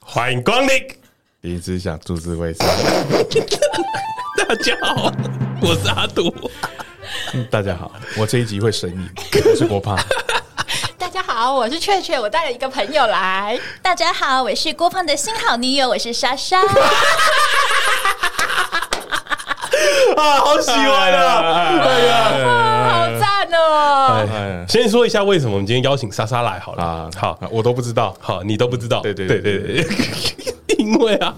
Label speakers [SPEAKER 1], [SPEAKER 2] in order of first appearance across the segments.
[SPEAKER 1] 欢迎光临，
[SPEAKER 2] 第一次想注资会社，
[SPEAKER 1] 大家好，我是阿杜。
[SPEAKER 2] 大家好，我这一集会 神隐，我是国胖。
[SPEAKER 3] 大家好，我是雀雀，我带了一个朋友来。
[SPEAKER 4] 大家好，我是郭胖的新好女友，我是莎莎。
[SPEAKER 1] 啊，好喜欢啊！哎呀，
[SPEAKER 3] 好赞哦！
[SPEAKER 2] 哎
[SPEAKER 1] 先说一下为什么我们今天邀请莎莎来好了。
[SPEAKER 2] 啊
[SPEAKER 1] 啊，，好
[SPEAKER 2] 我都不知道。
[SPEAKER 1] 好，你都不知道，
[SPEAKER 2] 对对
[SPEAKER 1] 对
[SPEAKER 2] 对
[SPEAKER 1] 对对。 因为啊，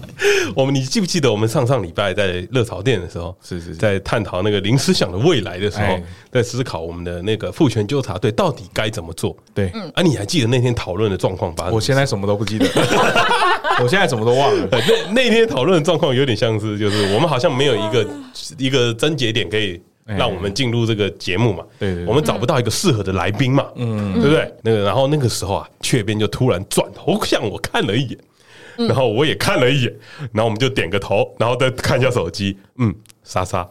[SPEAKER 1] 我们你记不记得我们上上礼拜在热潮店的时候，
[SPEAKER 2] 是是是
[SPEAKER 1] 在探讨那个林思想的未来的时候
[SPEAKER 2] 哎，
[SPEAKER 1] 在思考我们的那个父权纠察队到底该怎么做？
[SPEAKER 2] 对，
[SPEAKER 1] 啊，你还记得那天讨论的状况吧？
[SPEAKER 2] 嗯我现在什么都不记得， 我现在什么都忘了。
[SPEAKER 1] 对那那天讨论的状况有点像是，就是我们好像没有一个一个症结点可以让我们进入这个节目嘛，
[SPEAKER 2] 哎对对对
[SPEAKER 1] 我们找不到一个适合的来宾嘛，嗯，对不对？那个，然后那个时候啊，雀边就突然转头向我看了一眼，然后我也看了一眼，然后我们就点个头，然后再看一下手机，嗯，莎莎，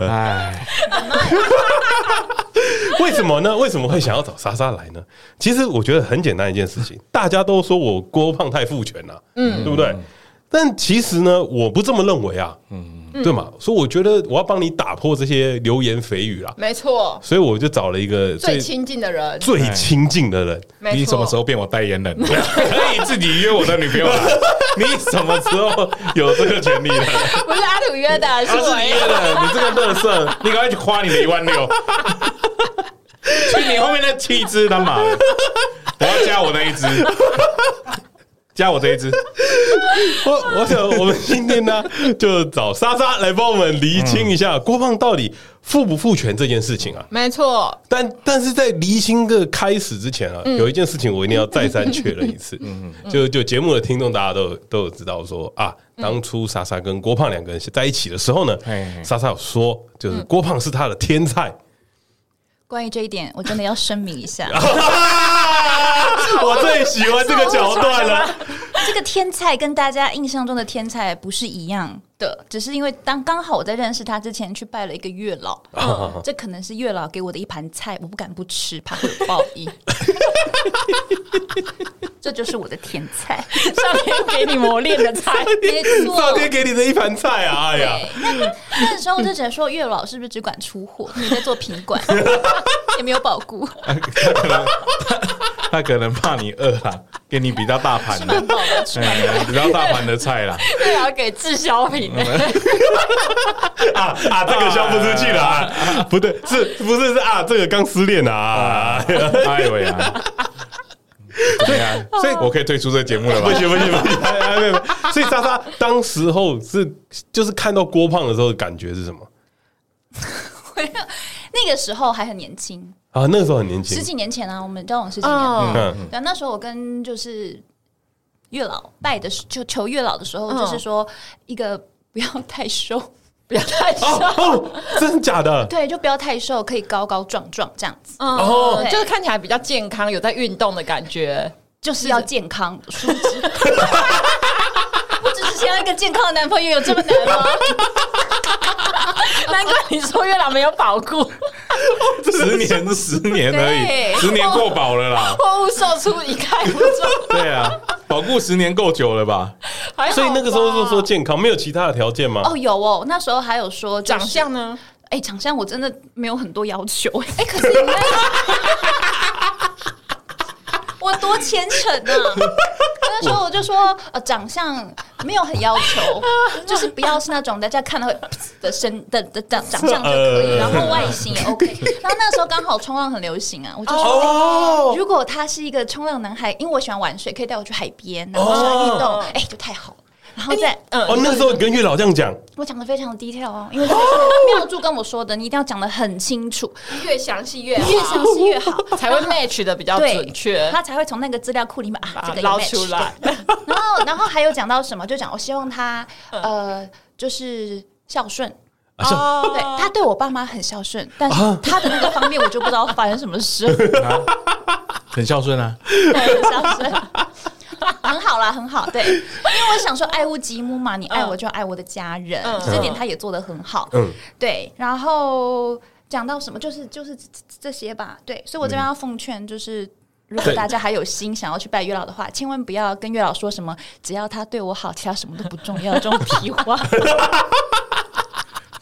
[SPEAKER 2] 哎，
[SPEAKER 1] 为什么呢？为什么会想要找莎莎来呢？其实我觉得很简单一件事情，大家都说我郭胖太父权了、嗯，对不对？但其实呢，我不这么认为啊，嗯，对嘛？所以我觉得我要帮你打破这些流言蜚语啦，
[SPEAKER 3] 没错，
[SPEAKER 1] 所以我就找了一个
[SPEAKER 3] 最亲近的人，
[SPEAKER 1] 最亲近的
[SPEAKER 5] 哎
[SPEAKER 1] 人，
[SPEAKER 3] 没错
[SPEAKER 2] 你什么时候变我 代言人？可以自己约我的女朋友啊来。你什么时候有这个权利了？
[SPEAKER 3] 不是阿土约的，是
[SPEAKER 2] 他
[SPEAKER 3] 我
[SPEAKER 2] 是你约的，你这个乐色，你赶快去花你的一万六， 去你后面那七只他妈的，我要加我那一只，加我这一只。
[SPEAKER 1] 我我想我们今天呢，就找莎莎来帮我们厘清一下郭胖到底父不父权这件事情啊。
[SPEAKER 3] 没错，
[SPEAKER 1] 但但是在厘清这个开始之前啊，有一件事情我一定要再三确认一 次。就就节目的听众大家都有都有知道说啊，当初莎莎跟郭胖两个人在一起的时候呢
[SPEAKER 2] 嘿嘿，
[SPEAKER 1] 莎莎有说就是郭胖是她的天 菜。
[SPEAKER 4] 关于这一点，我 真的要声明 一下，
[SPEAKER 1] 我最喜欢这个桥段了。
[SPEAKER 4] 这个天才跟大家印象中的天才不是一样的，只是因为当刚好我在认识他之前去拜了一个月老，
[SPEAKER 1] 啊
[SPEAKER 4] 嗯这可能是月老给我的一盘菜，我不敢不吃，怕会有报 应。这就是我的天才，
[SPEAKER 3] 上天给你磨练的菜，
[SPEAKER 4] 没错。
[SPEAKER 1] 上天给你的一盘菜啊！哎呀，
[SPEAKER 4] 那时候我就觉得说，月老是不是只管出货，你在做品 管，也没有保固，
[SPEAKER 2] 他可能他他可能怕你饿啦，给你比较大盘
[SPEAKER 4] 是
[SPEAKER 2] 的
[SPEAKER 4] 蛮，保 的，是
[SPEAKER 1] 啊
[SPEAKER 4] 蛮
[SPEAKER 2] 哎比较大盘的菜啦。
[SPEAKER 3] 对啊，给滞销品，
[SPEAKER 1] 嗯啊啊，这个销不出去了 啊！不对，是不是是啊？这个刚失恋啊！
[SPEAKER 2] 哎呦喂啊！对啊，所以我可以退出这节目了 吧
[SPEAKER 1] 不？行不行不行，哎哎没有没有。所以莎莎当时候是就是看到郭胖的时候，感觉是什么
[SPEAKER 4] 那个时候还很年轻，
[SPEAKER 1] 啊？那个时候很年轻
[SPEAKER 4] 十，几年前啊，我们交往十几年。
[SPEAKER 3] 嗯，
[SPEAKER 1] 嗯，
[SPEAKER 4] 对，那时候我跟就是月老拜的时，就求月老的时候，
[SPEAKER 3] 嗯
[SPEAKER 4] 就是说一个不要太瘦，
[SPEAKER 3] 不要太
[SPEAKER 1] 哦
[SPEAKER 3] 瘦，
[SPEAKER 1] 哦，真的假的？
[SPEAKER 4] 对，就不要太瘦，可以高高壮壮这样子，
[SPEAKER 2] 哦
[SPEAKER 3] 嗯，就是看起来比较健康，有在运动的感 觉，
[SPEAKER 4] 就是要健康舒 肌。我只是想要一个健康的男朋友，有这么难吗？
[SPEAKER 3] 难怪你说月老没有保 护，
[SPEAKER 2] 十年十年而
[SPEAKER 3] 对
[SPEAKER 2] 已，十年过保了啦。
[SPEAKER 3] 货物售出一概不中，
[SPEAKER 2] 对啊，保护十年够久了吧？
[SPEAKER 3] 还好吧
[SPEAKER 1] 所以那个时候就说健康，没有其他的条件吗？
[SPEAKER 4] 哦，有哦，那时候还有说、就 是、
[SPEAKER 3] 长相，呢，
[SPEAKER 4] 哎、长相我真的没有很多要求、
[SPEAKER 3] 哎，可是 你
[SPEAKER 4] 我多虔诚 啊！那时候我就说，呃，长相没有很要求，就是不要是那种大家看到会的身的的长长相就可以，
[SPEAKER 1] 呃
[SPEAKER 4] 然后外形也 OK。然后那时候刚好冲浪很流行啊，我就说。
[SPEAKER 1] 哦，
[SPEAKER 4] 如果他是一个冲浪男孩，因为我喜欢玩水，可以带我去海边，然后我喜欢运动，哎、就太好了。然后再，嗯，
[SPEAKER 1] 哦，那个时候你跟月老这样讲，
[SPEAKER 4] 我讲的非常 detail 哦，因为这个是妙柱跟我说的，你一定要讲的很清楚，
[SPEAKER 3] 越详细越
[SPEAKER 4] 越详细越好。
[SPEAKER 3] 才会 match 的比较
[SPEAKER 4] 对，
[SPEAKER 3] 准确。
[SPEAKER 4] 他才会从那个资料库里面啊，
[SPEAKER 3] 把
[SPEAKER 4] 这
[SPEAKER 3] 它
[SPEAKER 4] 个
[SPEAKER 3] 捞
[SPEAKER 4] 有 match，
[SPEAKER 3] 出来
[SPEAKER 4] 对。然后，然后还有讲到什么？就讲我希望他
[SPEAKER 3] 嗯
[SPEAKER 4] 呃，就是孝顺。
[SPEAKER 1] 啊像
[SPEAKER 3] 哦啊
[SPEAKER 4] 对他对我爸妈很孝顺，但是他的那个方面我就不知道发生什么事。
[SPEAKER 2] 啊很孝顺啊，
[SPEAKER 4] 对，很孝顺，很好啦，很好。对，因为我想说爱屋及乌嘛，你爱我就爱我的家人，
[SPEAKER 3] 嗯
[SPEAKER 4] 这点他也做得很好。
[SPEAKER 1] 嗯，
[SPEAKER 4] 对，然后讲到什么，就是就是这这些吧。对，所以我这边要奉劝，就是如果大家还有心想要去拜月老的话，千万不要跟月老说什么“只要他对我好，其他什么都不重要”这种屁 话。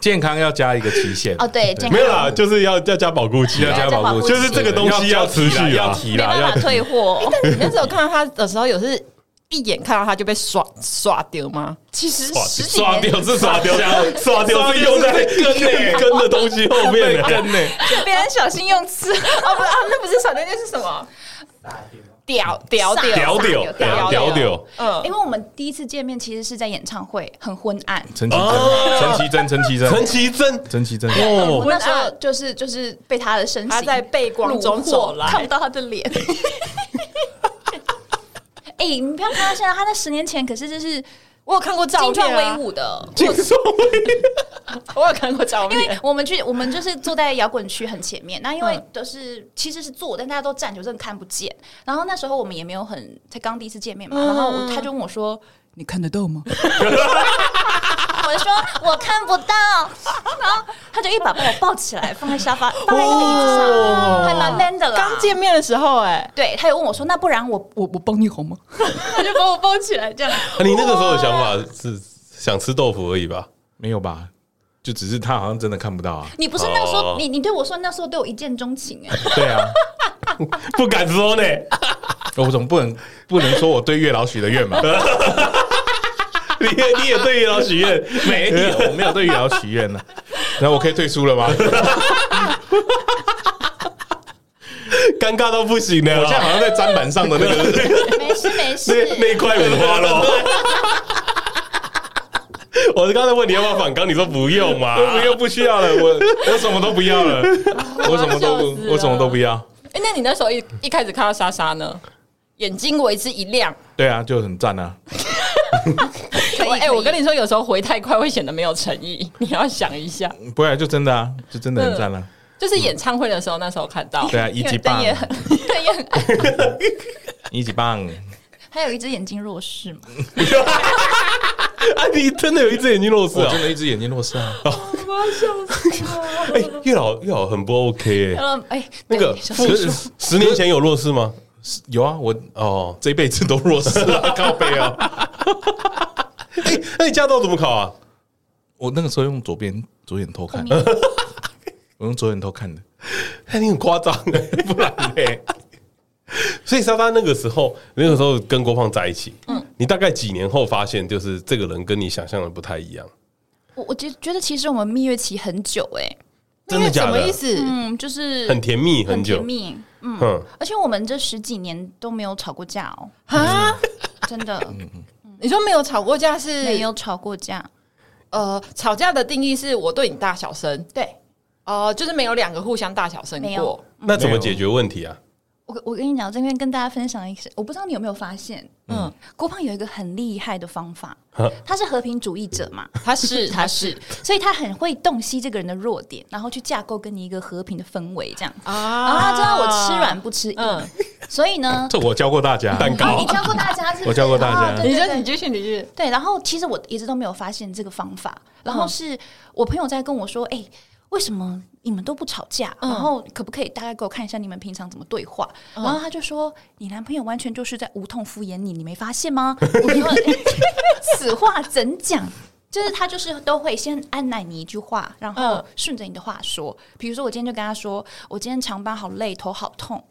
[SPEAKER 2] 健康要加一个期限
[SPEAKER 4] 哦，对，健康
[SPEAKER 1] 没有啦，就是要要加保固期
[SPEAKER 2] 要
[SPEAKER 1] 啊，
[SPEAKER 2] 加保护期，
[SPEAKER 1] 就是这个东西要持续啊
[SPEAKER 2] 要提
[SPEAKER 4] 没
[SPEAKER 2] 啦，
[SPEAKER 4] 办
[SPEAKER 2] 要
[SPEAKER 4] 法
[SPEAKER 2] 提啦
[SPEAKER 4] 退货。
[SPEAKER 5] 但你那时候看到他的时候，有是一眼看到他就被刷刷掉吗？
[SPEAKER 3] 其实十几
[SPEAKER 1] 刷
[SPEAKER 3] 年
[SPEAKER 1] 掉是刷掉，刷掉是用在
[SPEAKER 2] 根欸
[SPEAKER 1] 根根的东西后面欸的。
[SPEAKER 2] 真的
[SPEAKER 4] 别人小心用词，
[SPEAKER 5] 哦，不是啊，那不是耍掉，那是什么？屌屌屌
[SPEAKER 1] 屌屌
[SPEAKER 5] 屌
[SPEAKER 1] 屌屌，
[SPEAKER 5] 嗯
[SPEAKER 4] 因为我们第一次见面其实是在演唱会，很昏暗。
[SPEAKER 2] 陈
[SPEAKER 1] 哦
[SPEAKER 2] 绮贞，陈绮贞，
[SPEAKER 1] 陈
[SPEAKER 2] 陈
[SPEAKER 1] 绮
[SPEAKER 2] 绮贞，
[SPEAKER 1] 贞
[SPEAKER 2] 陈绮贞，
[SPEAKER 4] 我
[SPEAKER 1] 哦，
[SPEAKER 4] 那时
[SPEAKER 5] 昏
[SPEAKER 4] 候
[SPEAKER 5] 暗
[SPEAKER 4] 就是就是被他的身形，
[SPEAKER 5] 他在背光中走来
[SPEAKER 4] 看不到他的脸。 哎、你不要看他现在，他在十年前可是就是
[SPEAKER 5] 我有看过照
[SPEAKER 4] 精
[SPEAKER 5] 片
[SPEAKER 4] 壮
[SPEAKER 5] 啊
[SPEAKER 4] 威，武的。
[SPEAKER 1] 金钟
[SPEAKER 5] 我有看过照
[SPEAKER 4] 因为
[SPEAKER 5] 片。
[SPEAKER 4] 我们去，我们就是坐在摇滚区很前面，那因为
[SPEAKER 5] 嗯
[SPEAKER 4] 都是、其实是坐，但大家都站着，真的看不见。然后那时候我们也没有很才刚第一次见面嘛，然后我他就问我说：“你看得到吗？”我就说我看不到，然后他就一把把我抱起来，放在沙发，放在那个椅子上，还蛮 man
[SPEAKER 2] 啊
[SPEAKER 4] 的啦。
[SPEAKER 5] 刚见面的时候，哎，
[SPEAKER 4] 对，他有问我说：“那不然我我我帮你好吗？” 他就把我抱起来，这样
[SPEAKER 1] 啊你那个时候的想法是想吃豆腐而已吧？
[SPEAKER 2] 没有吧？就只是他好像真的看不到啊。
[SPEAKER 4] 你不是那时候
[SPEAKER 1] 哦
[SPEAKER 4] 你你对我说那时候对我一见钟情 哎、
[SPEAKER 2] 对啊，
[SPEAKER 1] 不敢说呢，
[SPEAKER 2] 我总不能不能说我对月老许的愿吧？
[SPEAKER 1] 你也你也对月老许愿，
[SPEAKER 2] 没有，我没有对月老许愿呢。然后我可以退出了吗？我
[SPEAKER 1] 尴尬到不行呢。
[SPEAKER 2] 现在好像在砧板上的那个，
[SPEAKER 4] 没事没
[SPEAKER 1] 那那一块五花 肉。我刚才问你要不要反刚，你说不用嘛，
[SPEAKER 2] 我又不需要了，我我什么都不要了，我什么都
[SPEAKER 5] 笑死
[SPEAKER 2] 不，
[SPEAKER 5] 了
[SPEAKER 2] 我什么都不要。
[SPEAKER 5] 哎，那你那时候一一开始看到莎莎呢，眼睛为之一亮。
[SPEAKER 2] 对啊，就很赞啊。
[SPEAKER 5] 我哎，我跟你说，有时候回太快会显得没有诚意，你要想一下。
[SPEAKER 2] 不然就真的啊，就真的很赞了、
[SPEAKER 5] 就是演唱会的时候，那时候看到，
[SPEAKER 2] 对啊，一级棒，
[SPEAKER 4] 也 很灯也很暗，
[SPEAKER 2] 一级棒，
[SPEAKER 4] 还有一只眼睛弱视嘛。
[SPEAKER 1] 嗯啊，你真的有一只眼睛弱视
[SPEAKER 2] 我
[SPEAKER 1] 啊
[SPEAKER 2] 真！的一只眼睛弱视啊。
[SPEAKER 1] 哎，月老月老很不 OK 哎，
[SPEAKER 4] 嗯，哎，
[SPEAKER 1] 那个
[SPEAKER 4] 对小
[SPEAKER 1] 父
[SPEAKER 4] 叔叔
[SPEAKER 1] 十十年前有弱视吗？
[SPEAKER 2] 有啊，我
[SPEAKER 1] 哦，
[SPEAKER 2] 这一辈子都 弱视啊，靠背啊。
[SPEAKER 1] 哎，那你驾照怎么考啊？
[SPEAKER 2] 我那个时候用左边左眼偷看，我用左眼偷看的。
[SPEAKER 1] 哎，你很夸张 哎，不然嘞。所以莎莎那个时候，那个时候跟郭胖在一起，嗯，你大概几年后发现，就是这个人跟你想象的不太一样，
[SPEAKER 4] 我我觉觉得其实我们蜜月期很久哎、
[SPEAKER 1] 真的假
[SPEAKER 5] 什么
[SPEAKER 1] 的
[SPEAKER 5] 意？思？
[SPEAKER 4] 嗯，就是
[SPEAKER 1] 很甜蜜，
[SPEAKER 4] 很
[SPEAKER 1] 很
[SPEAKER 4] 甜
[SPEAKER 1] 久，
[SPEAKER 4] 蜜，嗯，
[SPEAKER 1] 嗯，
[SPEAKER 4] 而且我们这十几年都没有吵过架哦，
[SPEAKER 5] 啊？
[SPEAKER 4] 真的
[SPEAKER 1] 嗯
[SPEAKER 5] 你说没有吵过架是
[SPEAKER 4] 没有吵过架，
[SPEAKER 5] 呃，吵架的定义是我对你大小声
[SPEAKER 4] 对。
[SPEAKER 5] 哦、就是没有两个互相大小声
[SPEAKER 4] 没
[SPEAKER 5] 过
[SPEAKER 4] 有。
[SPEAKER 1] 那怎么解决问题啊？
[SPEAKER 4] 我我跟你讲，这边跟大家分享一个，我不知道你有没有发现，
[SPEAKER 5] 嗯
[SPEAKER 4] 嗯，郭胖有一个很厉害的方法
[SPEAKER 1] 呵，
[SPEAKER 4] 他是和平主义者嘛，
[SPEAKER 5] 他 是他是
[SPEAKER 4] 所以他很会洞悉这个人的弱点，然后去架构跟你一个和平的氛围这样。然后
[SPEAKER 5] 啊
[SPEAKER 4] 他知道我吃软不吃硬，
[SPEAKER 5] 嗯，
[SPEAKER 4] 所以呢，
[SPEAKER 2] 这我教过大家，
[SPEAKER 1] 蛋
[SPEAKER 4] 啊你
[SPEAKER 1] 糕，
[SPEAKER 4] 教过大家是不是？
[SPEAKER 2] 我教过大家
[SPEAKER 4] 哦对
[SPEAKER 5] 你
[SPEAKER 4] 对
[SPEAKER 5] 说
[SPEAKER 4] 对
[SPEAKER 5] 你继续，你继续。
[SPEAKER 4] 对，然后其实我一直都没有发现这个方法，然后
[SPEAKER 5] 嗯
[SPEAKER 4] 是我朋友在跟我说，哎、为什么你们都不吵架？
[SPEAKER 5] 嗯
[SPEAKER 4] 然后可不可以大概给我看一下你们平常怎么对话？然后他就说，你男朋友完全就是在无痛敷衍你，你没发现吗？我说， 此话怎讲？就是他就是都会先安奶你一句话，然后
[SPEAKER 5] 嗯
[SPEAKER 4] 顺着你的话说。比如说我今天就跟他说，我今天长班好累，头好痛，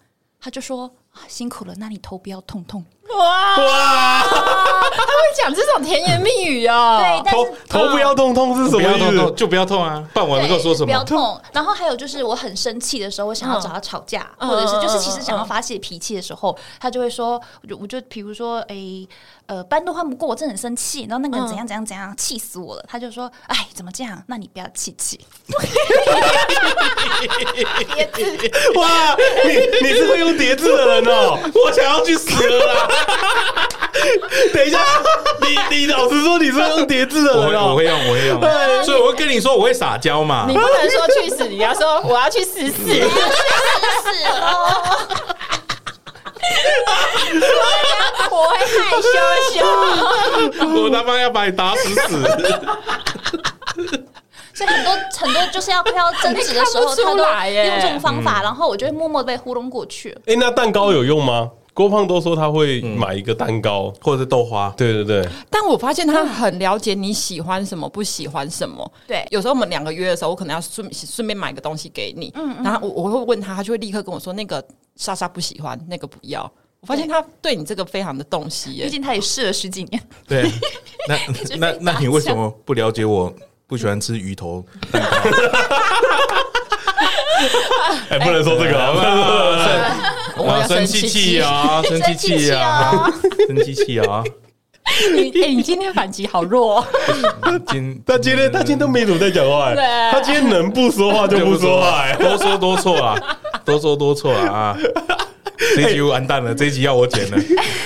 [SPEAKER 4] 他就说、啊、辛苦了，那你头不要痛痛。
[SPEAKER 5] 哇哇，他会讲这种甜言蜜语哦。
[SPEAKER 4] 对，但
[SPEAKER 1] 头
[SPEAKER 4] 是
[SPEAKER 1] 头不要痛痛是什
[SPEAKER 2] 不
[SPEAKER 1] 么
[SPEAKER 2] 要
[SPEAKER 1] 意
[SPEAKER 2] 痛
[SPEAKER 1] 思
[SPEAKER 2] 痛？就不要痛啊，不然我能够说什
[SPEAKER 4] 不要
[SPEAKER 2] 么？
[SPEAKER 4] 痛。然后还有就是，我很生气的时候，我想要找他吵架，
[SPEAKER 5] 嗯
[SPEAKER 4] 或者是就是
[SPEAKER 5] 嗯
[SPEAKER 4] 其实想要发泄脾气的时候，他就会说，我就我就比如说，诶，呃，班都换不过，我真的很生气。然后那个人怎样怎样怎样，气死我了。他就说，哎，怎么这样？那你不要气 气。
[SPEAKER 1] 哇，你你是会用叠字的 人哦！我想要去死了 啦！等一下，你你老实说，你是会用叠字
[SPEAKER 2] 我
[SPEAKER 1] 的
[SPEAKER 2] 会
[SPEAKER 1] 人
[SPEAKER 2] 我
[SPEAKER 1] 哦
[SPEAKER 2] 会。用我会用，所以我会跟你说我会撒娇嘛
[SPEAKER 5] 你。不能说去死，你要说我要去死 死。
[SPEAKER 4] 是哦，
[SPEAKER 5] 啊我会害羞羞。
[SPEAKER 2] 我他妈要把你打死死！
[SPEAKER 4] 所以很多很多就是要快要争执的时候，
[SPEAKER 5] 你看不
[SPEAKER 4] 他
[SPEAKER 5] 出
[SPEAKER 4] 都
[SPEAKER 5] 来耶
[SPEAKER 4] 用这种方
[SPEAKER 5] 嗯
[SPEAKER 4] 法，然后我就会默默地被糊弄过去了。
[SPEAKER 1] 哎、那蛋糕有用吗？郭胖都说他会买一个蛋糕，
[SPEAKER 2] 或者是豆花，
[SPEAKER 1] 对对对，
[SPEAKER 5] 但我发现他很了解你喜欢什么，不喜欢什么。
[SPEAKER 4] 对
[SPEAKER 5] 有时候我们两个约的时候，我可能要顺顺便买个东西给你，
[SPEAKER 4] 嗯
[SPEAKER 5] 然后我我会问他，他就会立刻跟我说那个莎莎不喜欢，那个不要。我发现他对你这个非常的洞悉耶、
[SPEAKER 4] 毕竟他也试了十几年，
[SPEAKER 2] 对，那那
[SPEAKER 4] 被打
[SPEAKER 2] 那你为什么不了解我不喜欢吃鱼 头蛋糕？
[SPEAKER 1] 哎、不能说这个 啊，不能说
[SPEAKER 5] 我要
[SPEAKER 2] 生
[SPEAKER 5] 气
[SPEAKER 2] 气！啊，生气气啊， 生气气啊！
[SPEAKER 5] 你 哎、你今天反击好弱、哦，
[SPEAKER 2] 今
[SPEAKER 1] 他今天他今天都没怎么在讲话、哎，
[SPEAKER 5] 对
[SPEAKER 1] 他今天能不说话就不说话、哎，
[SPEAKER 2] 多说多错啊，多说多错啊啊！这一集完 蛋了，这一集要我剪了。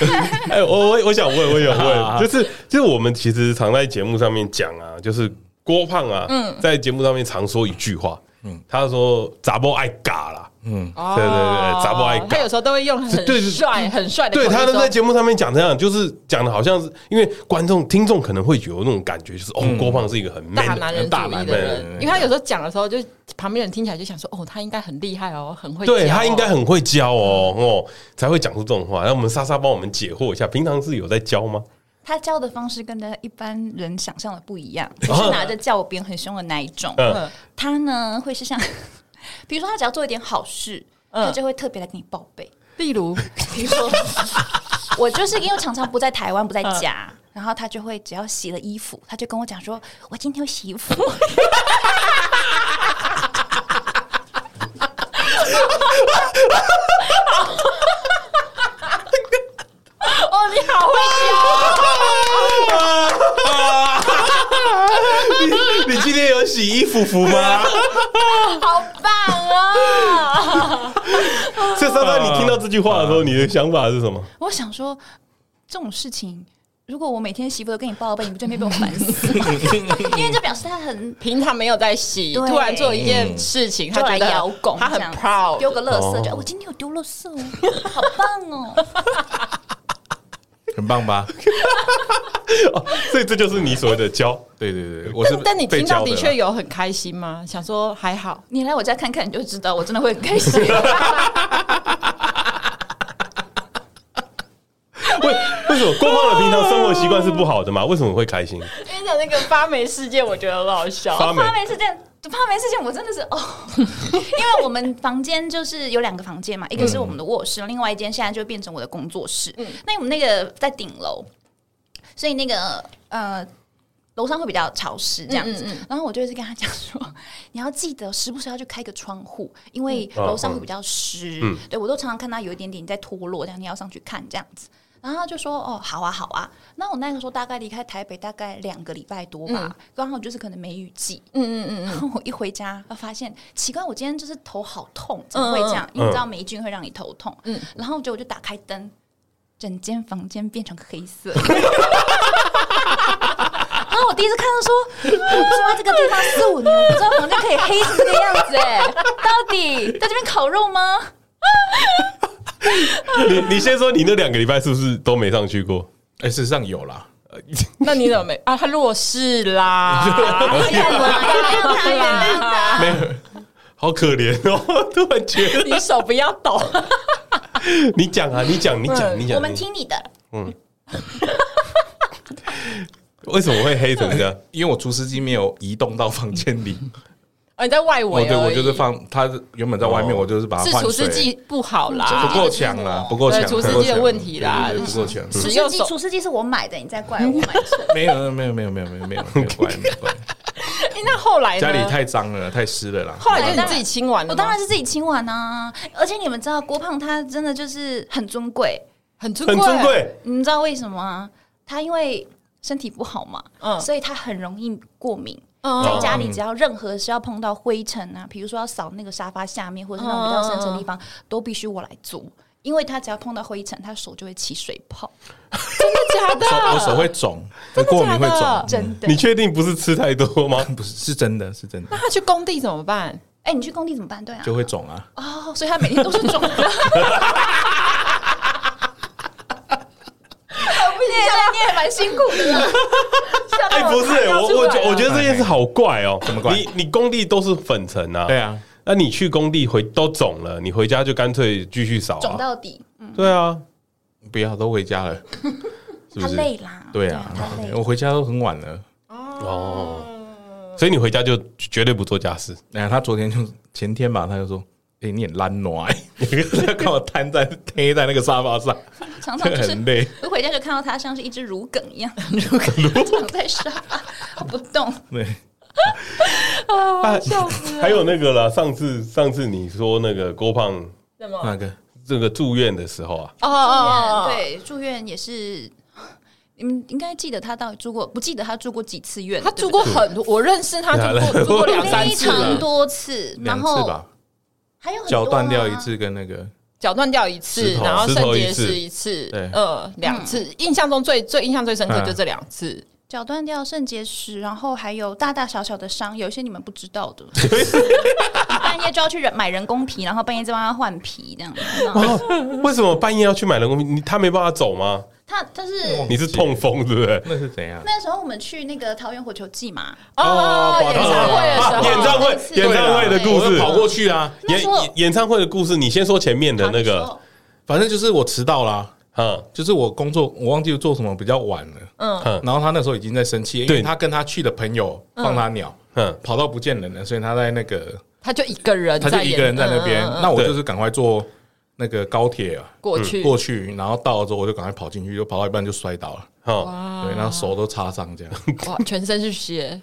[SPEAKER 1] 哎、我我我想问，我想问，
[SPEAKER 2] 啊
[SPEAKER 1] 就是就是我们其实常在节目上面讲啊，就是郭胖啊，
[SPEAKER 5] 嗯
[SPEAKER 1] 在节目上面常说一句话，嗯，他说“杂波爱嘎啦”，嗯，对对对，杂波爱
[SPEAKER 5] 哦他
[SPEAKER 1] 嘎
[SPEAKER 5] 有。时候都会用
[SPEAKER 1] 对
[SPEAKER 5] 很帅、很帅的口
[SPEAKER 1] 对
[SPEAKER 5] 气说，
[SPEAKER 1] 他都在节目上面讲这样，就是讲的好像是因为观众听众可能会有那种感觉，就是哦，郭胖是一个很 man
[SPEAKER 5] 大
[SPEAKER 1] 的
[SPEAKER 5] 男
[SPEAKER 1] 人
[SPEAKER 5] 人主
[SPEAKER 2] 大
[SPEAKER 5] 义
[SPEAKER 2] 男
[SPEAKER 5] 的
[SPEAKER 1] 人
[SPEAKER 5] 人，因为他有时候讲的时候，就旁边人听起来就想说，哦，他应该很厉害哦，很会教哦，
[SPEAKER 1] 对他应该很会教哦，哦，才会讲出这种话。那我们莎莎帮我们解惑一下，平常是有在教吗？
[SPEAKER 4] 他教的方式跟大家一般人想象的不一样，就是拿着教鞭很凶的那一种。
[SPEAKER 1] 嗯，
[SPEAKER 5] 嗯
[SPEAKER 4] 他呢会是像， 比如说他只要做一点好事，
[SPEAKER 5] 嗯
[SPEAKER 4] 他就会特别来跟你报备。
[SPEAKER 5] 例如，
[SPEAKER 4] 比如 说，我就是因为常常不在台湾，不在家，然后他就会只要洗了衣服，他就跟我讲说：“我今天要洗衣服。”
[SPEAKER 5] 哦，你好会
[SPEAKER 1] 你你今天有洗衣服服 吗？
[SPEAKER 4] 好棒啊！
[SPEAKER 1] 所以莎莎，你听到这句话的时候，你的想法是什么？
[SPEAKER 4] 我想说，这种事情，如果我每天洗衣服都跟你报备，你不就没被我烦死吗？因为这表示他很
[SPEAKER 5] 平常没有在洗，
[SPEAKER 4] 对
[SPEAKER 5] 突然做一件事情，他
[SPEAKER 4] 就来
[SPEAKER 5] 觉得
[SPEAKER 4] 摇拱，
[SPEAKER 5] 他很
[SPEAKER 4] 这样子丢
[SPEAKER 5] proud。
[SPEAKER 4] 个垃圾，
[SPEAKER 1] 哦
[SPEAKER 4] 就哎我今天有丢垃圾哦，好棒哦！
[SPEAKER 2] 很棒吧？
[SPEAKER 1] 哦， 所以这就是你所谓的教。
[SPEAKER 2] 对对对，我是
[SPEAKER 5] 但你
[SPEAKER 2] 被
[SPEAKER 5] 听到
[SPEAKER 2] 教
[SPEAKER 5] 的
[SPEAKER 2] 的
[SPEAKER 5] 确
[SPEAKER 2] 啦。
[SPEAKER 5] 有很开心吗？想说还好，
[SPEAKER 4] 你来我家看看，你就知道，我真的会很开 心。
[SPEAKER 1] 为为什么郭胖的平常生活习惯是不好的嘛？为什么会开心？
[SPEAKER 5] 跟你讲那个发霉事件，我觉得很好笑。
[SPEAKER 1] 发霉
[SPEAKER 4] 发霉事件，发霉事件，我真的是哦，因为我们房间就是有两个房间嘛，一个是我们的卧室，另外一间现在就变成我的工作室。
[SPEAKER 1] 嗯
[SPEAKER 4] 那我们那个在顶楼，所以那个呃。楼上会比较潮湿这样子，然后我就一直跟他讲说， 你要记得时不时要去开个窗户，因为楼上会比较湿。
[SPEAKER 1] 嗯
[SPEAKER 4] 对我都常常看到有一点点在脱落，这样你要上去看这样子。然后他就说：“哦，好啊，好啊。”那我那个时候大概离开台北大概两个礼拜多吧，刚好就是可能梅雨季。嗯嗯嗯。然后我一回家，发现奇怪，我今天就是头好痛，怎么会这样？因为你知道霉菌会让你头痛。嗯。然后结果我就打开灯，整间房间变成黑色。然哦后我第一次看到说，哦我住在这个地方四五年，我不知道房间可以黑成这个样子哎、到底在这边烤肉吗？
[SPEAKER 1] 你你先说，你那两个礼拜是不是都没上去过？
[SPEAKER 2] 哎，事实上有啦，
[SPEAKER 5] 那你怎么没啊？他弱势啦，
[SPEAKER 4] 哎
[SPEAKER 5] 啊
[SPEAKER 1] 没有，好可怜哦！ 突然觉得
[SPEAKER 5] 你手不要抖。
[SPEAKER 1] 你讲啊，你讲，你讲，你讲，
[SPEAKER 4] 嗯我们听你的，
[SPEAKER 1] 为什么会黑成这样？
[SPEAKER 2] 因为我厨师机没有移动到房间里，
[SPEAKER 5] 哦，你在外
[SPEAKER 2] 我
[SPEAKER 5] 围而已，
[SPEAKER 2] 对我就是放它原本在外面，
[SPEAKER 1] 哦
[SPEAKER 2] 我就是把它
[SPEAKER 5] 是
[SPEAKER 2] 换
[SPEAKER 5] 厨师
[SPEAKER 2] 水，
[SPEAKER 5] 机不好
[SPEAKER 2] 不
[SPEAKER 5] 啦，
[SPEAKER 2] 够强啦，不够
[SPEAKER 5] 对
[SPEAKER 2] 强，
[SPEAKER 5] 厨师
[SPEAKER 2] 不够
[SPEAKER 5] 机的
[SPEAKER 2] 强
[SPEAKER 5] 问题啦
[SPEAKER 2] 对对对不够强。
[SPEAKER 5] 只
[SPEAKER 4] 厨
[SPEAKER 5] 用
[SPEAKER 4] 师机，
[SPEAKER 5] 手
[SPEAKER 4] 厨师机是我买的，你再怪我 买错。
[SPEAKER 2] 没有没有没有没有没有没有没有怪没有怪，
[SPEAKER 5] 哎那后来呢
[SPEAKER 2] 家里太脏了，太湿了啦。
[SPEAKER 5] 后来就是你自己清完了吗，
[SPEAKER 4] 我当然是自己清完啊，而且你们知道郭胖他真的就是很尊贵，
[SPEAKER 5] 很尊
[SPEAKER 1] 很尊，贵，
[SPEAKER 4] 你们知道为什么吗？他因为身体不好嘛，
[SPEAKER 5] 嗯
[SPEAKER 4] 所以他很容易过敏。
[SPEAKER 5] 嗯
[SPEAKER 4] 在家里只要任何是要碰到灰尘啊，比如说要扫那个沙发下面，或者是那种比较深层的地方，都必须我来做。因为他只要碰到灰尘，他手就会起水泡，
[SPEAKER 5] 真的
[SPEAKER 2] 手
[SPEAKER 5] 假的？
[SPEAKER 2] 我手会肿，我过敏会
[SPEAKER 5] 假的
[SPEAKER 2] 肿，
[SPEAKER 4] 真的。
[SPEAKER 1] 你确定不是吃太多吗？
[SPEAKER 2] 不是是真的是真的
[SPEAKER 5] 那他去工地怎么办？
[SPEAKER 4] 哎、你去工地怎么办？对啊，
[SPEAKER 2] 就会肿啊。
[SPEAKER 4] 哦，所以他每天都是肿的。我 不
[SPEAKER 2] 哦
[SPEAKER 4] 想你也蛮辛苦的，想
[SPEAKER 1] 哎，不是，
[SPEAKER 3] 要
[SPEAKER 1] 我
[SPEAKER 3] 出
[SPEAKER 1] 我
[SPEAKER 3] 来
[SPEAKER 1] 觉
[SPEAKER 3] 了
[SPEAKER 1] 我觉得这件事好怪哦，
[SPEAKER 2] 怎么怪
[SPEAKER 1] 你你工地都是粉尘啊，
[SPEAKER 2] 对。啊，
[SPEAKER 1] 那你去工地回都肿了，你回家就干脆继续扫
[SPEAKER 4] 肿
[SPEAKER 1] 啊。
[SPEAKER 4] 到底，
[SPEAKER 1] 对啊，
[SPEAKER 2] 不要都回家了，是
[SPEAKER 4] 他
[SPEAKER 2] 不是？
[SPEAKER 4] 累啦。
[SPEAKER 2] 对啊
[SPEAKER 4] 他累，
[SPEAKER 2] 我回家都很晚了。
[SPEAKER 1] 哦，所以你回家就绝对不做家事，
[SPEAKER 2] 哎呀，他昨天就前天吧，他就说：“哎，你很懒惰欸，你要看我瘫在 贴在那个沙发上，
[SPEAKER 4] 常常
[SPEAKER 2] 这个
[SPEAKER 4] 就是
[SPEAKER 2] 很累。
[SPEAKER 4] 我回家就看到他像是一只乳梗一样， 乳梗躺在沙发不动。”
[SPEAKER 2] 对，
[SPEAKER 1] 啊，还有那个啦，上次上次你说那个郭胖
[SPEAKER 5] 什么？
[SPEAKER 2] 那个
[SPEAKER 1] 这个住院的时候啊，
[SPEAKER 5] 哦哦哦，哦，
[SPEAKER 4] 对，住院也是，你们应该记得他到底住过，不记得他住过几次院？
[SPEAKER 5] 他住过很多，我认识他住过住过两三
[SPEAKER 4] 非
[SPEAKER 5] 次了
[SPEAKER 4] 常，多次，然
[SPEAKER 2] 两次
[SPEAKER 4] 后
[SPEAKER 2] 吧，
[SPEAKER 4] 还有很多啊
[SPEAKER 2] 脚断掉一，次，跟那个
[SPEAKER 5] 脚断掉一次
[SPEAKER 1] 石，头
[SPEAKER 5] 然后
[SPEAKER 1] 石
[SPEAKER 5] 肾
[SPEAKER 1] 头一
[SPEAKER 5] 结
[SPEAKER 1] 次
[SPEAKER 5] 石一次
[SPEAKER 2] 对，
[SPEAKER 5] 呃，两次。印象中最最印象最深刻
[SPEAKER 2] 嗯
[SPEAKER 5] 就这两次，
[SPEAKER 4] 脚断掉、肾结石，然后还有大大小小的伤，有一些你们不知道 的。半夜就要去人买人工皮，然后半夜再帮他换皮，这样。然后
[SPEAKER 1] 哦，为什么半夜要去买人工皮？你他没办法走吗？
[SPEAKER 4] 他但是
[SPEAKER 1] 你是痛风对不对？
[SPEAKER 2] 那是怎样？
[SPEAKER 4] 那时候我们去那个桃园火球季嘛，
[SPEAKER 5] 哦，演唱会的时
[SPEAKER 1] 啊
[SPEAKER 5] 候，
[SPEAKER 1] 演唱会
[SPEAKER 4] 对
[SPEAKER 1] 演唱会的故
[SPEAKER 2] 我就
[SPEAKER 1] 事，
[SPEAKER 2] 跑过去啊，
[SPEAKER 4] 那
[SPEAKER 1] 演
[SPEAKER 4] 时候
[SPEAKER 1] 演演唱会的故事，你先说前面的那个，
[SPEAKER 2] 反正就是我迟到啦。
[SPEAKER 1] 嗯
[SPEAKER 2] 就是我工作，我忘记做什么比较晚了，
[SPEAKER 1] 嗯
[SPEAKER 2] 然后他那时候已经在生气，因
[SPEAKER 1] 对
[SPEAKER 2] 为他跟他去的朋友放他鸟，
[SPEAKER 1] 嗯，
[SPEAKER 2] 跑到不见人了，所以他在那个
[SPEAKER 5] 他就一个人在
[SPEAKER 2] 他
[SPEAKER 5] 演，
[SPEAKER 2] 就一个人在那边
[SPEAKER 5] 嗯嗯嗯，
[SPEAKER 2] 那我就是赶快坐那个高铁啊
[SPEAKER 5] 过去
[SPEAKER 2] 过去，然后到了之后我就赶快跑进去，就跑到一半就摔倒了，
[SPEAKER 1] 好，
[SPEAKER 5] 哇
[SPEAKER 2] 对，然后手都擦伤这样，
[SPEAKER 5] 哇，全身是血，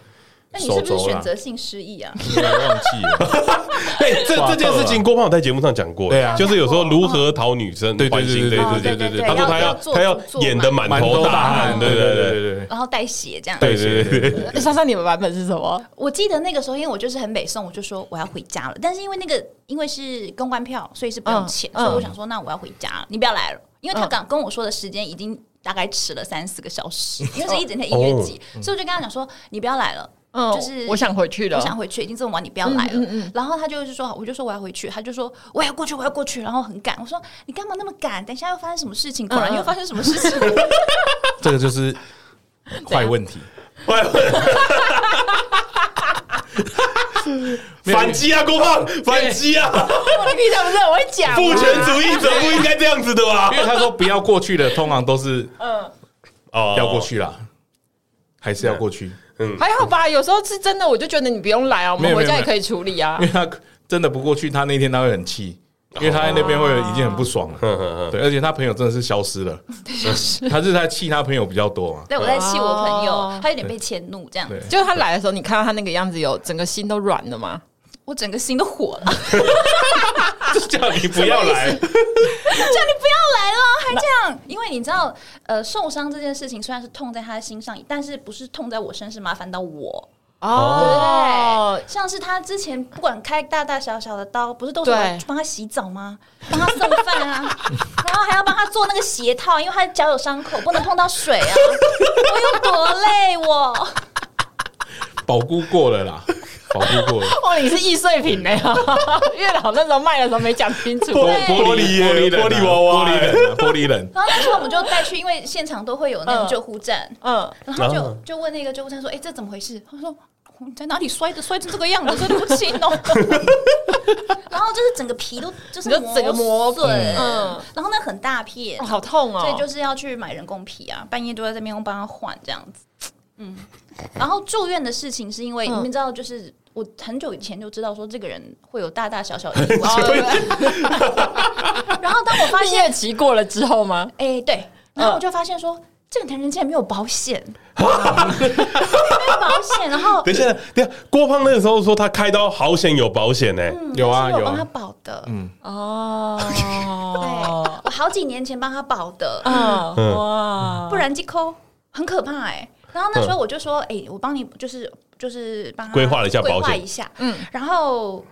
[SPEAKER 4] 那你是不
[SPEAKER 2] 手
[SPEAKER 4] 是
[SPEAKER 2] 肘啦
[SPEAKER 4] 选择性失忆啊？
[SPEAKER 2] 我忘记了，
[SPEAKER 1] 哎，这这件事情郭胖有在节目上讲过，
[SPEAKER 2] 对啊
[SPEAKER 1] 就是有时候如何讨女生
[SPEAKER 2] 对对
[SPEAKER 1] 欢心，对
[SPEAKER 2] 对
[SPEAKER 1] 对
[SPEAKER 2] 对对
[SPEAKER 1] 对
[SPEAKER 2] 对对，
[SPEAKER 1] 他说他
[SPEAKER 4] 哦要
[SPEAKER 1] 要
[SPEAKER 4] 做
[SPEAKER 1] 他要
[SPEAKER 4] 主做
[SPEAKER 1] 演
[SPEAKER 4] 嘛
[SPEAKER 1] 的满
[SPEAKER 2] 满
[SPEAKER 1] 头
[SPEAKER 2] 头
[SPEAKER 1] 大
[SPEAKER 2] 大汗，
[SPEAKER 1] 汗，
[SPEAKER 2] 对
[SPEAKER 1] 对
[SPEAKER 2] 对
[SPEAKER 1] 对
[SPEAKER 2] 对
[SPEAKER 1] 对
[SPEAKER 2] 对对，
[SPEAKER 4] 然后带血这样。
[SPEAKER 1] 对对对对对，
[SPEAKER 5] 那莎莎，你们版本是什么？
[SPEAKER 4] 我记得那个时候，因为我就是很北宋，我就说我要回家了。但是因为那个因为是公关票，所以是不用钱，
[SPEAKER 5] 嗯嗯
[SPEAKER 4] 所以我想说，那我要回家了，你不要来了，因为他
[SPEAKER 5] 嗯
[SPEAKER 4] 刚跟我说的时间已经大概迟了三四个小时，因为是一整天音乐季，所以我就跟他讲说，你不要来了。
[SPEAKER 5] 嗯，
[SPEAKER 4] 就是
[SPEAKER 5] 我想回去了，
[SPEAKER 4] 我想回去，已经这么晚，你不要来了。
[SPEAKER 5] 啊嗯嗯
[SPEAKER 4] 然后他就是说，我就说我要回去，他就说我要过去，我要过去，然后很赶。我说你干嘛那么赶？等一下又发生什么事情？果然
[SPEAKER 5] 嗯嗯
[SPEAKER 4] 又发生什么事情？
[SPEAKER 2] 这个就是坏问题，
[SPEAKER 1] 喂喂 反击啊，郭 胖，反击啊！
[SPEAKER 5] 你平常不是很会讲啊
[SPEAKER 1] 父权主义者不应该这样子的吧
[SPEAKER 2] 因？为他说不要过去的，通常都是
[SPEAKER 1] 哦
[SPEAKER 2] 要过，去啦，还是要过去，
[SPEAKER 1] 嗯
[SPEAKER 5] 还好吧，有时候是真的，我就觉得你不用来啊，我
[SPEAKER 2] 没
[SPEAKER 5] 们
[SPEAKER 2] 有
[SPEAKER 5] 回家
[SPEAKER 2] 没有
[SPEAKER 5] 也可以处理啊
[SPEAKER 2] 因为。他真的不过去，他那天他会很气，因为他在那边会已经很不爽了。
[SPEAKER 1] 嗯嗯
[SPEAKER 2] 对，而且他朋友真的是消失 了，他是在气他朋友比较多嘛。
[SPEAKER 4] 对，我在气我朋
[SPEAKER 5] 哦
[SPEAKER 4] 友，他有点被迁怒这样
[SPEAKER 2] 对。
[SPEAKER 5] 就是他来的时候，你看到他那个样子，有整个心都软了吗？
[SPEAKER 4] 我整个心都火了，
[SPEAKER 1] 嗯
[SPEAKER 2] 就叫你不要 来，
[SPEAKER 4] 叫你不要来了，还这样，因为你知道，呃，受伤这件事情虽然是痛在他的心上，但是不是痛在我身，是麻烦到我。
[SPEAKER 5] 哦，
[SPEAKER 4] 像是他之前不管开大大小小的刀，不是都是我
[SPEAKER 5] 对
[SPEAKER 4] 帮他洗澡吗？帮他送饭啊， 然后还要帮他做那个鞋套，因为他脚有伤口，不能碰到水 啊。我有多累我？
[SPEAKER 2] 保估过了 啦，保估过了。
[SPEAKER 5] 哦，你是易碎品呢、月老那时候卖的时候没讲清楚，
[SPEAKER 1] 玻玻
[SPEAKER 2] 玻
[SPEAKER 1] 璃
[SPEAKER 2] 璃
[SPEAKER 1] 耶
[SPEAKER 2] 人啊
[SPEAKER 1] 玻璃娃娃
[SPEAKER 2] 玻璃人啊，玻璃 人。
[SPEAKER 4] 然后那时候我们就带去，因为现场都会有那种
[SPEAKER 5] 嗯
[SPEAKER 4] 救护站，
[SPEAKER 5] 嗯，
[SPEAKER 4] 然后就
[SPEAKER 1] 嗯
[SPEAKER 4] 就问那个救护站说：“哎、这怎么回事？”他说：“我在哪里摔的，摔成这个样 子，真的不轻哦。” 然后就是整个皮都就是
[SPEAKER 5] 你就整个磨
[SPEAKER 4] 损，
[SPEAKER 5] 嗯
[SPEAKER 4] 然后那很大片
[SPEAKER 5] 哦，好痛哦，
[SPEAKER 4] 所以就是要去买人工皮啊，半夜都在这边帮他换这样子。嗯，然后住院的事情是因为、
[SPEAKER 5] 嗯
[SPEAKER 4] 你们知道，就是我很久以前就知道说这个人会有大大小小的 意外，
[SPEAKER 5] 啊
[SPEAKER 4] 然后当我发
[SPEAKER 5] 蜜
[SPEAKER 4] 现，
[SPEAKER 5] 月期过了之后吗？
[SPEAKER 4] 哎、对，
[SPEAKER 5] 嗯
[SPEAKER 4] 然后我就发现说。这个男人竟然没有 保险，没有保险，然后
[SPEAKER 1] 等一下，等一下，郭胖那个时候说他开刀好险有保险呢，
[SPEAKER 2] 有啊
[SPEAKER 4] 嗯是我
[SPEAKER 2] 有
[SPEAKER 4] 帮他
[SPEAKER 2] 啊，
[SPEAKER 4] 保的，
[SPEAKER 1] 嗯
[SPEAKER 4] 对，
[SPEAKER 5] 哦，
[SPEAKER 4] 我好几年前帮他保的，
[SPEAKER 5] 嗯，
[SPEAKER 1] 嗯
[SPEAKER 5] 哇，
[SPEAKER 4] 不然即抠很可怕哎、然后那时候我就说，哎、我帮你就是就是帮他
[SPEAKER 1] 规划了一下保险
[SPEAKER 4] 规划一下，嗯，然后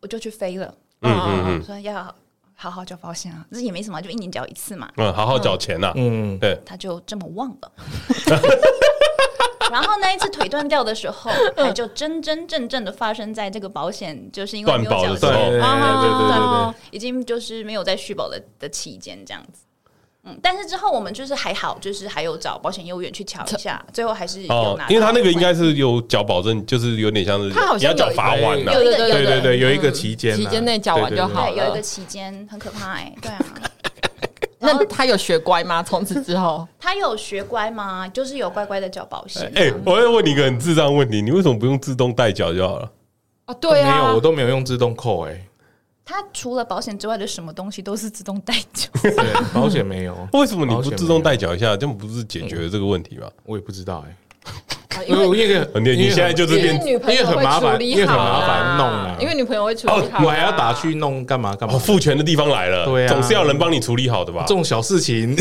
[SPEAKER 4] 我就去飞了，
[SPEAKER 1] 嗯嗯嗯
[SPEAKER 4] 我说要好好交保险啊，这也没什么，就一年交一次嘛，
[SPEAKER 1] 嗯，好好缴钱呐，
[SPEAKER 2] 嗯，
[SPEAKER 1] 对，
[SPEAKER 4] 他就这么忘了。 然后那一次腿断掉的时候，
[SPEAKER 5] 嗯
[SPEAKER 4] 还就真真正正的发生在这个保险，就是因为没有
[SPEAKER 1] 断保
[SPEAKER 4] 缴
[SPEAKER 1] 的时
[SPEAKER 2] 对
[SPEAKER 1] 候
[SPEAKER 4] 钱，
[SPEAKER 2] 对对对对对
[SPEAKER 5] 哦
[SPEAKER 4] 已经就是没有在续保的的期间这样子。嗯，但是之后我们就是还好，就是还有找保险业务员去瞧一下，最后还是有
[SPEAKER 1] 哦
[SPEAKER 4] 拿到，
[SPEAKER 1] 因为他那个应该是有缴保证，就是有点像是
[SPEAKER 5] 他好像
[SPEAKER 1] 你要缴罚款啊
[SPEAKER 2] 有一
[SPEAKER 1] 的
[SPEAKER 2] 个，
[SPEAKER 4] 有
[SPEAKER 2] 啊
[SPEAKER 5] 对
[SPEAKER 4] 一个
[SPEAKER 2] 对对
[SPEAKER 5] 哦对嗯
[SPEAKER 2] 对，有一个期间啊，
[SPEAKER 5] 期间内缴完
[SPEAKER 2] 对
[SPEAKER 5] 就好
[SPEAKER 4] 对有一
[SPEAKER 5] 了
[SPEAKER 4] 个期间很可怕哎、对啊，
[SPEAKER 5] 那他有学乖吗？从此之后，
[SPEAKER 4] 他有学乖吗？就是有乖乖的缴保险，
[SPEAKER 1] 哎、我要问你一个很智障的问题，你为什么不用自动代缴就好了？
[SPEAKER 5] 啊，对
[SPEAKER 2] 没有，
[SPEAKER 5] 啊
[SPEAKER 2] 我，都没有用自动扣哎、
[SPEAKER 4] 他除了保险之外的什么东西都是自动代 缴。
[SPEAKER 2] 对，保险没有，
[SPEAKER 1] 为什么你
[SPEAKER 2] 保
[SPEAKER 1] 不
[SPEAKER 2] 险
[SPEAKER 1] 自动
[SPEAKER 2] 没有？
[SPEAKER 1] 代缴一下？这不是解决了这个问题吗？
[SPEAKER 2] 我也不知道哎、
[SPEAKER 5] 啊
[SPEAKER 2] 因
[SPEAKER 5] 因
[SPEAKER 2] 为呃我
[SPEAKER 5] 为
[SPEAKER 2] 那个，
[SPEAKER 1] 嗯你
[SPEAKER 2] 因为
[SPEAKER 1] 你现在就是
[SPEAKER 5] 因为
[SPEAKER 1] 变
[SPEAKER 5] 女朋
[SPEAKER 2] 因为
[SPEAKER 5] 友
[SPEAKER 2] 很
[SPEAKER 5] 会
[SPEAKER 2] 麻
[SPEAKER 5] 处
[SPEAKER 2] 烦因
[SPEAKER 5] 理
[SPEAKER 2] 为
[SPEAKER 5] 好啊
[SPEAKER 2] 很
[SPEAKER 5] 啦
[SPEAKER 2] 麻烦弄啦
[SPEAKER 5] 因为女朋友会处理好，啊
[SPEAKER 2] 我还要打。去弄干嘛干嘛
[SPEAKER 1] 哦，？付权的地方来了，
[SPEAKER 2] 对啊
[SPEAKER 1] 总是要人帮你处理好的吧
[SPEAKER 2] 这？种小事情，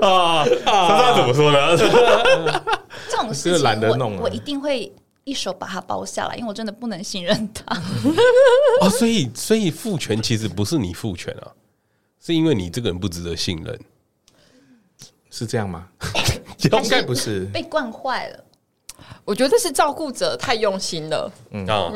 [SPEAKER 1] 啊，莎莎怎么 说呢？
[SPEAKER 4] 这种
[SPEAKER 2] 真
[SPEAKER 4] 事
[SPEAKER 2] 的
[SPEAKER 4] 情
[SPEAKER 2] 懒得
[SPEAKER 4] 我
[SPEAKER 2] 弄啊
[SPEAKER 4] 我一定会一手把它包下来，因为我真的不能信任他。
[SPEAKER 1] 嗯哦，所以所以付权其实不是你付权啊，是因为你这个人不值得信任。
[SPEAKER 2] 是这样吗？
[SPEAKER 1] 要
[SPEAKER 2] 应 该不是，
[SPEAKER 4] 被惯坏了，
[SPEAKER 5] 我觉得是照顾者太用心了，
[SPEAKER 1] 啊，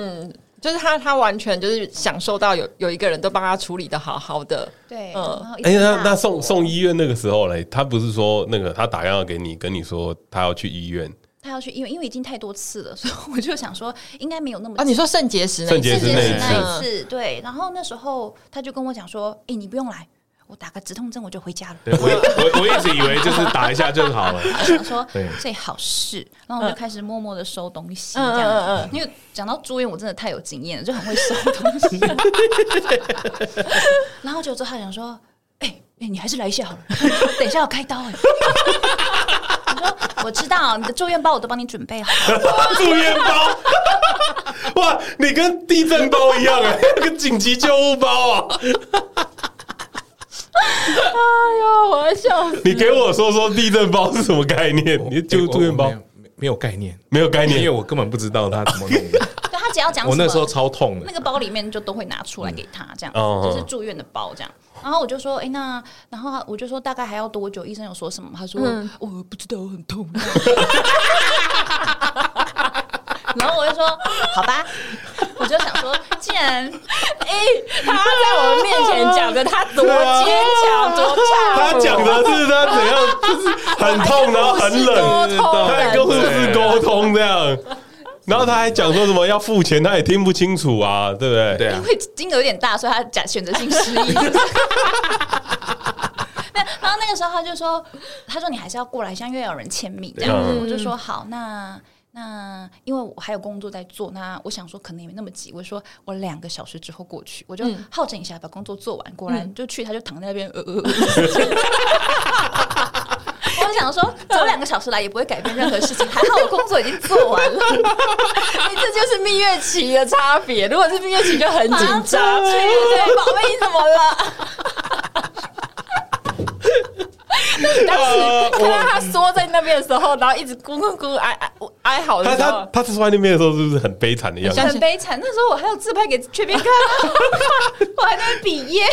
[SPEAKER 5] 就是他他完全就是享受到有有一个人都帮他处理的好好的，
[SPEAKER 4] 对，
[SPEAKER 5] 嗯
[SPEAKER 4] 然后一
[SPEAKER 1] 哎、
[SPEAKER 4] 直
[SPEAKER 1] 那
[SPEAKER 4] 骂
[SPEAKER 1] 那送送医院那个时候嘞，他不是说那个他打电话给你，跟你说他要去医院，
[SPEAKER 4] 他要去医院，因为已经太多次了，所以我就想说应该没有那么
[SPEAKER 5] 啊，你说肾结石那一
[SPEAKER 1] 肾结
[SPEAKER 5] 次，
[SPEAKER 1] 石那一次
[SPEAKER 4] 那一次，对。然后那时候他就跟我讲说：“哎、你不用来，我打个止痛针我就回家了。
[SPEAKER 2] 对 我我我一直以为就是打一下就好了。”
[SPEAKER 4] 我想说
[SPEAKER 2] 对
[SPEAKER 4] 最好是，然后我就开始默默的收东西，
[SPEAKER 5] 嗯
[SPEAKER 4] 这样
[SPEAKER 5] 嗯
[SPEAKER 4] 子。因为讲到住院，我真的太有经验了，就很会收东 西。然后就之后他想说：“哎、哎、你还是来一下好了，等一下要开刀哎、 我说：“我知道你的住院包我都帮你准备好了，
[SPEAKER 1] 住院包， 哇，你跟地震包一样哎、 跟紧急救护包啊！
[SPEAKER 5] 哎呦，我要笑死！
[SPEAKER 1] 你给我说说地震包是什么概念？你
[SPEAKER 2] 哎
[SPEAKER 1] 就
[SPEAKER 2] 我
[SPEAKER 1] 住院包
[SPEAKER 2] 我没有没没有概念，
[SPEAKER 1] 没有概
[SPEAKER 2] 因为
[SPEAKER 1] 念，
[SPEAKER 2] 我根本不知道他怎么弄的。
[SPEAKER 4] 对他只要讲什 么，
[SPEAKER 2] 我那时候超痛
[SPEAKER 4] 那
[SPEAKER 2] 的，
[SPEAKER 4] 个包里面就都会拿出来给他，这样、
[SPEAKER 1] 哦
[SPEAKER 4] 就是住院的包这样。然后我就说，哎、那然后我就说大概还要多久？医生有说什么？他说、哦我不知道，很痛。 然后我就说好吧，我就想说，既然哎、
[SPEAKER 5] 他在我们面前讲的他多坚 强，多
[SPEAKER 1] 他
[SPEAKER 5] 差，
[SPEAKER 1] 讲的是他怎样，就是很痛，然后很冷，他还跟护士沟通这样，然后他还讲说什么要付钱，他也听不清楚啊，对不对？
[SPEAKER 2] 对啊
[SPEAKER 4] 因，为金额有点大，所以他假选择性失忆。那然后那个时候他就说，他说你还是要过来一下，因为有人签名这样子。
[SPEAKER 1] 嗯
[SPEAKER 4] 我就说好，那那因为我还有工作在做，那我想说可能也没那么急，我说我两个小时之后过去，我就好整一下把工作做完。果然就去，他就躺在那边呃呃。呃呃 我就想说，早两个小时来也不会改变任何事情，还好我工作已经做完了。
[SPEAKER 5] 哎这就是蜜月期的差别。如果是蜜月期就很紧
[SPEAKER 4] 马上出去
[SPEAKER 5] 张，
[SPEAKER 4] 对，宝贝，你怎么了？
[SPEAKER 5] 当
[SPEAKER 1] 啊
[SPEAKER 5] 时看到他缩在那边的时候，然后一直咕咕咕哀哀哀嚎的
[SPEAKER 1] 他
[SPEAKER 5] 时
[SPEAKER 1] 他
[SPEAKER 5] 候，
[SPEAKER 1] 他坐在那边的时候是不是很悲惨的样子？
[SPEAKER 4] 很悲惨。那时候我还有自拍给雀边看啊， 我还在那边比耶，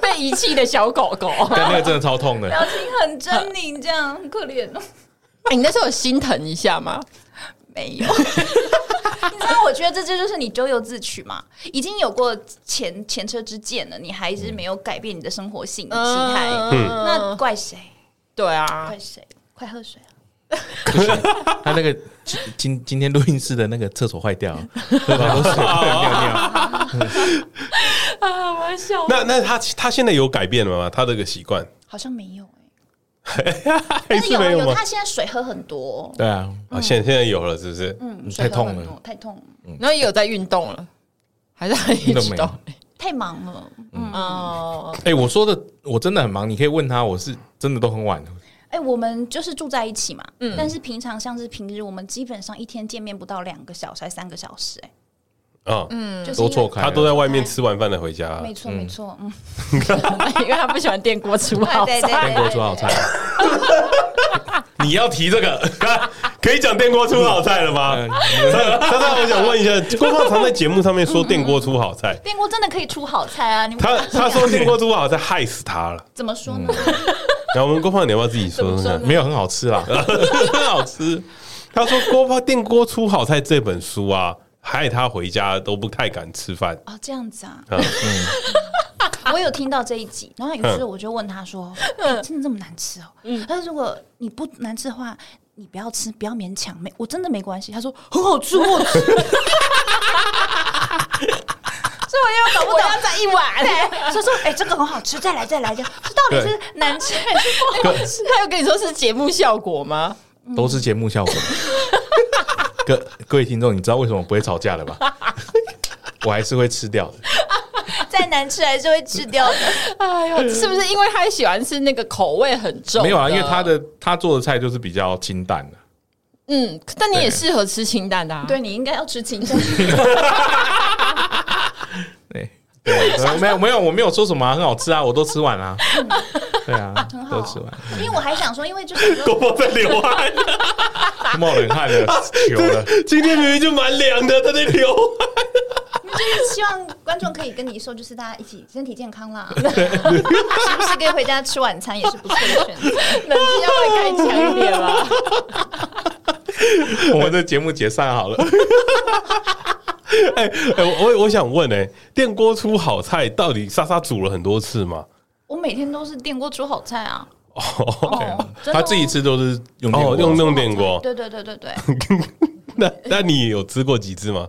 [SPEAKER 5] 被遗弃的小狗狗。
[SPEAKER 2] 但那个真的超痛 的。
[SPEAKER 4] 表情很狰狞，这样很可怜哦。
[SPEAKER 5] 哎你那时候有心疼一下吗？
[SPEAKER 4] 没有， 你知道，我觉得这就是你咎由自取嘛。已经有过前前车之鉴了，你还是没有改变你的生活性的心态，
[SPEAKER 5] 嗯
[SPEAKER 4] 那怪谁？
[SPEAKER 5] 对啊
[SPEAKER 4] 怪，谁？快喝水啊！
[SPEAKER 2] 他那个今今今天录音室的那个厕所坏 掉了，喝很多水尿尿。
[SPEAKER 5] 啊，我要笑。
[SPEAKER 1] 那那他他现在有改变了吗？他这个习惯
[SPEAKER 4] 好像没有哎、
[SPEAKER 1] 还
[SPEAKER 4] 但是
[SPEAKER 1] 是
[SPEAKER 4] 有啊
[SPEAKER 1] 没有
[SPEAKER 4] 有，
[SPEAKER 1] 吗？
[SPEAKER 4] 他现在水喝很多，
[SPEAKER 2] 对啊，
[SPEAKER 1] 啊，现现在有了是不是？
[SPEAKER 4] 嗯，
[SPEAKER 2] 太痛了
[SPEAKER 4] 水喝很多，太痛了，
[SPEAKER 5] 嗯然后也有在运动了，还是很运
[SPEAKER 2] 都没有
[SPEAKER 5] 动。
[SPEAKER 4] 太忙了，嗯。
[SPEAKER 5] 哦，
[SPEAKER 2] 哎，我说的我真的很忙，你可以问他，我是真的都很晚。
[SPEAKER 4] 哎、我们就是住在一起嘛，但是平常像是平日，我们基本上一天见面不到两个小时，还三个小时、哎，
[SPEAKER 1] 啊，
[SPEAKER 4] 就是
[SPEAKER 2] 都
[SPEAKER 4] 因为
[SPEAKER 2] 错开
[SPEAKER 1] 他
[SPEAKER 2] 了，
[SPEAKER 1] 都在外面吃完饭再回家啊。
[SPEAKER 4] 没错，没错，嗯，
[SPEAKER 5] 因为他不喜欢电锅煮好
[SPEAKER 4] 对对
[SPEAKER 5] 菜
[SPEAKER 4] 对
[SPEAKER 2] 电锅煮好菜，
[SPEAKER 1] 你要提这个， 可以讲电锅出好菜了吗？ 莎莎，我想问一下，郭胖常在节目上面说电锅出好菜，
[SPEAKER 4] 电锅真的可以出好菜啊！你 们
[SPEAKER 1] 他他说电锅出好菜害死他了。
[SPEAKER 4] 怎么说呢？
[SPEAKER 2] 嗯
[SPEAKER 1] 然后我们郭胖，你要不要自己说说看？
[SPEAKER 2] 没有很好吃啦，
[SPEAKER 1] 很 好吃。他说郭胖《电锅出好菜》这本书啊，害他回家都不太敢吃饭。
[SPEAKER 3] 嗯
[SPEAKER 4] 哦，这样子啊，
[SPEAKER 1] 啊，
[SPEAKER 4] 我有听到这一集，然后于是我就问 他说：“哎真的这么难吃哦？”
[SPEAKER 3] 嗯
[SPEAKER 4] 他说：“如果你不难吃的话，你不要吃，不要勉强，没我真的没关系。”他说：“很好吃，很好 吃。”所以我又搞不懂，
[SPEAKER 3] 我要再一碗。
[SPEAKER 4] 对，所以说：“哎、这个很好吃，再来，再来，这样这到底是难吃还是不好吃？”
[SPEAKER 5] 他有跟你说是节目效果吗？
[SPEAKER 4] 嗯
[SPEAKER 2] 都是节目效 果。各各位听众，你知道为什么不会吵架了吧？ 我还是会吃掉的。
[SPEAKER 4] 再难吃还是会吃掉 的。
[SPEAKER 5] 哎呦，是不是因为他喜欢吃那个口味很重？
[SPEAKER 2] 没有啊，因为他的他做的菜就是比较清淡的。
[SPEAKER 5] 嗯，但你也
[SPEAKER 2] 对
[SPEAKER 5] 适合吃清淡的、啊。，
[SPEAKER 4] 对你应该要 吃青菜，
[SPEAKER 2] 对，对，没有没有，我没有说什么啊、很好吃啊，我都吃完 了、对啊，都吃完，
[SPEAKER 4] 因为我还想说，因为就是如果
[SPEAKER 1] 狗宝在流汗，
[SPEAKER 2] 冒冷汗了，久 了。
[SPEAKER 1] 今天明明就蛮凉的，他在流汗。
[SPEAKER 4] 就是 希望观众可以跟你说，就是大家一起身体健 康啦，是不是可以回家吃晚餐也是不错的选择？
[SPEAKER 3] 冷气要不要开强一点吧？
[SPEAKER 2] 我们的节目解散好了，
[SPEAKER 1] 哎、哎我我我想问哎、电锅出好菜到底莎莎煮了很多次吗？
[SPEAKER 4] 我每天都是电锅煮好菜啊，
[SPEAKER 1] 哦，
[SPEAKER 4] 哦，真的
[SPEAKER 2] 他
[SPEAKER 4] 哦
[SPEAKER 2] 自己吃都是用电锅
[SPEAKER 1] 哦，用用电锅。
[SPEAKER 4] 对对对对对，
[SPEAKER 1] 那那你有吃过几次吗？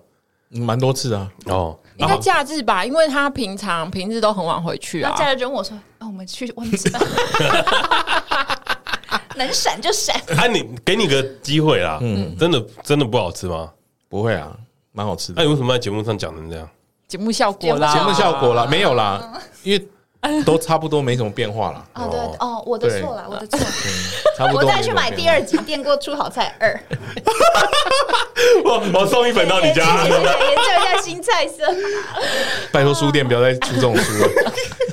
[SPEAKER 2] 蛮多次啊，
[SPEAKER 1] 哦，
[SPEAKER 5] 应该假日吧，因为他平常平日都很晚回去
[SPEAKER 4] 然
[SPEAKER 5] 啊
[SPEAKER 4] 后。家人就问我说：“啊，我们去外面吃饭， 能闪就闪。
[SPEAKER 1] 啊，你给你个机会啦，真的真的不好吃吗？
[SPEAKER 2] 不会啊，蛮好吃
[SPEAKER 1] 那、
[SPEAKER 2] 的。
[SPEAKER 4] 哎
[SPEAKER 1] 你为什么在节目上讲成这样？
[SPEAKER 5] 节目效果啦，
[SPEAKER 2] 节目效果
[SPEAKER 4] 啊
[SPEAKER 2] 啦，没有啦，因 为都差不多没什么变化啦”，
[SPEAKER 4] 哦，对哦，我的错啦，我的 错，
[SPEAKER 2] 差不多。
[SPEAKER 4] 我再去买第二，集《电锅煮好菜二》，
[SPEAKER 1] 我我送一本到你家
[SPEAKER 4] 研究一下研究一下新菜色。
[SPEAKER 2] 拜托书店不要再出这种书了。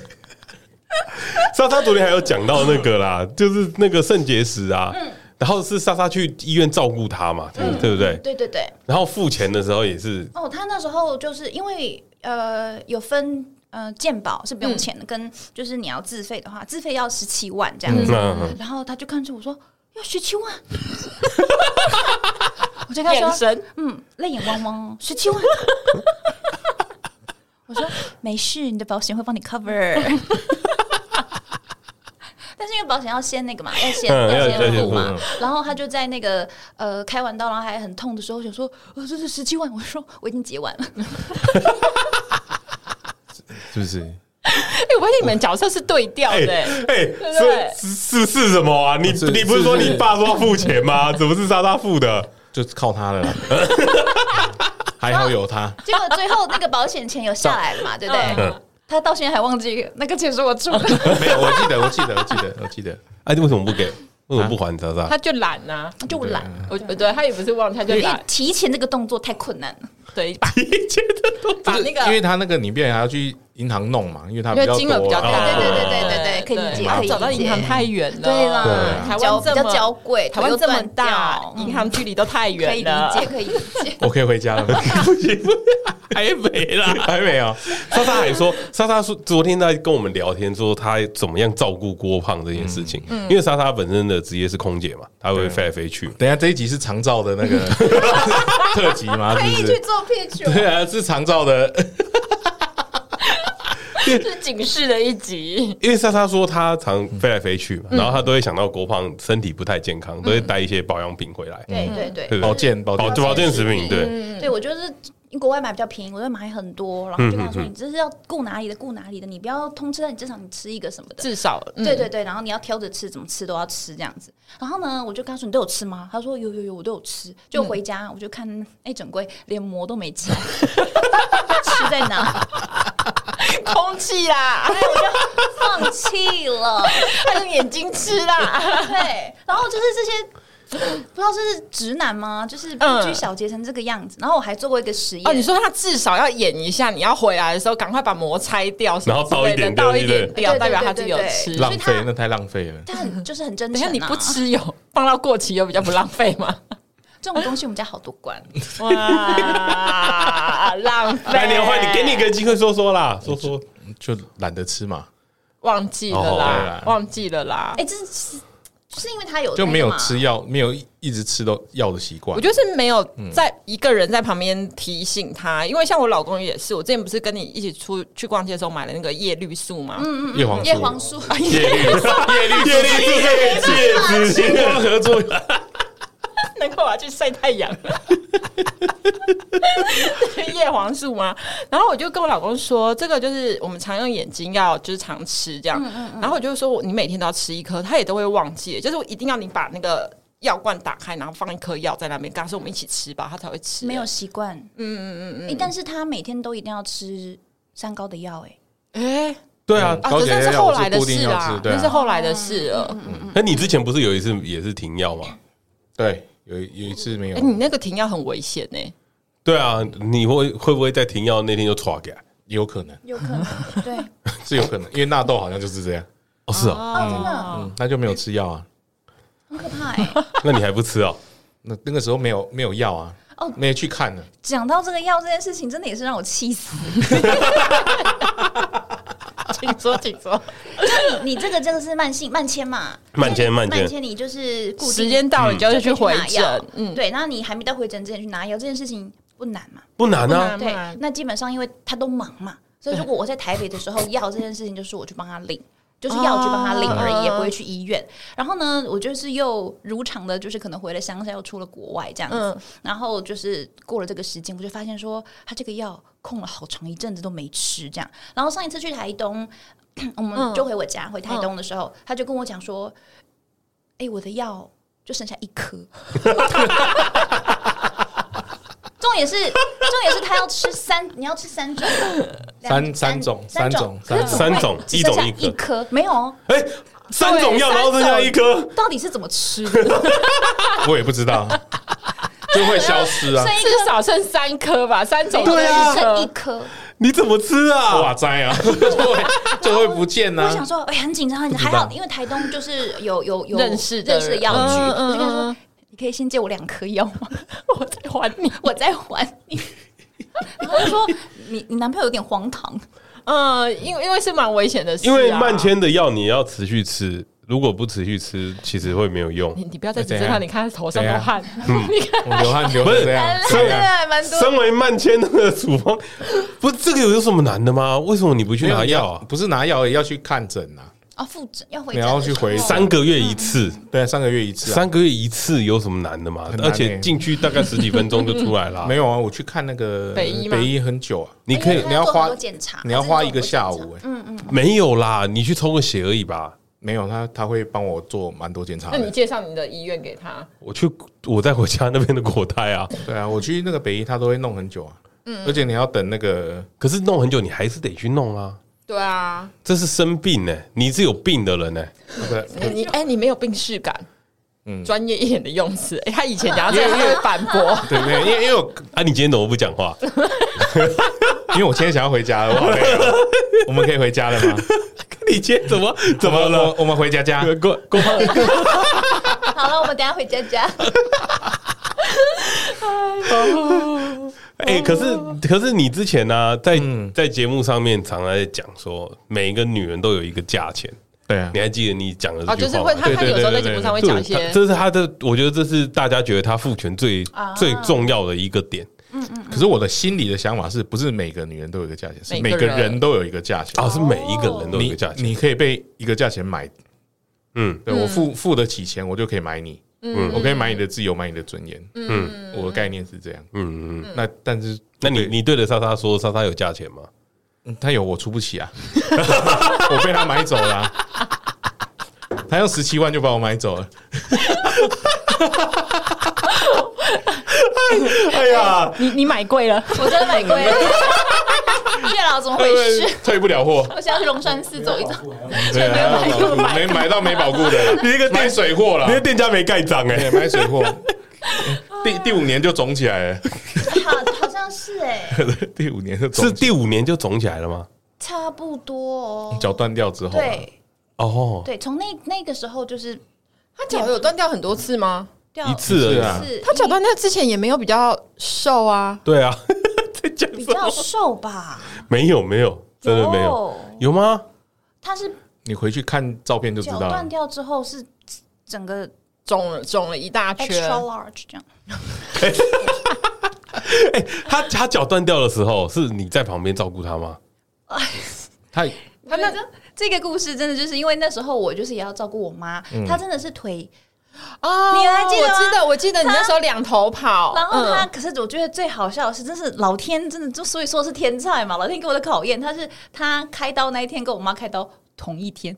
[SPEAKER 1] 莎莎昨天还有讲到那个啦，就是那个肾结石啊，
[SPEAKER 5] 嗯
[SPEAKER 1] 然后是莎莎去医院照顾他嘛，对对不对？
[SPEAKER 4] 对对对，
[SPEAKER 1] 然后付钱的时候也是，
[SPEAKER 4] 哦，他那时候就是因为呃有分呃健保是不
[SPEAKER 1] 嗯
[SPEAKER 4] 用钱的，跟就是你要自费的话，自费要十七万这样子。
[SPEAKER 5] 哦
[SPEAKER 1] 嗯，
[SPEAKER 4] 然后他就看着我说要十 七万，我就跟他
[SPEAKER 5] 眼
[SPEAKER 4] 说
[SPEAKER 5] 神
[SPEAKER 4] 嗯，泪眼汪汪哦，十 七万。我说没事，你的保险会帮你 cover。但是因为保险要先那个嘛，要先
[SPEAKER 1] 嗯要
[SPEAKER 4] 先
[SPEAKER 1] 要先
[SPEAKER 4] 付嘛
[SPEAKER 1] 付，
[SPEAKER 4] 然后他就在那个呃开完刀，然后还很痛的时候，想说，呃，这是十七万，我说我已经结完了，
[SPEAKER 2] 是不是？
[SPEAKER 5] 哎、我发现你们角色是对调
[SPEAKER 1] 哎
[SPEAKER 5] 的、欸
[SPEAKER 1] 哎，
[SPEAKER 5] 对
[SPEAKER 1] 是是是什么啊？你
[SPEAKER 2] 是
[SPEAKER 1] 你不是说
[SPEAKER 2] 是
[SPEAKER 1] 你爸说要付钱吗？怎么是莎莎付的？
[SPEAKER 2] 就靠他了啦， 还好有他。
[SPEAKER 4] 结果最后那个保险钱有下来了嘛，对不对？
[SPEAKER 1] 嗯，
[SPEAKER 4] 他到现在还忘记那个钱是我出 的，
[SPEAKER 2] 没有，我记得，我记得，我记得，我记得。
[SPEAKER 1] 哎，你为什么不给？为什么不还莎莎？
[SPEAKER 5] 他就懒啊呐、
[SPEAKER 4] 就我懒，
[SPEAKER 5] 我我对他也不是忘，他就
[SPEAKER 4] 因为
[SPEAKER 5] 懒，
[SPEAKER 4] 提前这个动作太困难了。
[SPEAKER 5] 对，把
[SPEAKER 2] 不是
[SPEAKER 5] 把那个
[SPEAKER 2] 因为他那个里面还要去银行弄嘛，因为他
[SPEAKER 5] 因
[SPEAKER 2] 比
[SPEAKER 5] 为
[SPEAKER 2] 较
[SPEAKER 5] 金额比较
[SPEAKER 2] 多啊
[SPEAKER 5] 大，
[SPEAKER 4] 对对对对对对
[SPEAKER 5] 对
[SPEAKER 4] 可以理解
[SPEAKER 5] 然后
[SPEAKER 4] 可以
[SPEAKER 5] 找到
[SPEAKER 4] 理解
[SPEAKER 5] 银行太远了，
[SPEAKER 4] 对啊啦
[SPEAKER 2] 对
[SPEAKER 5] 台
[SPEAKER 4] 交
[SPEAKER 5] 湾这
[SPEAKER 4] 比较
[SPEAKER 5] 么
[SPEAKER 4] 娇贵
[SPEAKER 5] 台湾这么大
[SPEAKER 4] 腿又断，掉
[SPEAKER 5] 银行距离都太
[SPEAKER 4] 可以
[SPEAKER 5] 远
[SPEAKER 4] 理解，
[SPEAKER 5] 了。
[SPEAKER 4] 嗯可以理解。
[SPEAKER 2] 哦 我可以回家了 吗？
[SPEAKER 1] 还没啦，
[SPEAKER 2] 还没啊有，
[SPEAKER 1] 莎莎还说，莎莎说昨天在跟我们聊天，说她怎么样照顾郭胖这件事情，因为莎莎本身的职业是空姐嘛，她会飞来飞去。
[SPEAKER 2] 等一下这一集是长照的那个特辑吗？
[SPEAKER 3] 可
[SPEAKER 2] 是
[SPEAKER 3] 以
[SPEAKER 2] 不
[SPEAKER 3] 去
[SPEAKER 2] 是？
[SPEAKER 3] 做 P 球，
[SPEAKER 2] 对啊，是长照的，
[SPEAKER 5] 是警示的一集，
[SPEAKER 1] 因为莎莎说她常飞来飞去嘛，然后她都会想到郭胖身体不太健康，都会带一些保养品回来，
[SPEAKER 4] 对对对，
[SPEAKER 1] 嗯对不对
[SPEAKER 2] 保健保
[SPEAKER 1] 保
[SPEAKER 2] 健
[SPEAKER 1] 保健食品，对，
[SPEAKER 4] 嗯，对我就是国外买比较便宜，我就买很多，然后就跟他说，你这是要顾哪里的顾哪里的，你不要通吃到你至少你吃一个什么的。
[SPEAKER 5] 至少嗯
[SPEAKER 4] 对对对，然后你要挑着吃，怎么吃都要吃这样子。然后呢，我就跟他说：“你都有吃吗？”他说：“有有有，我都有吃。”就回家我就看，哎，整柜连膜都没 起来，吃在哪？
[SPEAKER 5] 空气 啦，
[SPEAKER 4] 哎，我就放弃了。
[SPEAKER 5] 还有眼睛吃啦，
[SPEAKER 4] 对，然后就是这些。不知道这是直男吗？就是必须小节成这个样子。然后我还做过一个实 验，
[SPEAKER 5] 嗯哦，你说他至少要演一下，你要回来的时候赶快把膜拆掉什么
[SPEAKER 1] 然后倒
[SPEAKER 5] 之类的
[SPEAKER 1] 一点
[SPEAKER 5] 倒
[SPEAKER 1] 掉
[SPEAKER 5] 一点
[SPEAKER 1] 对
[SPEAKER 5] 掉，
[SPEAKER 4] 对对
[SPEAKER 5] 代表他自己有
[SPEAKER 4] 对对
[SPEAKER 5] 吃。
[SPEAKER 4] 对
[SPEAKER 2] 浪
[SPEAKER 4] 所以
[SPEAKER 2] 费
[SPEAKER 4] 它，
[SPEAKER 2] 那太浪费了。
[SPEAKER 4] 他很就是很真
[SPEAKER 5] 等一
[SPEAKER 4] 诚、
[SPEAKER 5] 下
[SPEAKER 4] 啊。
[SPEAKER 5] 你不吃 有放到过期有比较不浪费吗？
[SPEAKER 4] 这种东西，我们家好多 罐。
[SPEAKER 5] 哇，浪费！
[SPEAKER 1] 来年换你给你一个机会说说啦，说说
[SPEAKER 2] 就懒得吃嘛，
[SPEAKER 5] 忘记了
[SPEAKER 1] 哦哎
[SPEAKER 5] 啦，
[SPEAKER 2] 对啦
[SPEAKER 5] 忘记了啦
[SPEAKER 4] 哎、。这是就是因为他有
[SPEAKER 2] 就
[SPEAKER 4] 那个
[SPEAKER 2] 没有
[SPEAKER 4] 嘛
[SPEAKER 2] 吃药，没有一直吃到药的习惯。
[SPEAKER 5] 我就是没有
[SPEAKER 1] 嗯
[SPEAKER 5] 在一个人在旁边提醒他，因为像我老公也是，我之前不是跟你一起出去逛街的时候买了那个叶绿素嘛，
[SPEAKER 2] 得叶黄素
[SPEAKER 4] 叶 黄素，
[SPEAKER 5] 哎
[SPEAKER 2] 叶绿素、叶绿素、 叶绿 素、叶子、星光合作用。
[SPEAKER 5] 能够拿去晒太阳， 那是叶黄素吗？然后我就跟我老公说，这个就是我们常用眼睛要就是常吃这样，
[SPEAKER 4] 嗯
[SPEAKER 5] 然后我就说我你每天都要吃一颗，他也都会忘记，就是我一定要你把那个。药罐打开，然后放一颗药在那边，跟他说我们一起吃吧，他才会吃。
[SPEAKER 4] 没有，习惯。嗯嗯嗯嗯。但是他每天都一定要吃三高的药，哎，
[SPEAKER 5] 哎、
[SPEAKER 1] 对啊，
[SPEAKER 5] 啊，
[SPEAKER 2] 高
[SPEAKER 5] 可
[SPEAKER 2] 血
[SPEAKER 5] 是那
[SPEAKER 2] 压
[SPEAKER 5] 是
[SPEAKER 2] 药
[SPEAKER 5] 后
[SPEAKER 2] 是
[SPEAKER 5] 来的
[SPEAKER 2] 固定
[SPEAKER 5] 事
[SPEAKER 2] 要
[SPEAKER 5] 啦
[SPEAKER 2] 吃，对啊
[SPEAKER 5] 那是后来的事
[SPEAKER 4] 嗯
[SPEAKER 5] 了。
[SPEAKER 1] 那你之前不是有一次也是停药吗？
[SPEAKER 2] 对，有一有一次没有
[SPEAKER 4] 嗯
[SPEAKER 5] 哎、，你那个停药很危险呢、
[SPEAKER 1] 对啊，你会会不会在停药那天就啊垮给？
[SPEAKER 2] 有可能
[SPEAKER 4] 有可能对。
[SPEAKER 2] 是有可能，因为纳豆好像就是这样，
[SPEAKER 1] 哦，是哦，
[SPEAKER 4] 哦，真的
[SPEAKER 2] 嗯，那就没有吃药啊，
[SPEAKER 4] 很可怕哎。
[SPEAKER 1] 那你还不吃哦？
[SPEAKER 2] 那那个时候没有没有药啊
[SPEAKER 4] 哦，
[SPEAKER 2] 没去看呢，
[SPEAKER 4] 讲到这个药这件事情，真的也是让我气死。
[SPEAKER 5] 请说，请说。
[SPEAKER 4] 你这个真的是慢性慢签嘛？
[SPEAKER 1] 慢签慢
[SPEAKER 4] 慢
[SPEAKER 1] 签
[SPEAKER 4] 签，你就是 固定
[SPEAKER 5] 时间到了，你就要去回
[SPEAKER 4] 拿药
[SPEAKER 5] 诊。嗯，
[SPEAKER 4] 对，那你还没到回诊之前去拿药，这件事情不难嘛？
[SPEAKER 1] 不难啊，
[SPEAKER 5] 不
[SPEAKER 4] 对
[SPEAKER 5] 难，
[SPEAKER 4] 那基本上因为他都忙嘛，所以如果我在台北的时候，药这件事情就是我去帮他领。就是药去帮他领而已，
[SPEAKER 5] 哦
[SPEAKER 4] 也不会去医院。然后呢，我就是又如常的，就是可能回了乡下，又出了国外这样子。
[SPEAKER 5] 嗯
[SPEAKER 4] 然后就是过了这个时间，我就发现说，他这个药空了好长一阵子都没吃这样。然后上一次去台东， 我们
[SPEAKER 5] 嗯
[SPEAKER 4] 就回我家、回台东的时候，他就跟我讲说：“哎、我的药就剩下一颗。”重点是，重点是他要吃三，你要吃三种，
[SPEAKER 2] 三
[SPEAKER 4] 两
[SPEAKER 2] 三种
[SPEAKER 4] 三
[SPEAKER 2] 三种
[SPEAKER 4] 可是怎么会
[SPEAKER 1] 三种
[SPEAKER 4] 只剩下
[SPEAKER 1] 一种一颗
[SPEAKER 4] 一颗，没有哦，
[SPEAKER 1] 哎，三种药然后剩下一颗，
[SPEAKER 4] 到底是怎么吃的？剩
[SPEAKER 2] 我也不知道，啊 就会消失啊，
[SPEAKER 4] 一
[SPEAKER 5] 至
[SPEAKER 4] 颗，
[SPEAKER 5] 少剩三颗吧，三种
[SPEAKER 1] 对啊
[SPEAKER 5] 只
[SPEAKER 4] 剩
[SPEAKER 5] 剩
[SPEAKER 4] 一
[SPEAKER 5] 一
[SPEAKER 4] 颗。
[SPEAKER 1] 你怎么吃啊？
[SPEAKER 2] 哇塞啊， 就会就会不见
[SPEAKER 4] 我想
[SPEAKER 2] 啊，
[SPEAKER 4] 说，哎，很紧张，很紧
[SPEAKER 2] 不知
[SPEAKER 4] 张
[SPEAKER 2] 道
[SPEAKER 4] 还好，因为台东就是有有有
[SPEAKER 5] 认识的
[SPEAKER 4] 认识的药局，
[SPEAKER 5] 人
[SPEAKER 4] 我就跟他
[SPEAKER 5] 嗯嗯
[SPEAKER 4] 说
[SPEAKER 5] 嗯，
[SPEAKER 4] 你可以先借我两颗药吗？
[SPEAKER 5] 我再还你。
[SPEAKER 4] 我再还你。 然后他说，你你男朋友有点荒唐，
[SPEAKER 5] 嗯，因为因为是蛮危险的事、啊，
[SPEAKER 1] 因为慢。签的药你要持续吃，如果不持续吃，其实会没有用
[SPEAKER 5] 你。你不要再指
[SPEAKER 2] 怎
[SPEAKER 5] 着
[SPEAKER 2] 样
[SPEAKER 1] 啊
[SPEAKER 5] 他，你看他头上
[SPEAKER 2] 怎
[SPEAKER 5] 的
[SPEAKER 2] 样
[SPEAKER 5] 汗，
[SPEAKER 1] 嗯
[SPEAKER 5] 你看
[SPEAKER 2] 我流汗流
[SPEAKER 1] 不
[SPEAKER 2] 成
[SPEAKER 1] 是
[SPEAKER 2] 这
[SPEAKER 4] 哎
[SPEAKER 2] 样，
[SPEAKER 1] 所以
[SPEAKER 2] 对啊
[SPEAKER 4] 还蛮
[SPEAKER 1] 身为慢签的处方， 不是这个有什么难的吗？为什么你不去
[SPEAKER 2] 没有
[SPEAKER 1] 拿药
[SPEAKER 2] 你
[SPEAKER 1] 啊？
[SPEAKER 2] 不是拿药而已，要去看诊啊，
[SPEAKER 4] 啊，复诊要回
[SPEAKER 2] 你
[SPEAKER 4] 诊的
[SPEAKER 2] 要去
[SPEAKER 4] 时候
[SPEAKER 2] 回
[SPEAKER 1] 三个月一次，
[SPEAKER 2] 对啊，三个月一次啊，
[SPEAKER 1] 三个月一次有什么难的吗
[SPEAKER 2] 很？难
[SPEAKER 1] 而
[SPEAKER 2] 欸
[SPEAKER 1] 且进去大概十几分钟就出来了。
[SPEAKER 2] 没有啊，我去看那个
[SPEAKER 5] 北医吗
[SPEAKER 2] 北医很久啊，
[SPEAKER 1] 你可以
[SPEAKER 4] 因为
[SPEAKER 2] 你要
[SPEAKER 4] 哎他做很
[SPEAKER 2] 花
[SPEAKER 4] 多检查，
[SPEAKER 2] 你要
[SPEAKER 4] 他真的
[SPEAKER 2] 花
[SPEAKER 4] 做
[SPEAKER 2] 一个
[SPEAKER 4] 很多
[SPEAKER 2] 下
[SPEAKER 4] 检查
[SPEAKER 2] 午，欸
[SPEAKER 1] 没有啦，你去抽个血而已吧。
[SPEAKER 2] 没有他他会帮我做蛮多检查
[SPEAKER 5] 那你
[SPEAKER 2] 的，
[SPEAKER 5] 介绍你的医院给他，
[SPEAKER 1] 我去，我在我家那边的果胎啊，
[SPEAKER 2] 对啊，我去那个北医他都会弄很久啊，
[SPEAKER 5] 嗯
[SPEAKER 2] 而且你要等那个
[SPEAKER 1] 可是弄很久，你还是得去弄啊。
[SPEAKER 5] 对啊，
[SPEAKER 1] 这是生病呢、你是有病的人呢、欸
[SPEAKER 2] 那个
[SPEAKER 5] 你你哎、你没有病视感，
[SPEAKER 2] 嗯，
[SPEAKER 5] 专业一点的用词，哎、他以前讲到这个他会反驳
[SPEAKER 2] 对不对？因为因为我
[SPEAKER 1] 啊，你今天怎么不讲话？
[SPEAKER 2] 因为我今天想要回家了，我好累了，我们可以回家了吗？
[SPEAKER 1] 你今天怎么怎么
[SPEAKER 2] 我
[SPEAKER 1] 了？？
[SPEAKER 2] 我们回家家。
[SPEAKER 1] 郭郭胖，
[SPEAKER 4] 好了，我们等一下回家 家。
[SPEAKER 1] 哎、可是可是你之前呢、啊在、在节目上面常常在讲说，每一个女人都有一个价钱，
[SPEAKER 2] 对啊
[SPEAKER 1] 你，还记得你讲的
[SPEAKER 5] 哦，
[SPEAKER 1] 这句
[SPEAKER 5] 就是
[SPEAKER 1] 话
[SPEAKER 5] 会
[SPEAKER 1] 吗？
[SPEAKER 5] 他他有时候在节目上会讲一
[SPEAKER 1] 对
[SPEAKER 5] 些
[SPEAKER 1] 他，这是他的，我觉得这是大家觉得他父权最、
[SPEAKER 5] 啊
[SPEAKER 1] 最重要的一个点
[SPEAKER 2] 可是我的心里的想法是不是每个女人都有一个价钱，是每
[SPEAKER 5] 每个
[SPEAKER 2] 个
[SPEAKER 5] 人
[SPEAKER 2] 人都有一个价钱
[SPEAKER 1] 啊，是每一个人都有一
[SPEAKER 2] 你
[SPEAKER 1] 个价钱。
[SPEAKER 2] 你可以被一个价钱买，
[SPEAKER 1] 嗯
[SPEAKER 2] 对我付付得起钱，我就可以买你，
[SPEAKER 1] 嗯
[SPEAKER 2] 我可以买你的自由，买你的尊严。
[SPEAKER 1] 嗯
[SPEAKER 2] 我的概念是这样。
[SPEAKER 1] 嗯嗯，
[SPEAKER 2] 那但是，
[SPEAKER 1] 那你
[SPEAKER 2] 对
[SPEAKER 1] 你对着莎莎说，莎莎有价钱吗？
[SPEAKER 2] 嗯他有我出不起啊， 我被他买走了啊、他用十七万就把我买走了，
[SPEAKER 1] 哎呀，
[SPEAKER 5] 你你买贵了，
[SPEAKER 4] 我真的买 贵了。月老怎么回事？
[SPEAKER 2] 退不了货。
[SPEAKER 4] 我想要去龙山寺走一遭。
[SPEAKER 2] 对啊，没买到没保固 的，
[SPEAKER 1] 你这个
[SPEAKER 2] 买水货了
[SPEAKER 1] 你，的店家没盖章哎、
[SPEAKER 2] 对，买水货。第第五年就肿起来了，
[SPEAKER 4] 好，好像是哎、
[SPEAKER 2] 第五年就是肿起
[SPEAKER 1] 第五年就肿起来了吗？
[SPEAKER 4] 差不多
[SPEAKER 2] 来，
[SPEAKER 4] 哦。
[SPEAKER 2] 脚断掉之后啊，
[SPEAKER 4] 对
[SPEAKER 1] 哦，
[SPEAKER 4] 对，从那那个时候就是
[SPEAKER 5] 他脚有断掉很多次吗？
[SPEAKER 4] 掉
[SPEAKER 1] 一次而已
[SPEAKER 2] 是啊
[SPEAKER 4] 是
[SPEAKER 5] 他脚断掉之前也没有比较瘦啊，
[SPEAKER 1] 对 啊，在讲
[SPEAKER 4] 比
[SPEAKER 1] 什
[SPEAKER 4] 较
[SPEAKER 1] 么？
[SPEAKER 4] 瘦吧？
[SPEAKER 1] 没有没有，真的没有，有吗？
[SPEAKER 4] 他是
[SPEAKER 2] 你回去看照片就知
[SPEAKER 4] 脚
[SPEAKER 2] 道了
[SPEAKER 4] 断。掉之后是整个
[SPEAKER 5] 肿了肿了一大
[SPEAKER 4] extra
[SPEAKER 5] 圈，
[SPEAKER 4] large 这样。
[SPEAKER 1] 哎、他他脚断掉的时候，是你在旁边照顾他吗？
[SPEAKER 2] 太
[SPEAKER 4] 他那这个故事真的就是因为那时候我就是也要照顾我妈，
[SPEAKER 2] 嗯
[SPEAKER 4] 她真的是腿，
[SPEAKER 5] 哦
[SPEAKER 4] 你还记得
[SPEAKER 5] 我
[SPEAKER 4] 吗
[SPEAKER 5] 记得，我记得你那时候两头跑，
[SPEAKER 4] 然后她
[SPEAKER 5] 嗯
[SPEAKER 4] 可是我觉得最好笑的是，真是老天真的就所以说是天才嘛，老天给我的考验，她是她开刀那一天跟我妈开刀同一天，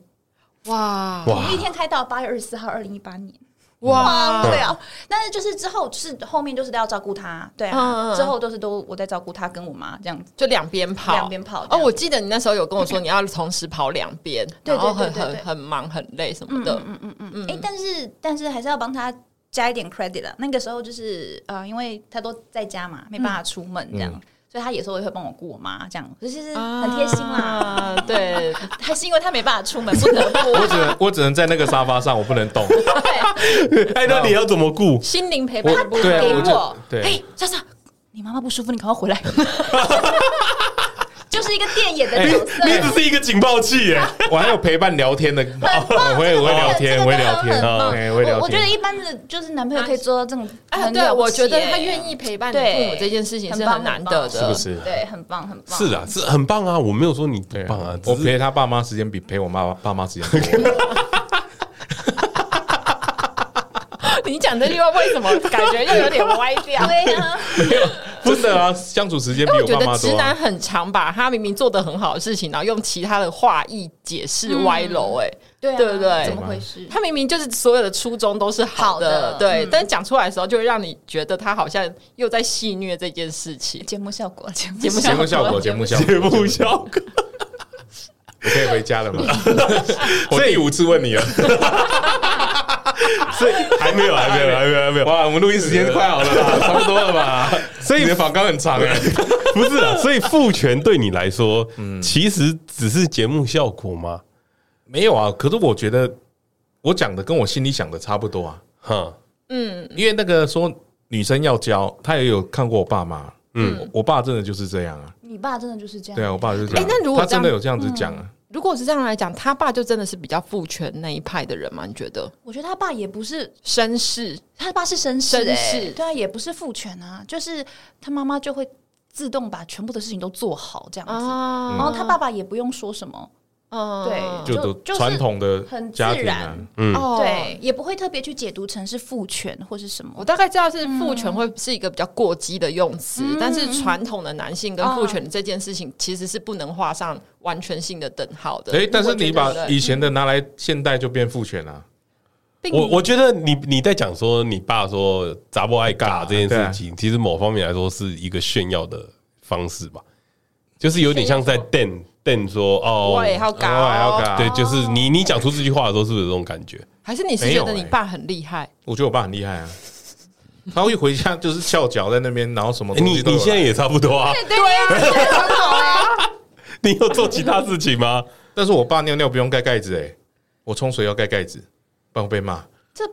[SPEAKER 5] 哇
[SPEAKER 1] 哇
[SPEAKER 4] 同一天开刀八月二十四号，二零一八年。
[SPEAKER 5] 哇
[SPEAKER 4] 啊，对啊，但是就是之后是后面就是都要照顾他，对
[SPEAKER 5] 嗯嗯
[SPEAKER 4] 啊，
[SPEAKER 5] 嗯
[SPEAKER 4] 之后都是都我在照顾他跟我妈这样子，
[SPEAKER 5] 就两边跑，
[SPEAKER 4] 两边跑这
[SPEAKER 5] 哦，
[SPEAKER 4] 样
[SPEAKER 5] 我记得你那时候有跟我说你要同时跑两边，
[SPEAKER 4] 对对
[SPEAKER 5] 然后很
[SPEAKER 4] 对对
[SPEAKER 5] 很
[SPEAKER 4] 对
[SPEAKER 5] 很忙很累什么的。
[SPEAKER 4] 嗯，哎，但是但是还是要帮他加一点 credit 啦。那个时候就是呃，因为他都在家嘛，没办法出门这样，所以他有时候也会帮我顾我妈这样，就是很贴心啦。
[SPEAKER 5] 啊，对，
[SPEAKER 4] 还是因为他没办法出门，不得不啊
[SPEAKER 2] 我只能我只能在那个沙发上，我不能动。
[SPEAKER 1] 哎、那你要怎么顾？
[SPEAKER 5] 心灵陪伴
[SPEAKER 2] 我
[SPEAKER 5] 的部
[SPEAKER 2] 对
[SPEAKER 5] 分
[SPEAKER 2] 啊，
[SPEAKER 4] 给
[SPEAKER 2] 我
[SPEAKER 4] 我
[SPEAKER 2] 就，对，
[SPEAKER 4] 嘿，莎莎，你妈妈不舒服，你赶快回来。 就是一个电眼的
[SPEAKER 1] 你
[SPEAKER 4] 角色，
[SPEAKER 2] 哎
[SPEAKER 1] 你只是一个警报器耶、
[SPEAKER 2] 我还有陪伴聊天的，
[SPEAKER 4] 很棒
[SPEAKER 2] 我会我会聊天，我会聊天，哎，我会聊
[SPEAKER 4] 我我觉得
[SPEAKER 2] 天。
[SPEAKER 4] 一般的就是男朋友可以做到这种
[SPEAKER 5] 啊，
[SPEAKER 4] 很了不起耶，
[SPEAKER 5] 对，我觉得他愿意陪伴你
[SPEAKER 4] 对
[SPEAKER 5] 父母这件事情是
[SPEAKER 4] 很棒
[SPEAKER 5] 难得的，
[SPEAKER 4] 很
[SPEAKER 2] 是
[SPEAKER 4] 棒
[SPEAKER 2] 不是
[SPEAKER 4] 对，很棒，很棒。
[SPEAKER 1] 是啊，是很棒啊，我没有说你不
[SPEAKER 2] 对
[SPEAKER 1] 棒啊
[SPEAKER 2] 啊，，我
[SPEAKER 1] 只是
[SPEAKER 2] 陪他爸妈时间比陪我妈爸妈时间 多。
[SPEAKER 5] 你讲这句话为什么感觉又有点歪 掉？
[SPEAKER 4] 对啊呀，
[SPEAKER 2] 真的啊，相处时间比
[SPEAKER 5] 因为
[SPEAKER 2] 我
[SPEAKER 5] 我觉
[SPEAKER 2] 爸妈
[SPEAKER 5] 得
[SPEAKER 2] 多
[SPEAKER 5] 直男
[SPEAKER 2] 啊。
[SPEAKER 5] 很常把他明明做的很好的事情，然后用其他的话意解释
[SPEAKER 4] 嗯
[SPEAKER 5] 歪楼、哎、
[SPEAKER 4] 对啊
[SPEAKER 5] 对不对
[SPEAKER 4] 怎么回事？
[SPEAKER 5] 他明明就是所有的初衷都是好的，
[SPEAKER 4] 好的
[SPEAKER 5] 对，
[SPEAKER 4] 嗯
[SPEAKER 5] 但讲出来的时候，就会让你觉得他好像又在戏虐这件事情。
[SPEAKER 4] 节目效果，节目
[SPEAKER 5] 节目
[SPEAKER 2] 节目效果，节目效果，
[SPEAKER 1] 节目效果。
[SPEAKER 2] 我可以回家 了吗？我第五次问你了，
[SPEAKER 1] 所以 还没有，还 没有，还没有，还没有。
[SPEAKER 2] 哇，我们录音时间快好了 啦，差不多了吧？
[SPEAKER 1] 所以
[SPEAKER 2] 你的访纲很长哎，
[SPEAKER 1] 不是啊，所以父权对你来说，其实只是节目效果吗？
[SPEAKER 2] 没有啊，可是我觉得我讲的跟我心里想的差不多啊，
[SPEAKER 1] 哈，
[SPEAKER 2] 因为那个说女生要教，他也有看过我爸妈，嗯，我我爸真的就是这样啊，
[SPEAKER 4] 你爸真的就是这样，
[SPEAKER 2] 对啊，我爸就是这样，
[SPEAKER 5] 哎那如果
[SPEAKER 2] 他
[SPEAKER 5] 这样
[SPEAKER 2] 真的有这样子讲啊，
[SPEAKER 5] 如果是这样来讲，他爸就真的是比较父权那一派的人吗？你觉得
[SPEAKER 4] 我觉得他爸也不是，
[SPEAKER 5] 绅士
[SPEAKER 4] 他爸是绅士
[SPEAKER 5] 绅
[SPEAKER 4] 欸
[SPEAKER 5] 士
[SPEAKER 4] 对啊，也不是父权啊，就是他妈妈就会自动把全部的事情都做好这样子，
[SPEAKER 5] 啊
[SPEAKER 4] 然后他爸爸也不用说什么，
[SPEAKER 5] 嗯
[SPEAKER 4] 对
[SPEAKER 2] 就
[SPEAKER 4] 就
[SPEAKER 2] 都
[SPEAKER 4] 就是
[SPEAKER 2] 传统的
[SPEAKER 4] 很自
[SPEAKER 2] 家
[SPEAKER 4] 然
[SPEAKER 2] 庭啊，
[SPEAKER 5] 哦
[SPEAKER 4] 对，。也不会特别去解读成是父权或是什么
[SPEAKER 5] 我。大概知道是父权会是一个比较过激的用词，但是传统的男性跟父权这件事情其实是不能画上完全性的等号的。
[SPEAKER 2] 哎，但是
[SPEAKER 5] 我觉
[SPEAKER 2] 你
[SPEAKER 5] 得嗯
[SPEAKER 2] 把
[SPEAKER 5] 对
[SPEAKER 2] 以前的拿来现代就变父权了，
[SPEAKER 5] 并
[SPEAKER 1] 我我觉得你你在讲说你爸说杂不爱尬这件
[SPEAKER 2] 对啊
[SPEAKER 1] 事情，其实某方面来说是一个炫耀的方式吧，就是有点像在瞪瞪说哦，
[SPEAKER 5] 我也要
[SPEAKER 2] 然后还要
[SPEAKER 5] 欸搞，
[SPEAKER 2] 干，
[SPEAKER 1] 对，，就是你你讲出这句话的时候，是不是有这种感觉？
[SPEAKER 5] 还是你是
[SPEAKER 2] 没有
[SPEAKER 5] 觉得你
[SPEAKER 2] 欸
[SPEAKER 5] 爸很厉害？
[SPEAKER 2] 我觉得我爸很厉害啊，他会回家就是翘脚在那边，然后什么
[SPEAKER 1] 欸
[SPEAKER 2] 东
[SPEAKER 1] 你
[SPEAKER 2] 西都
[SPEAKER 1] 你
[SPEAKER 2] 有
[SPEAKER 1] 现在也差不多啊，
[SPEAKER 4] 对呀，很好
[SPEAKER 5] 哎
[SPEAKER 4] 啊。
[SPEAKER 1] 你有做其他事情吗？
[SPEAKER 2] 但是我爸尿尿不用盖盖子哎、我冲水要盖盖子，不然会被骂。
[SPEAKER 4] 这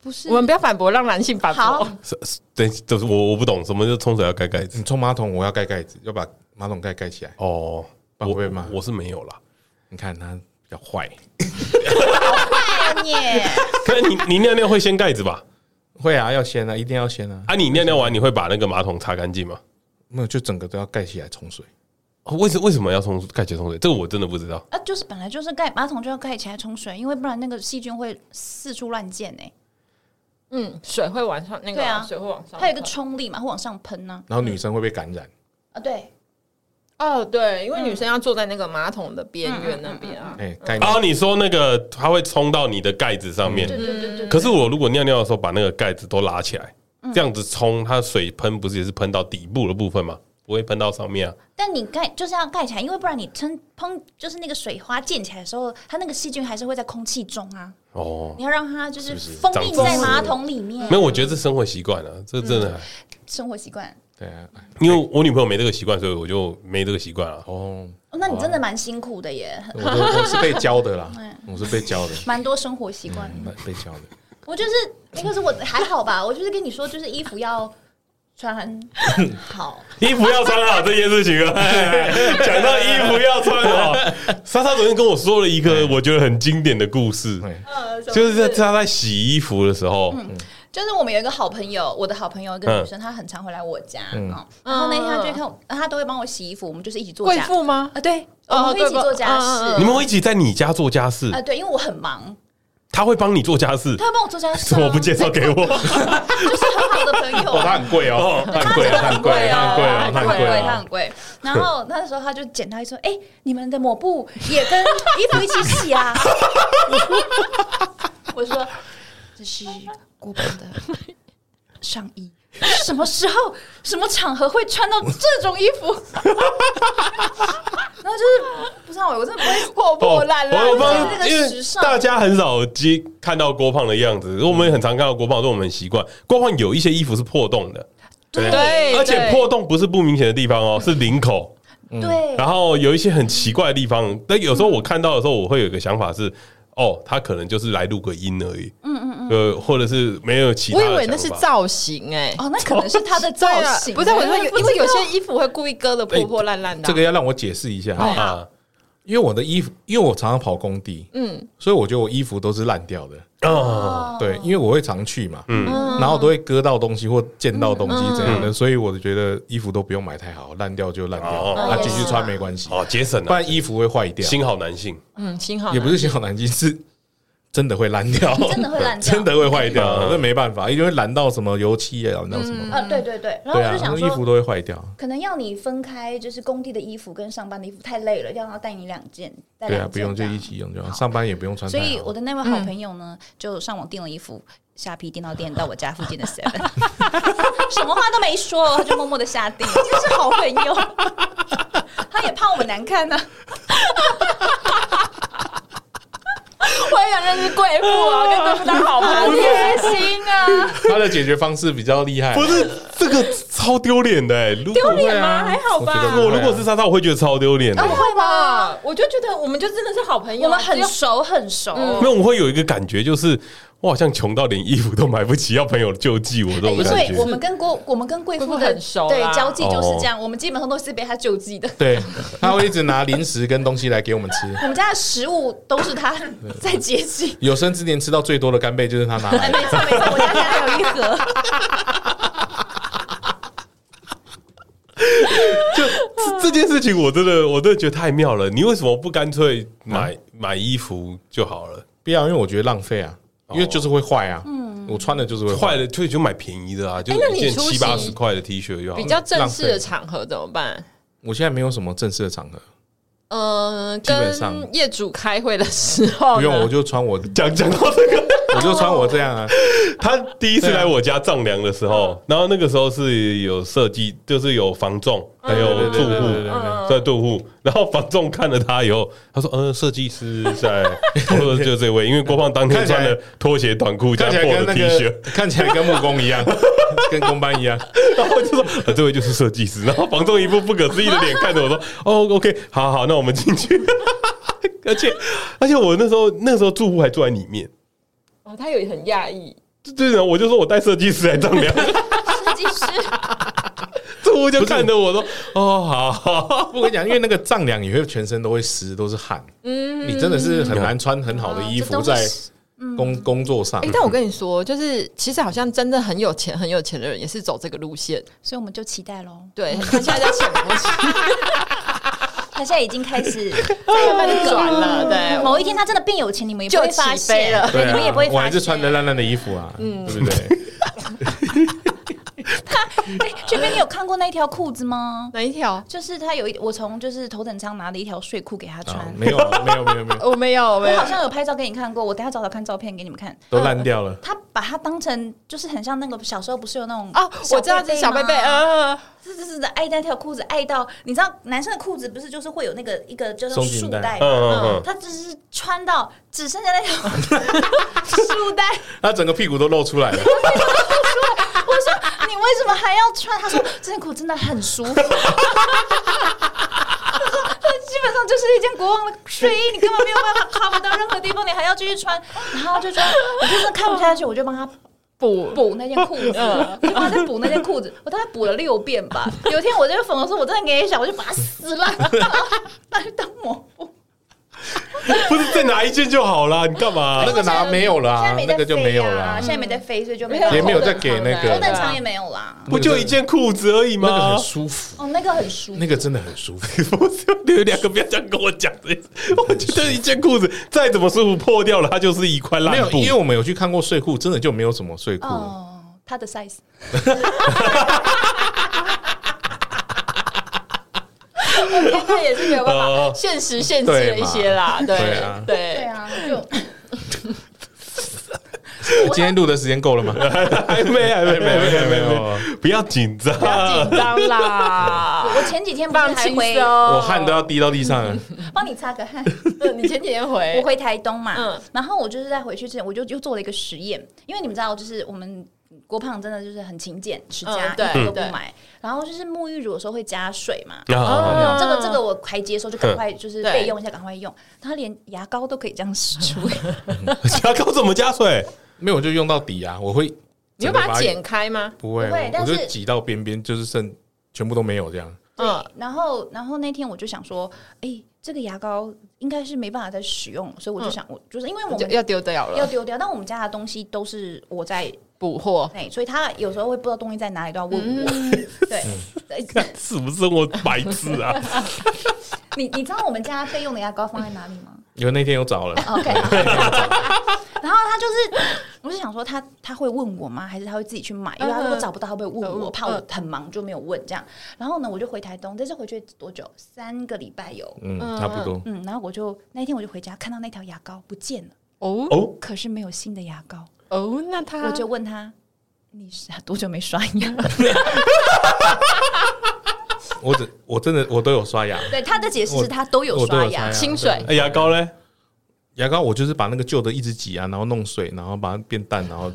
[SPEAKER 4] 不是
[SPEAKER 5] 我们不要反驳，让男性反
[SPEAKER 4] 好
[SPEAKER 5] 驳。
[SPEAKER 1] 是是对，就是我我不懂什么叫冲水要盖盖子
[SPEAKER 2] 你冲马桶我要盖盖子，要把马桶盖盖起来，
[SPEAKER 1] 哦，
[SPEAKER 2] 不然会被骂。
[SPEAKER 1] 我是没有啦。
[SPEAKER 2] 你看他比较坏，
[SPEAKER 4] 半夜，
[SPEAKER 1] 可是你你尿尿会掀盖子吧？
[SPEAKER 2] 会啊，要先啊，一定要先啊，
[SPEAKER 1] 啊，你尿尿完你会把那个马桶擦干净吗？
[SPEAKER 2] 没有就整个都要盖起来冲水。
[SPEAKER 1] 哦为什为什么要冲盖起来冲水？这个我真的不知道。
[SPEAKER 4] 啊，就是本来就是盖马桶就要盖起来冲水，因为不然那个细菌会四处乱溅哎。
[SPEAKER 5] 嗯，水会往上，那个
[SPEAKER 4] 对啊
[SPEAKER 5] 水会往上。
[SPEAKER 4] 它有一个冲力嘛，会往上喷啊呢。
[SPEAKER 2] 然后女生会被感染，
[SPEAKER 4] 啊，对，
[SPEAKER 5] 哦，对，因为女生要坐在那个马桶的边缘那边啊。
[SPEAKER 4] 嗯
[SPEAKER 2] 哎、盖
[SPEAKER 1] 然后你说那个它会冲到你的盖子上面
[SPEAKER 4] 对，对对
[SPEAKER 5] 嗯
[SPEAKER 4] 对。
[SPEAKER 1] 可是我如果尿尿的时候把那个盖子都拉起来，这样子冲，它水喷不是也是喷到底部的部分吗？不会喷到上面啊。
[SPEAKER 4] 但你盖就是要盖起来，因为不然你喷喷就是那个水花溅起来的时候，它那个细菌还是会在空气中啊。
[SPEAKER 1] 哦，
[SPEAKER 4] 你要让它就是
[SPEAKER 2] 是
[SPEAKER 4] 封
[SPEAKER 1] 长
[SPEAKER 4] 印
[SPEAKER 1] 风
[SPEAKER 4] 在
[SPEAKER 1] 湿
[SPEAKER 4] 马桶里面
[SPEAKER 1] 没。有，我觉得这生活习惯了，这真的还，
[SPEAKER 4] 生活习惯
[SPEAKER 2] 对啊，哎
[SPEAKER 1] 因为我女朋友没这个习惯，所以我就没这个习惯啊 了。
[SPEAKER 2] 哦，
[SPEAKER 4] 哦，那你真的蛮辛苦的耶， 很
[SPEAKER 2] 我都我是被教的啦，
[SPEAKER 5] 嗯
[SPEAKER 2] 我是被教的，
[SPEAKER 4] 蛮多生活习惯。
[SPEAKER 2] 嗯被教的。
[SPEAKER 4] 我就是，可是我还好吧， 我就是跟你说，就是衣服要 穿好。
[SPEAKER 1] 啊衣服要穿好这件事情啊，哎讲到衣服要穿好，莎莎昨天跟我说了一个我觉得很经典的故事，
[SPEAKER 5] 呃
[SPEAKER 1] 就是在她在洗衣服的时候，
[SPEAKER 4] 就是我们有一个好朋友，我的好朋友一个
[SPEAKER 1] 嗯
[SPEAKER 4] 女生，她很常回来我家哦。然后那天她就会看我，她都会帮我洗衣服，我们就是一起做
[SPEAKER 5] 嗯贵
[SPEAKER 4] 家
[SPEAKER 5] 妇吗？
[SPEAKER 4] 啊，对，我
[SPEAKER 5] 哦
[SPEAKER 4] 们会一起做家
[SPEAKER 5] 贵妇
[SPEAKER 1] 你
[SPEAKER 5] 嗯
[SPEAKER 4] 事
[SPEAKER 1] 们会一起在你家做家事，
[SPEAKER 4] 啊，对，因为我很忙，
[SPEAKER 1] 她会帮你做家事，
[SPEAKER 4] 她会帮我做家事
[SPEAKER 1] 怎
[SPEAKER 4] 啊，
[SPEAKER 1] 么不介绍给我？
[SPEAKER 4] 就是很好的朋 友
[SPEAKER 6] 哦，它
[SPEAKER 4] 啊。
[SPEAKER 6] 很贵哦，它很贵，它很贵，它很贵
[SPEAKER 4] 哦
[SPEAKER 6] 哦，它
[SPEAKER 4] 她
[SPEAKER 6] 很
[SPEAKER 4] 很
[SPEAKER 6] 贵
[SPEAKER 4] 贵，她
[SPEAKER 6] 哦
[SPEAKER 4] 很。贵。然后那时候她就捡到一说：“哎，你们的抹布也跟衣服一起洗啊？” 我说：“这是郭本的上衣，什么时候、什么场合会穿到这种衣服？” 然后就是不知道，欸我真的不会
[SPEAKER 5] 破破烂
[SPEAKER 2] 哦
[SPEAKER 5] 烂，
[SPEAKER 1] 哦我
[SPEAKER 4] 帮
[SPEAKER 1] 帮，因为大家很少接看到郭胖的样子，我们也很常看到郭胖，所以我们很习惯。郭胖有一些衣服是破洞的，
[SPEAKER 5] 对，
[SPEAKER 1] 而且破洞不是不明显的地方哦，是领口，
[SPEAKER 4] 对
[SPEAKER 1] 然后有一些很奇怪的地方。但有时候我看到的时候，我会有一个想法是。哦，他可能就是来录个音而已，嗯嗯嗯，呃，或者是没有其他
[SPEAKER 2] 啊
[SPEAKER 5] 我
[SPEAKER 1] 的想
[SPEAKER 5] 以
[SPEAKER 1] 法。
[SPEAKER 5] 为那是造型哎、
[SPEAKER 4] 哦，那可能是她的造
[SPEAKER 5] 对啊
[SPEAKER 4] 型，
[SPEAKER 5] 不是我说有，
[SPEAKER 4] 不
[SPEAKER 5] 因为
[SPEAKER 4] 知
[SPEAKER 5] 有
[SPEAKER 4] 道
[SPEAKER 5] 些衣服会故意割的破破烂烂的啊、
[SPEAKER 2] 哎这个要让我解释一下哈，
[SPEAKER 1] 啊，
[SPEAKER 2] 因为我的衣服，因为我常常跑工地，
[SPEAKER 5] 嗯，
[SPEAKER 2] 所以我觉得我衣服都是烂掉的。
[SPEAKER 1] 哦，
[SPEAKER 2] 对，因为我会常去嘛，
[SPEAKER 1] 嗯，
[SPEAKER 2] 然后都会割到东西或溅到东西这样的，所以我觉得衣服都不用买太好，烂掉就烂掉，
[SPEAKER 1] 哦
[SPEAKER 2] 那继续穿没关系，
[SPEAKER 1] 哦，节省
[SPEAKER 2] 不
[SPEAKER 1] 了，
[SPEAKER 2] 然衣服会坏掉，
[SPEAKER 1] 心好男性，
[SPEAKER 5] 嗯，幸好
[SPEAKER 2] 也不是心好难听，是 真的会烂掉，
[SPEAKER 4] 真的会烂掉
[SPEAKER 2] 真的会坏掉
[SPEAKER 1] 嗯，
[SPEAKER 2] 那没办法，因为染到什么油漆啊，染到什么，
[SPEAKER 4] 啊，对对对，然后
[SPEAKER 2] 对
[SPEAKER 4] 我
[SPEAKER 2] 啊
[SPEAKER 4] 就，想
[SPEAKER 2] 那衣服
[SPEAKER 4] 说，
[SPEAKER 2] 都会坏掉。
[SPEAKER 4] 可能要你分开，就是工地的衣服跟上班的衣服太累了，要他带你两件，带
[SPEAKER 2] 对啊，
[SPEAKER 4] 两
[SPEAKER 2] 不
[SPEAKER 4] 件
[SPEAKER 2] 用
[SPEAKER 4] 这
[SPEAKER 2] 就
[SPEAKER 4] 样
[SPEAKER 2] 一。起用就好，上班也不用穿太
[SPEAKER 4] 所
[SPEAKER 2] 好。
[SPEAKER 4] 以我的那位好朋友呢，就上网订了衣服，下批订到店到我家附近
[SPEAKER 2] 嗯
[SPEAKER 4] 的 Seven，什么话都没说，他就默默的下 订，真是好朋友。他也怕我们难看啊 呢、
[SPEAKER 5] 我也想认识贵妇啊，跟贵妇当好
[SPEAKER 4] 好
[SPEAKER 5] 朋友。
[SPEAKER 4] 贴心啊！
[SPEAKER 2] 他的解决方式比较厉害，
[SPEAKER 1] 不是这个超丢脸的、欸，丢
[SPEAKER 2] 不会啊，
[SPEAKER 5] 还好吧
[SPEAKER 2] 我觉得不会啊
[SPEAKER 1] 我如果是莎莎，我会觉得超丢脸的。
[SPEAKER 5] 会吧？我就觉得我们就真的是好朋友，
[SPEAKER 4] 我们很
[SPEAKER 5] 只有啊
[SPEAKER 4] 熟很熟，
[SPEAKER 1] 没有，我会有一个感觉，就是我好像穷到连衣服都买不起，要朋友救济我这种
[SPEAKER 4] 对，所
[SPEAKER 1] 感
[SPEAKER 4] 以我
[SPEAKER 1] 觉。
[SPEAKER 4] 们跟郭我们跟贵妇
[SPEAKER 5] 贵妇
[SPEAKER 4] 的
[SPEAKER 5] 很熟
[SPEAKER 4] 对
[SPEAKER 5] 啦
[SPEAKER 4] 交际就是这样，我们基本上都是被他救济的。
[SPEAKER 2] 对，他会一直拿零食跟东西来给我们吃。
[SPEAKER 4] 我们家的食物都是他在接济。
[SPEAKER 2] 有生之年吃到最多的干贝就是他拿来
[SPEAKER 4] 哎，
[SPEAKER 2] 的
[SPEAKER 4] 没错没错，我家现在有一盒。
[SPEAKER 1] 这这件事情我真的，我真的觉得太妙了。你为什么不干脆买、买衣服就好了？
[SPEAKER 2] 不要，因为我觉得浪费啊，因为就是会坏啊。我穿的就是会
[SPEAKER 1] 坏
[SPEAKER 2] 坏。
[SPEAKER 1] 了就就买便宜的啊，就
[SPEAKER 5] 哎那
[SPEAKER 1] 一
[SPEAKER 5] 你
[SPEAKER 1] 件
[SPEAKER 5] 出
[SPEAKER 1] 七
[SPEAKER 5] 席
[SPEAKER 1] 八十块的 T 恤就好
[SPEAKER 5] 比
[SPEAKER 1] 了。
[SPEAKER 5] 较正式的场合怎么办？
[SPEAKER 2] 我现在没有什么正式的场合，
[SPEAKER 4] 呃
[SPEAKER 5] 嗯，
[SPEAKER 2] 基本上
[SPEAKER 5] 跟业主开会的时候呢，
[SPEAKER 2] 不用，我就穿我，
[SPEAKER 1] 讲讲到这个，
[SPEAKER 2] 我就穿我这样啊。
[SPEAKER 1] 他第一次来我家丈量的时
[SPEAKER 2] 嗯
[SPEAKER 1] 候，然后那个时候是有设计，就是有房仲还有住
[SPEAKER 2] 嗯对对对
[SPEAKER 1] 户。
[SPEAKER 2] 对，
[SPEAKER 1] 在住户，然后房仲看了他以后，他说：“嗯，设计师 在，我说就这位，因为郭胖当天
[SPEAKER 2] 看起来
[SPEAKER 1] 穿了拖鞋、短裤加
[SPEAKER 2] 看起来嗯
[SPEAKER 1] 破
[SPEAKER 2] 跟
[SPEAKER 1] 的
[SPEAKER 2] 那
[SPEAKER 1] T 恤
[SPEAKER 2] 个， 看起来跟木工一样，跟工班一样。
[SPEAKER 1] 然后我就说、呃这位就是设计师。然后房东一副不可思议的脸看 着我说：“哦，OK，好好，那我们进去。” 而且而且我那时候那时候住户还坐在里面，
[SPEAKER 5] 哦，他有很讶异，
[SPEAKER 1] 对的，我就说我带设计师来丈 量，
[SPEAKER 4] 设计师
[SPEAKER 1] 住户就看着我说：“哦，好好。
[SPEAKER 2] 我跟你讲，因为那个丈量也会全身都会湿，都是汗。嗯，你真的是很难穿很好的衣服
[SPEAKER 4] 啊这都
[SPEAKER 2] 在
[SPEAKER 4] 是
[SPEAKER 2] 工工作上
[SPEAKER 5] 哎、。但我跟你说，就是其实好像真的很有钱、很有钱的人也是走这个路线。
[SPEAKER 4] 所以我们就期待喽。
[SPEAKER 5] 对他现在在潜伏 期，
[SPEAKER 4] 他现在已经开 始
[SPEAKER 5] 慢慢地转了，对，
[SPEAKER 4] 某一天他真的变有钱，你们也不
[SPEAKER 5] 就
[SPEAKER 4] 会发
[SPEAKER 5] 起飞
[SPEAKER 4] 现
[SPEAKER 5] 了，
[SPEAKER 4] 对，你啊们也不会
[SPEAKER 2] 啊我
[SPEAKER 4] 发嗯
[SPEAKER 2] 还是
[SPEAKER 4] 现。
[SPEAKER 2] 穿的烂烂的衣服啊，对 不对？
[SPEAKER 4] 哎，这边你有看过那一条裤子吗？
[SPEAKER 5] 哪一条？
[SPEAKER 4] 就是他有一，我从就是头等舱拿了一条睡裤给他
[SPEAKER 2] 啊
[SPEAKER 4] 穿，
[SPEAKER 2] 没有啊没有没有 没有，
[SPEAKER 5] 我哦没有，我没
[SPEAKER 4] 我
[SPEAKER 5] 有
[SPEAKER 4] 好。像有拍照给你看过，我等一下找找看照片给你们看。
[SPEAKER 2] 都烂掉了。
[SPEAKER 4] 他把它当成就是很像那个小时候不是有那种
[SPEAKER 5] 哦，我知道这小贝贝，
[SPEAKER 4] 吗
[SPEAKER 5] 呃，
[SPEAKER 4] 是是是的，爱那条裤子爱到，你知道男生的裤子不是就是会有那个一个就是
[SPEAKER 2] 松
[SPEAKER 4] 束
[SPEAKER 2] 紧带
[SPEAKER 4] 带”
[SPEAKER 1] 嗯
[SPEAKER 4] 吗？
[SPEAKER 1] 嗯嗯，
[SPEAKER 4] 他只是穿到只剩下 那条束带，
[SPEAKER 2] 他整个屁股都露出来了，
[SPEAKER 4] 我说你为什么还要穿？他说这件裤真的很舒服。他说它基本上就是一件国王的睡衣，你根本没有办法 cover 到任何地方，你还要继续穿。然后就说，我就真的看不下去，我就帮他
[SPEAKER 5] 不
[SPEAKER 4] 补那件裤子，
[SPEAKER 5] 嗯
[SPEAKER 4] 我就帮他补那件裤子，我大概补了 六遍吧。有一天我这个粉红色，我真的给你想，我就把它撕烂，然后拿去当抹布。
[SPEAKER 1] 不是再拿一件就好啦，你干嘛
[SPEAKER 2] 那？个拿没有了、
[SPEAKER 4] 现在
[SPEAKER 2] 啊，
[SPEAKER 4] 没
[SPEAKER 2] 那
[SPEAKER 4] 在
[SPEAKER 2] 个就没
[SPEAKER 4] 飞
[SPEAKER 2] 有了、
[SPEAKER 4] 啊，现在没在飞，所以就没
[SPEAKER 5] 没有
[SPEAKER 2] 也没有再给那
[SPEAKER 5] 对
[SPEAKER 4] 头
[SPEAKER 5] 啊
[SPEAKER 4] 等
[SPEAKER 2] 个，
[SPEAKER 4] 舱也没有啦。
[SPEAKER 1] 不就一件裤子而已
[SPEAKER 2] 那个
[SPEAKER 1] 吗
[SPEAKER 2] 很？舒服，
[SPEAKER 4] 哦，那个很舒服。
[SPEAKER 2] 那个真的很舒 服。
[SPEAKER 1] 不是，你们两个不要这样跟我讲的。我觉得一件裤子再怎么舒服破掉了，它就是一块
[SPEAKER 2] 没
[SPEAKER 1] 烂
[SPEAKER 2] 有，
[SPEAKER 1] 布
[SPEAKER 2] 因。为我们有去看过睡裤，真的就没有什么睡裤。
[SPEAKER 4] 哦，它 的 size
[SPEAKER 5] 他也是没有办
[SPEAKER 1] 哦
[SPEAKER 5] 法现实限制了一些啦，对
[SPEAKER 2] 对啊
[SPEAKER 4] 对
[SPEAKER 5] 对，
[SPEAKER 4] 啊，就
[SPEAKER 2] 哎今天录的时间够了 吗？
[SPEAKER 1] 还没，还没，没没没 没没，
[SPEAKER 2] 有，
[SPEAKER 1] 不要紧张。
[SPEAKER 5] 不要紧张啦，
[SPEAKER 4] 啊我前几天不 是
[SPEAKER 5] 放
[SPEAKER 4] 还
[SPEAKER 5] 轻
[SPEAKER 4] 回
[SPEAKER 5] 松，
[SPEAKER 2] 我汗都要滴到地上了。
[SPEAKER 4] 帮你擦个汗。
[SPEAKER 5] 嗯你前几天回，
[SPEAKER 4] 我回台东嘛，
[SPEAKER 5] 嗯
[SPEAKER 4] 然后我就是在回去之前，我就又做了一个实验，因为你们知道，就是我们郭胖真的就是很勤俭持家，
[SPEAKER 5] 嗯对
[SPEAKER 4] 一个都不
[SPEAKER 5] 对
[SPEAKER 4] 买。然后就是沐浴乳有时候会加水嘛，
[SPEAKER 1] 啊，
[SPEAKER 5] 嗯
[SPEAKER 4] 这个这个我还接受，就赶快就是
[SPEAKER 5] 对
[SPEAKER 4] 备用一下，赶快用。他连牙膏都可以这样使出，
[SPEAKER 1] 牙膏怎么加水？
[SPEAKER 2] 没有，我就用到底啊！我会，
[SPEAKER 5] 你会把它剪开吗？
[SPEAKER 2] 不会，
[SPEAKER 4] 不会
[SPEAKER 2] 我
[SPEAKER 4] 但
[SPEAKER 2] 就是挤到边边，就是剩全部都没有这样。
[SPEAKER 5] 嗯，
[SPEAKER 4] 然后然后那天我就想说，哎，这个牙膏应该是没办法再使用，所以我就想，我就是因为我
[SPEAKER 5] 嗯就
[SPEAKER 4] 们
[SPEAKER 5] 要丢掉
[SPEAKER 4] 要
[SPEAKER 5] 了，
[SPEAKER 4] 丢掉，但我们家的东西都是我在
[SPEAKER 5] 补货。
[SPEAKER 4] 内，所以他有时候会不知道东西在哪里，都要问我。
[SPEAKER 5] 嗯
[SPEAKER 4] 对，呃
[SPEAKER 1] 是不是我白痴啊？
[SPEAKER 4] 你你知道我们家备用的牙膏放在哪里吗
[SPEAKER 2] 因为那天又找了，
[SPEAKER 4] ？OK，然后他就是，我就想说他他会问我吗？还是他会自己去买？因为他如果找不到，他会不会问我？
[SPEAKER 5] 嗯
[SPEAKER 4] 怕我很忙就没有问这样。然后呢，我就回台东，这次回去多久？三个礼拜有。
[SPEAKER 2] 嗯，差不多。
[SPEAKER 4] 嗯，然后我就那天我就回家，看到那条牙膏不见了，
[SPEAKER 5] 哦
[SPEAKER 1] 哦，
[SPEAKER 4] 可是没有新的牙膏，
[SPEAKER 5] 哦，那他
[SPEAKER 4] 我就问他。你是多久没刷牙？
[SPEAKER 2] 我只我真的我都有刷牙，
[SPEAKER 4] 对他的解释
[SPEAKER 2] 我
[SPEAKER 4] 是他都有
[SPEAKER 2] 我都
[SPEAKER 4] 刷
[SPEAKER 2] 有
[SPEAKER 4] 牙，
[SPEAKER 5] 清水
[SPEAKER 1] 哎牙膏嘞？
[SPEAKER 2] 牙膏我就是把那个旧的一直挤啊，然后弄水，然后把它变淡，然后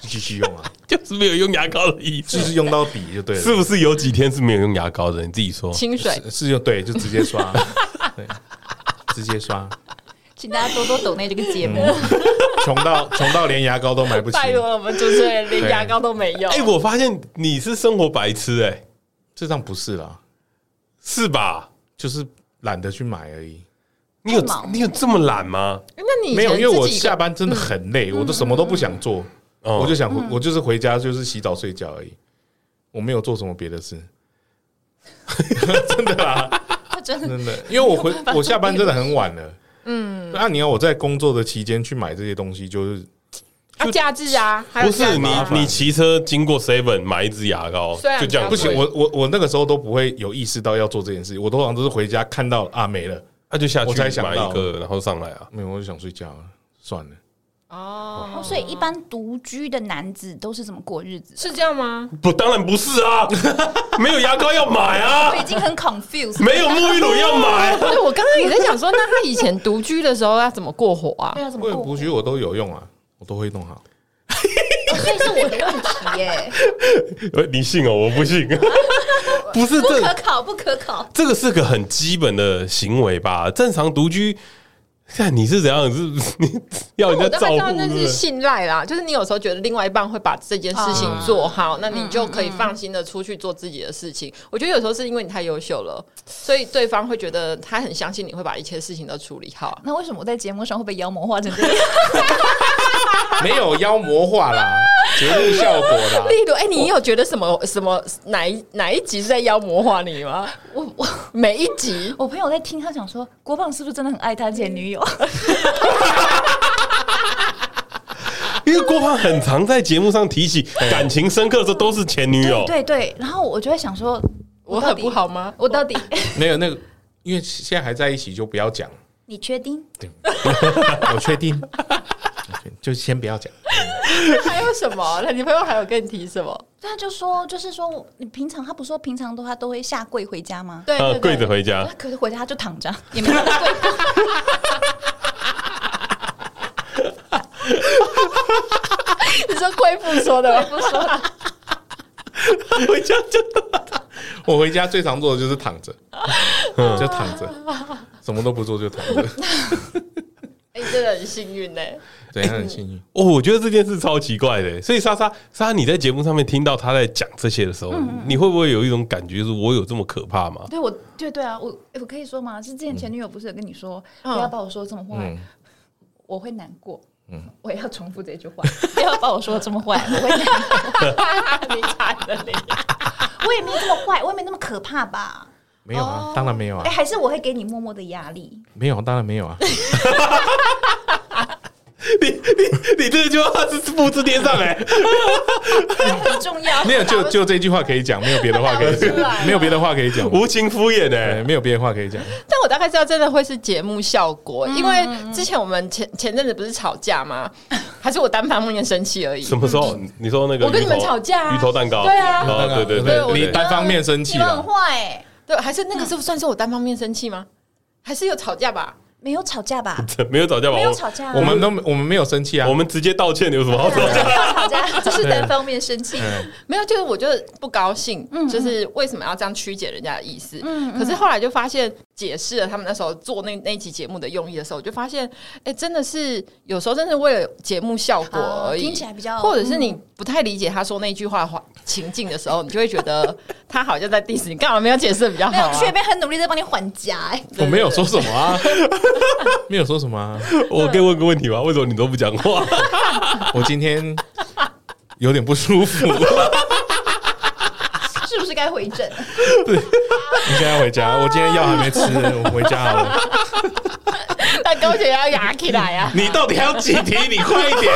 [SPEAKER 2] 继续用啊，
[SPEAKER 1] 就是没有用牙膏的意
[SPEAKER 2] 就
[SPEAKER 1] 思，
[SPEAKER 2] 是用到底就对了。
[SPEAKER 1] 是不是有几天是没有用牙膏的？你自己说。
[SPEAKER 5] 清水
[SPEAKER 2] 是是就对，就直接刷，对，直接刷，
[SPEAKER 4] 请大家多多抖内这个节目。
[SPEAKER 2] 穷到穷到连牙膏都买不起，
[SPEAKER 5] 拜托了，我们主持人连
[SPEAKER 2] 对
[SPEAKER 5] 牙膏都没有。
[SPEAKER 1] 哎，我发现你是生活白痴，哎，
[SPEAKER 2] 这张不是啦，
[SPEAKER 1] 是吧？
[SPEAKER 2] 就是懒得去买而已。
[SPEAKER 1] 你有
[SPEAKER 4] 干嘛
[SPEAKER 1] 你有这么懒吗？
[SPEAKER 5] 那你以
[SPEAKER 2] 没有，
[SPEAKER 5] 前
[SPEAKER 2] 因为我
[SPEAKER 5] 自己一个嗯
[SPEAKER 2] 下班真的很累，我都什么都不想做，
[SPEAKER 1] 哦
[SPEAKER 2] 我就想回，我就是回家就是洗澡睡觉而已，我没有做什么别的事。 真的 啦，
[SPEAKER 4] 真
[SPEAKER 2] 的真的，因为我回我下班真的很晚了，嗯，那你要我在工作的期间去买这些东西，就是
[SPEAKER 5] 啊，假日啊，还有
[SPEAKER 1] 不是
[SPEAKER 5] 假
[SPEAKER 1] 你
[SPEAKER 5] 日啊，
[SPEAKER 1] 你骑车经过 Seven 买一支牙膏，
[SPEAKER 5] 虽然
[SPEAKER 1] 就这样
[SPEAKER 5] 比较
[SPEAKER 1] 不
[SPEAKER 2] 不行，
[SPEAKER 1] 行，
[SPEAKER 5] 贵
[SPEAKER 2] 我我我那个时候都不会有意识到要做这件事，我通常都是回家看到啊没了，
[SPEAKER 1] 那就下去
[SPEAKER 2] 我才想
[SPEAKER 1] 买
[SPEAKER 2] 到
[SPEAKER 1] 一个，然后上来啊。
[SPEAKER 2] 没有我就想睡觉了，算了，
[SPEAKER 5] 哦，
[SPEAKER 4] 哦，所以一般独居的男子都是怎么过日子？
[SPEAKER 5] 是这样吗？
[SPEAKER 1] 不，当然不是啊，没有牙膏要买啊
[SPEAKER 4] 我，已经很 confused。
[SPEAKER 1] 没有沐浴乳要买啊。
[SPEAKER 5] 对，我刚刚也在想说，那他以前独居的时候要怎么过活 啊
[SPEAKER 4] 对？啊，怎么
[SPEAKER 2] 我也
[SPEAKER 4] 过
[SPEAKER 2] 不？许我都有用啊，我都会弄好，
[SPEAKER 4] 哎所以是我的问题 耶，
[SPEAKER 1] 呃你信哦，我不信。不是
[SPEAKER 4] 不
[SPEAKER 1] 这
[SPEAKER 4] 可考，不可考。
[SPEAKER 1] 这个是个很基本的行为吧？正常独居，看你是怎样，是你要人家
[SPEAKER 5] 我大
[SPEAKER 1] 照
[SPEAKER 5] 概知
[SPEAKER 1] 顾
[SPEAKER 5] 道那
[SPEAKER 1] 是不
[SPEAKER 5] 是
[SPEAKER 1] 是？
[SPEAKER 5] 信赖啦，就是你有时候觉得另外一半会把这件事情做好，那你就可以放心的出去做自己的事情。我觉得有时候是因为你太优秀了，所以对方会觉得他很相信你会把一切事情都处理好。
[SPEAKER 4] 那为什么我在节目上会被妖魔化成这样？
[SPEAKER 2] 没有妖魔化啦，节目效果啦，
[SPEAKER 5] 例如，哎、你有觉得什么什么哪一哪一集是在妖魔化你吗？
[SPEAKER 4] 我我
[SPEAKER 5] 每一集
[SPEAKER 4] 我朋友在听，他想说郭胖是不是真的很爱他前女友？
[SPEAKER 1] 因为郭胖很常在节目上提起感情深刻的时候都是前女友
[SPEAKER 4] 对，对对，然后我就会想说，
[SPEAKER 5] 我
[SPEAKER 4] 到
[SPEAKER 5] 很
[SPEAKER 4] 底
[SPEAKER 5] 不，好 吗？
[SPEAKER 4] 我到底
[SPEAKER 2] 没有那个，因为现在还在一起就不 要讲，
[SPEAKER 4] 你确 定？
[SPEAKER 2] 我确定，就先不要讲，
[SPEAKER 5] 还有什么？那女朋友还有跟你提什么？
[SPEAKER 4] 他就说，就是说，你平常他不是说平常都他都会下跪回家吗？
[SPEAKER 5] 对
[SPEAKER 1] 呃，跪着回
[SPEAKER 4] 他
[SPEAKER 1] 家。
[SPEAKER 4] 可是回家他就躺着， 也没有跪过。
[SPEAKER 5] 你说贵妇说的吗？不说
[SPEAKER 1] 回家就
[SPEAKER 2] 我回家最常做的就是
[SPEAKER 1] 嗯
[SPEAKER 2] 躺着，就躺着，什么都不做就躺着，
[SPEAKER 5] 哎、你真的很幸 运呢、
[SPEAKER 7] 对他很幸运。
[SPEAKER 1] 哦，我觉得这件事超奇怪的。欸所以莎莎，莎莎，你在节目上面听到他在讲这些的时
[SPEAKER 5] 嗯
[SPEAKER 1] 候，你会不会有一种感觉，就是我有这么可怕吗？
[SPEAKER 4] 对，我对对啊，我诶我可以说吗？是之前前女友不是有跟你说，
[SPEAKER 5] 嗯
[SPEAKER 4] 不要把我说这么坏，
[SPEAKER 1] 哦
[SPEAKER 7] 嗯
[SPEAKER 4] 我会难过。我也要重复这句话， 不要把我说的这么坏，我会难过。
[SPEAKER 5] 你惨了你。
[SPEAKER 4] 我也没这么坏，我也没那么可怕吧？
[SPEAKER 7] 没有
[SPEAKER 1] 哦
[SPEAKER 7] 啊，当然没有
[SPEAKER 4] 哎、
[SPEAKER 7] 啊，
[SPEAKER 4] 还是我会给你默默的压力。
[SPEAKER 7] 没有啊，当然没有啊。
[SPEAKER 1] 你你你这句话是复制贴上哎、
[SPEAKER 4] 很重要。
[SPEAKER 7] 没有， 就就这句话可以讲，没有别的话可以讲，没有别的话可以讲，
[SPEAKER 1] 无情敷衍哎、
[SPEAKER 7] 对，没有别的话可以讲。
[SPEAKER 5] 但我大概知道，真的会是节目效果，因为之前我们前前阵子不是吵架吗？还是我单方面生气而已？
[SPEAKER 1] 什么时候？你说那个
[SPEAKER 5] 我跟你们
[SPEAKER 1] 芋头
[SPEAKER 5] 吵架啊
[SPEAKER 1] 鱼头蛋糕？
[SPEAKER 5] 对啊
[SPEAKER 1] 哦对嗯对对
[SPEAKER 5] 对我
[SPEAKER 1] 对，
[SPEAKER 7] 你单方面生气
[SPEAKER 4] 你很
[SPEAKER 7] 了，
[SPEAKER 4] 坏、
[SPEAKER 5] 对，还是那
[SPEAKER 4] 嗯
[SPEAKER 5] 个时候算是我单方面生气吗？还是有吵架吧？
[SPEAKER 4] 没有吵架吧？
[SPEAKER 1] 对没有吵架吧？
[SPEAKER 4] 没有
[SPEAKER 1] 我
[SPEAKER 4] 吵架、啊，
[SPEAKER 7] 哦我们都我们没有生气啊
[SPEAKER 1] 嗯我。们直接道歉有什么好吵
[SPEAKER 5] 啊
[SPEAKER 4] 没
[SPEAKER 1] 架？
[SPEAKER 4] 有吵 架，这是单方面生气。
[SPEAKER 7] 嗯
[SPEAKER 5] 没有，就是我就是不高兴，
[SPEAKER 4] 嗯
[SPEAKER 5] 就是为什么要这样曲解人家的意思？可是后来就发现，解释了他们那时候做那那一期节目的用意的时候，我就发现，哎、真的是有时候真的是为了节目效果
[SPEAKER 4] 哦
[SPEAKER 5] 而已，
[SPEAKER 4] 听起来比较嗯
[SPEAKER 5] 或者是你不太理解他说那句话的话情境的时候，你就会觉得他好像在 diss 你，干嘛没有解释得比较
[SPEAKER 4] 没
[SPEAKER 5] 好、
[SPEAKER 4] 有，
[SPEAKER 5] 啊？
[SPEAKER 4] 去那边很努力在帮你缓夹、哎，
[SPEAKER 7] 我没有说什么啊，没有说什么啊。
[SPEAKER 1] 我可以问个问题吗？为什么你都不讲话？
[SPEAKER 7] 我今天有点不舒服，
[SPEAKER 4] 是不是该回诊？
[SPEAKER 7] 你现在回
[SPEAKER 4] 啊
[SPEAKER 7] 家。我今天药还没吃，我回家好了。
[SPEAKER 5] 但高血压压起来啊！
[SPEAKER 1] 你到底还有几题？你快一点，